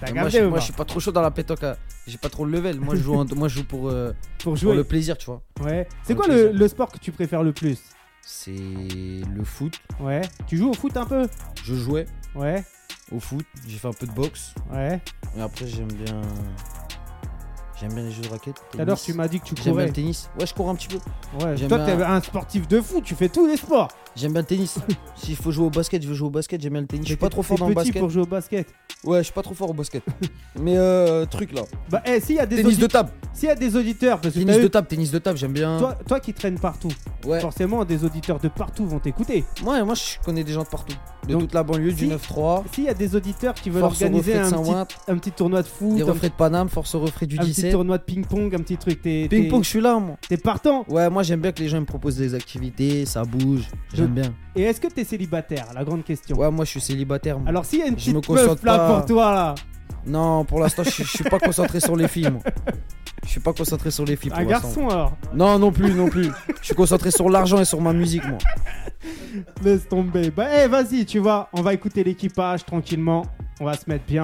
Speaker 3: T'as
Speaker 4: Mais moi,
Speaker 3: gardé
Speaker 4: je, moi, je suis pas trop chaud dans la pétanque. hein. J'ai pas trop le level. Moi, je joue, en- moi, je joue pour, euh,
Speaker 3: pour
Speaker 4: pour
Speaker 3: jouer.
Speaker 4: le plaisir, tu vois.
Speaker 3: Ouais. C'est
Speaker 4: pour
Speaker 3: quoi
Speaker 4: le
Speaker 3: le,
Speaker 4: plaisir.
Speaker 3: le sport que tu préfères le plus
Speaker 4: C'est le foot.
Speaker 3: Ouais. Tu joues au foot un peu
Speaker 4: Je jouais
Speaker 3: Ouais.
Speaker 4: au foot. J'ai fait un peu de boxe.
Speaker 3: Ouais.
Speaker 4: Et après, j'aime bien. J'aime bien les jeux de raquettes.
Speaker 3: Tout à l'heure,
Speaker 4: tennis.
Speaker 3: tu m'as dit que tu
Speaker 4: J'aime bien
Speaker 3: courais.
Speaker 4: le tennis. Ouais, je cours un petit peu.
Speaker 3: Ouais.
Speaker 4: J'aime
Speaker 3: Toi,
Speaker 4: bien-
Speaker 3: t'es un sportif de foot. Tu fais tous les sports.
Speaker 4: J'aime bien le tennis. S'il faut jouer au basket, je veux jouer au basket. J'aime bien le tennis. Je suis
Speaker 3: Mais
Speaker 4: pas
Speaker 3: t'es-
Speaker 4: trop fort
Speaker 3: t'es
Speaker 4: dans le
Speaker 3: petit
Speaker 4: basket.
Speaker 3: pour jouer au basket.
Speaker 4: Ouais, je suis pas trop fort au basket. Mais euh, truc là.
Speaker 3: Bah, eh, s'il y a des
Speaker 4: Tennis de
Speaker 3: audi-
Speaker 4: table.
Speaker 3: s'il y a des auditeurs, parce que
Speaker 4: Tennis
Speaker 3: t'as
Speaker 4: de
Speaker 3: eu-
Speaker 4: table, tennis de table, j'aime bien.
Speaker 3: toi, toi qui traînes partout.
Speaker 4: Hein. ouais.
Speaker 3: forcément des auditeurs de partout vont t'écouter.
Speaker 4: Moi, moi, je connais des gens de partout. De
Speaker 3: Donc,
Speaker 4: toute la banlieue,
Speaker 3: si-
Speaker 4: du 9-3.
Speaker 3: S'il y a des auditeurs qui veulent
Speaker 4: Force au reflet
Speaker 3: organiser
Speaker 4: de
Speaker 3: un petit,
Speaker 4: Saint-Ouen.
Speaker 3: un petit tournoi de foot,
Speaker 4: Des
Speaker 3: un,
Speaker 4: reflets de Paname, force au reflet du
Speaker 3: un petit
Speaker 4: 17.
Speaker 3: tournoi de ping-pong, un petit truc, t'es t'es-
Speaker 4: Ping-pong, je suis là, moi.
Speaker 3: t'es partant.
Speaker 4: Ouais, moi, j'aime bien que les gens ils me proposent des activités, ça bouge. J'aime bien.
Speaker 3: Et est-ce que t'es célibataire La grande question.
Speaker 4: Ouais, moi, je suis célibataire. moi.
Speaker 3: Alors s'il y a une
Speaker 4: Je me
Speaker 3: petite meuf
Speaker 4: concentre
Speaker 3: là
Speaker 4: pas.
Speaker 3: pour toi là,
Speaker 4: Non, pour l'instant, je suis- je suis pas concentré sur les filles, moi. Je suis pas concentré sur les filles pour
Speaker 3: un
Speaker 4: l'instant.
Speaker 3: garçon alors,
Speaker 4: Non, non plus, non plus. Je suis concentré sur l'argent et sur ma musique, moi.
Speaker 3: laisse tomber. Bah eh vas-y, tu vois, on va écouter l'équipage tranquillement, on va se mettre bien.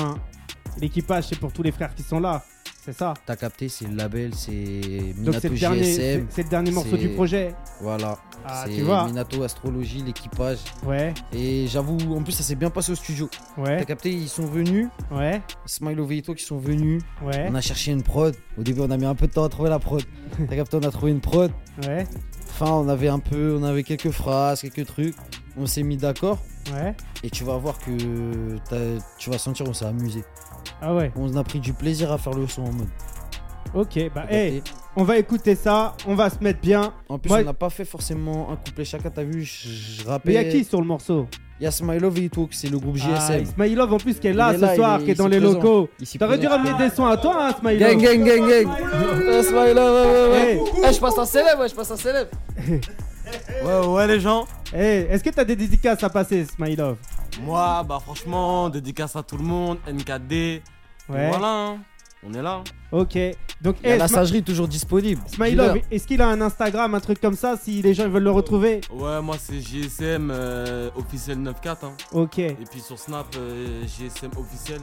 Speaker 3: L'équipage c'est pour tous les frères qui sont là. C'est ça.
Speaker 4: T'as capté, c'est le label, c'est
Speaker 3: Donc c'est
Speaker 4: Minato
Speaker 3: le, dernier,
Speaker 4: JSM.
Speaker 3: c'est- c'est le dernier morceau
Speaker 4: c'est-
Speaker 3: du projet.
Speaker 4: Voilà.
Speaker 3: Ah,
Speaker 4: c'est
Speaker 3: tu vois.
Speaker 4: Minato Astrologie, l'équipage.
Speaker 3: Ouais,
Speaker 4: Et j'avoue, en plus, ça s'est bien passé au studio. T'as
Speaker 3: ouais,
Speaker 4: capté, ils sont venus.
Speaker 3: ouais,
Speaker 4: Smile Veito qui sont venus.
Speaker 3: ouais,
Speaker 4: On a cherché une prod. Au début, on a mis un peu de temps à trouver la prod. T'as capté, on a trouvé une prod.
Speaker 3: ouais,
Speaker 4: Enfin, on avait un peu, on avait quelques phrases, quelques trucs. On s'est mis d'accord.
Speaker 3: ouais.
Speaker 4: Et tu vas voir que t'as- tu vas sentir, on s'est amusé.
Speaker 3: Ah ouais,
Speaker 4: On a pris du plaisir à faire le son en mode.
Speaker 3: ok, bah
Speaker 4: T'as
Speaker 3: hey,
Speaker 4: capté
Speaker 3: on va écouter ça, on va se mettre bien.
Speaker 4: En plus,
Speaker 3: Moi-
Speaker 4: on n'a pas fait forcément un couplet chacun. T'as vu, je, je
Speaker 3: Mais
Speaker 4: rappelle.
Speaker 3: y a qui sur le morceau
Speaker 4: Il y a Smile Love et Talk, c'est le groupe
Speaker 3: Ah,
Speaker 4: JSM.
Speaker 3: Ismailov en plus qui est
Speaker 4: Il
Speaker 3: là
Speaker 4: est
Speaker 3: ce
Speaker 4: là, il
Speaker 3: soir,
Speaker 4: est-
Speaker 3: qui est
Speaker 4: il
Speaker 3: dans
Speaker 4: s'y
Speaker 3: les
Speaker 4: présente.
Speaker 3: locaux.
Speaker 4: Il s'y
Speaker 3: T'aurais dû
Speaker 4: présente.
Speaker 3: ramener des sons à toi, hein, Ismailov.
Speaker 4: Ah. Gang, gang, gang, gang. Euh, Smile Love, ouais, ouais, ouais. Eh, je passe un célèbre, ouais, je passe un célèbre.
Speaker 10: Ouais, ouais, les gens.
Speaker 3: Hey, est-ce que t'as des dédicaces à passer, Smilov
Speaker 10: Moi, bah, franchement, dédicace à tout le monde, NKD.
Speaker 3: Ouais.
Speaker 10: Voilà, hein. on est là.
Speaker 3: Ok. Donc,
Speaker 4: Il y a
Speaker 3: hey,
Speaker 4: la
Speaker 3: Smi-
Speaker 4: sagerie toujours disponible.
Speaker 3: Smilov, est-ce qu'il a un Instagram, un truc comme ça, si les gens ils veulent le retrouver
Speaker 10: Ouais, moi, c'est JSM euh, officiel 94. Hein.
Speaker 3: Ok.
Speaker 10: Et puis sur Snap, euh, JSM officiel.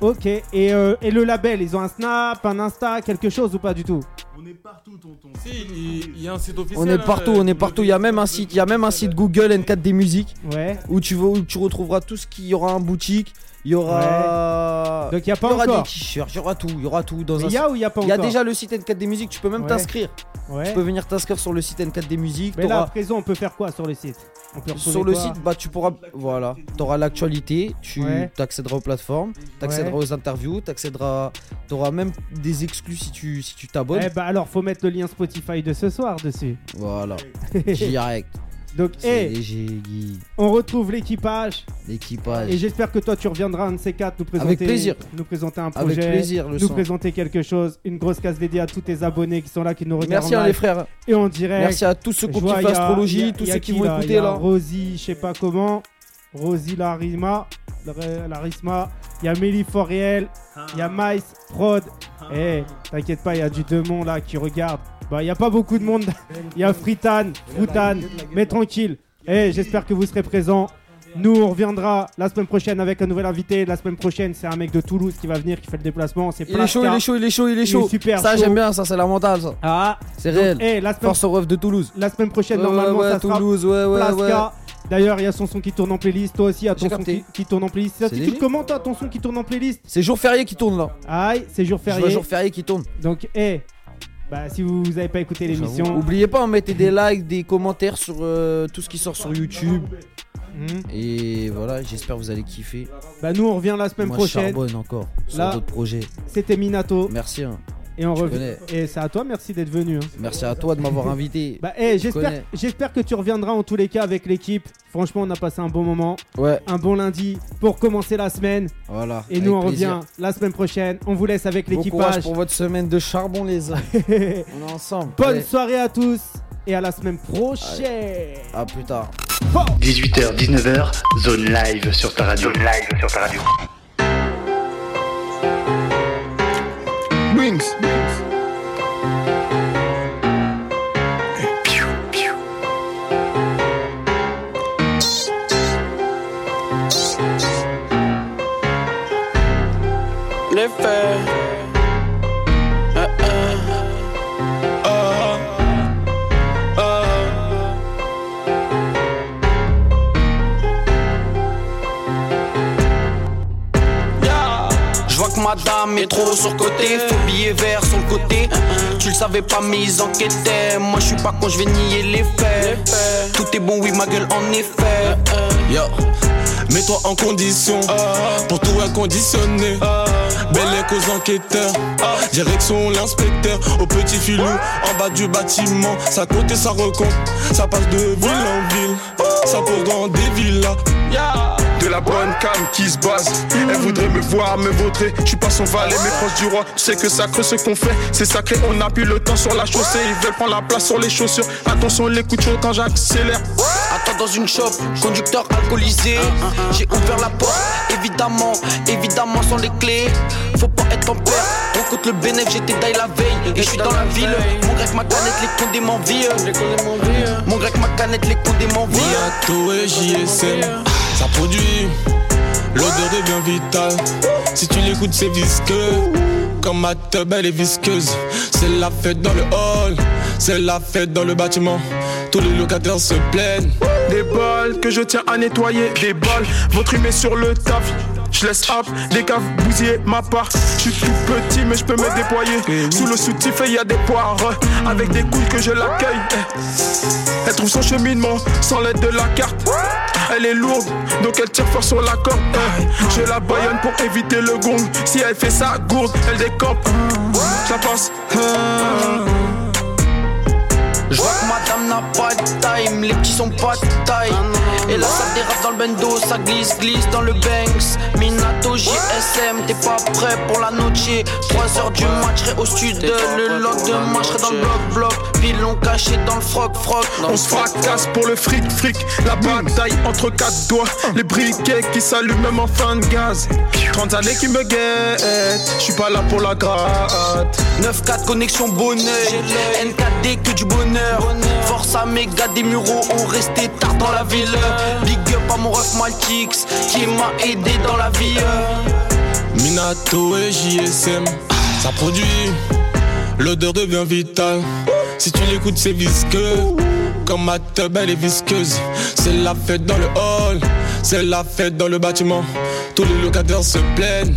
Speaker 3: Ok. Et, euh, et le label, ils ont un Snap, un Insta, quelque chose ou pas du tout
Speaker 11: On est partout, tonton.
Speaker 10: Si, il il y a un site
Speaker 4: On
Speaker 10: officiel.
Speaker 4: est partout,
Speaker 3: euh,
Speaker 4: on est partout. Il y a même un site, il y a même un site Google N4D Musique
Speaker 3: Ouais.
Speaker 4: où tu, vas- où tu retrouveras tout ce qu'il y aura en boutique. Il y aura.
Speaker 3: Donc, il n'y a
Speaker 4: Il
Speaker 3: pas
Speaker 4: y aura
Speaker 3: encore.
Speaker 4: des t-shirts, il y aura tout, il y aura tout dans un
Speaker 3: Il y
Speaker 4: site.
Speaker 3: a ou il n'y a pas
Speaker 4: Il y a
Speaker 3: encore
Speaker 4: déjà le site N4D Musique, tu peux même
Speaker 3: Ouais.
Speaker 4: t'inscrire.
Speaker 3: Ouais.
Speaker 4: Tu peux venir t'inscrire sur le site N4D Musique.
Speaker 3: Mais là, à
Speaker 4: t'auras-
Speaker 3: présent, on peut faire quoi sur le site on peut retrouver
Speaker 4: Sur le
Speaker 3: quoi
Speaker 4: site, bah, tu pourras. Voilà, tu auras l'actualité, tu
Speaker 3: Ouais.
Speaker 4: accéderas aux plateformes, tu accéderas
Speaker 3: Ouais.
Speaker 4: aux interviews, tu accéderas. Tu auras même des exclus si tu si tu t'abonnes.
Speaker 3: Eh bah alors, faut mettre le lien Spotify de ce soir dessus.
Speaker 4: Voilà, direct.
Speaker 3: Donc,
Speaker 4: C'est
Speaker 3: hey,
Speaker 4: léger, Guy.
Speaker 3: on retrouve l'équipage.
Speaker 4: L'équipage.
Speaker 3: Et j'espère que toi, tu reviendras un de ces quatre nous présenter,
Speaker 4: Avec plaisir.
Speaker 3: nous présenter un projet.
Speaker 4: Avec plaisir, le
Speaker 3: nous
Speaker 4: son.
Speaker 3: présenter quelque chose. Une grosse case dédiée à tous tes abonnés qui sont là, qui nous regardent
Speaker 4: Merci
Speaker 3: en
Speaker 4: à les
Speaker 3: live
Speaker 4: frères.
Speaker 3: et en direct.
Speaker 4: Merci à tous ceux qui
Speaker 3: Je
Speaker 4: ont
Speaker 3: vois,
Speaker 4: kiffé
Speaker 3: y a- y a-
Speaker 4: l'astrologie, tous
Speaker 3: y a
Speaker 4: ceux
Speaker 3: qui
Speaker 4: qui vont
Speaker 3: là
Speaker 4: écouter
Speaker 3: Y a
Speaker 4: là.
Speaker 3: Rosie, je sais pas comment. Rosie Larima, Lar- Larisma. Il y a Mélie Foriel. Il y a Mice, Prod. Eh, t'inquiète pas, il y a du Demon là qui regarde. Bah, il n'y a pas beaucoup de monde. Il y a Fritan, Frutan. Mais tranquille. Eh, j'espère que vous serez présents. Nous, on reviendra la semaine prochaine avec un nouvel invité. La semaine prochaine, c'est un mec de Toulouse qui va venir, qui fait le déplacement. C'est
Speaker 4: Il est chaud, il
Speaker 3: Plaska.
Speaker 4: est chaud, il est chaud, il est
Speaker 3: est
Speaker 4: chaud.
Speaker 3: super
Speaker 4: Ça,
Speaker 3: chaud.
Speaker 4: j'aime bien, ça, c'est la mentale, ça.
Speaker 3: Ah,
Speaker 4: C'est réel.
Speaker 3: eh, la semaine,
Speaker 4: Force aux refs de Toulouse.
Speaker 3: la semaine prochaine,
Speaker 4: Ouais,
Speaker 3: normalement,
Speaker 4: ouais,
Speaker 3: ça sera
Speaker 4: Toulouse, ouais, ouais, ouais.
Speaker 3: Plaska. D'ailleurs, il y a son son qui tourne en playlist. Toi aussi, il y a ton
Speaker 4: J'ai
Speaker 3: son
Speaker 4: capté.
Speaker 3: qui, qui tourne en playlist. Ça,
Speaker 4: C'est
Speaker 3: tu
Speaker 4: léger.
Speaker 3: le comment toi, ton son qui tourne en playlist
Speaker 4: C'est jour férié qui tourne là.
Speaker 3: Aïe, c'est jour
Speaker 4: Je vois
Speaker 3: férié.
Speaker 4: jour férié qui tourne.
Speaker 3: Donc, eh, bah, si vous n'avez pas écouté l'émission,
Speaker 4: Oubliez pas, mettez des likes, des commentaires sur euh, tout ce qui sort sur YouTube.
Speaker 3: hmm,
Speaker 4: Et voilà, j'espère que vous allez kiffer.
Speaker 3: bah, nous, on revient la semaine
Speaker 4: Moi, je
Speaker 3: prochaine.
Speaker 4: charbonne encore sur
Speaker 3: Là.
Speaker 4: d'autres projets.
Speaker 3: C'était Minato.
Speaker 4: Merci, hein.
Speaker 3: Et on
Speaker 4: tu
Speaker 3: revient.
Speaker 4: connais.
Speaker 3: Et c'est à toi, merci d'être venu. hein.
Speaker 4: merci à toi de m'avoir invité.
Speaker 3: Bah, eh, j'espère
Speaker 4: connais.
Speaker 3: j'espère que tu reviendras en tous les cas avec l'équipe. Franchement, on a passé un bon moment,
Speaker 4: Ouais,
Speaker 3: un bon lundi pour commencer la semaine.
Speaker 4: voilà.
Speaker 3: Et nous, on
Speaker 4: avec plaisir.
Speaker 3: revient la semaine prochaine. On vous laisse avec
Speaker 4: Bon courage
Speaker 3: l'équipage.
Speaker 4: pour votre semaine de charbon, les hommes. On est ensemble.
Speaker 3: Bonne
Speaker 4: Allez,
Speaker 3: soirée à tous et à la semaine prochaine.
Speaker 4: à plus tard.
Speaker 1: 18h, 19h, zone live sur ta radio. live sur ta radio.
Speaker 8: Wings. Les faits. Ah, ah. Ah, ah.
Speaker 4: Je vois que madame est trop surcotée, faux billet vert sur le côté. Tu le savais pas, mais ils enquêtaient. Moi, je suis pas con, je vais nier les faits. Tout est bon, oui, ma gueule, en effet. Ah,
Speaker 8: Yo, mets-toi en condition pour tout conditionné Belle écho aux enquêteurs, direction l'inspecteur au petit filou en bas du bâtiment. Ça compte et ça recompte, ça passe de ville en ville, ça pour dans des villas. De la bonne cam qui se base, elle voudrait me voir, me vautrer. Je suis pas son valet, mais proche du roi. Tu sais que ça creuse ce qu'on fait, c'est sacré. On n'a plus le temps sur la chaussée, ils veulent prendre la place sur les chaussures. Attention, les coups de chaud quand j'accélère.
Speaker 4: Attends dans une shop, conducteur alcoolisé. J'ai ouvert la porte, évidemment, évidemment sans les clés. Faut pas être en père, recoute le bénéfice, j'étais die la veille. Et je suis dans la ville, mon grec, ma canette, les condés m'envient. Mon grec, ma canette, les condés m'envient.
Speaker 8: Minato et JSM, ça produit, l'odeur devient vitale. Si tu l'écoutes, c'est visqueux. Comme
Speaker 12: comme ma teub, elle est visqueuse. C'est la fête dans le hall, c'est la fête dans le bâtiment. Tous les locataires se plaignent.
Speaker 10: Des balles que je tiens à nettoyer, des balles, votre humain sur le taf. Je laisse hop, les caves bousiller ma part. Je suis tout petit, mais je peux me déployer. Sous le soutif, il y a des poires. Avec des couilles que je l'accueille. Elle trouve son cheminement sans l'aide de la carte. Elle est lourde, donc elle tire fort sur la corde. Je la baïonne pour éviter le gong. Si elle fait sa gourde, elle décope. Ça passe.
Speaker 5: Je vois que madame n'a pas de time, les petits sont pas de taille. Et là ça dérape dans le bendo, ça glisse, glisse dans le banks. Minato JSM, t'es pas prêt pour la noche. 3 heures du match, serai au sud. Le lendemain, je serai dans le bloc, bloc. Pilon caché dans le froc, froc.
Speaker 10: On se fracasse pour le fric, fric. La bataille entre quatre doigts. Les briquets qui s'allument même en fin de gaz. 30 années qui me guettent. Je suis pas là pour la gratte.
Speaker 5: 9-4 connexion bonheur NKD que du bonheur Force à mes gars des mureaux On restait tard dans la ville Big up à mon ref Maltix Qui m'a aidé dans la vie
Speaker 12: Minato
Speaker 8: e
Speaker 12: et JSM, ça produit, l'odeur devient vitale. Si tu l'écoutes, c'est visqueux. Comme ma teub, elle est visqueuse. C'est la fête dans le hall, c'est la fête dans le bâtiment. Tous les locataires se plaignent.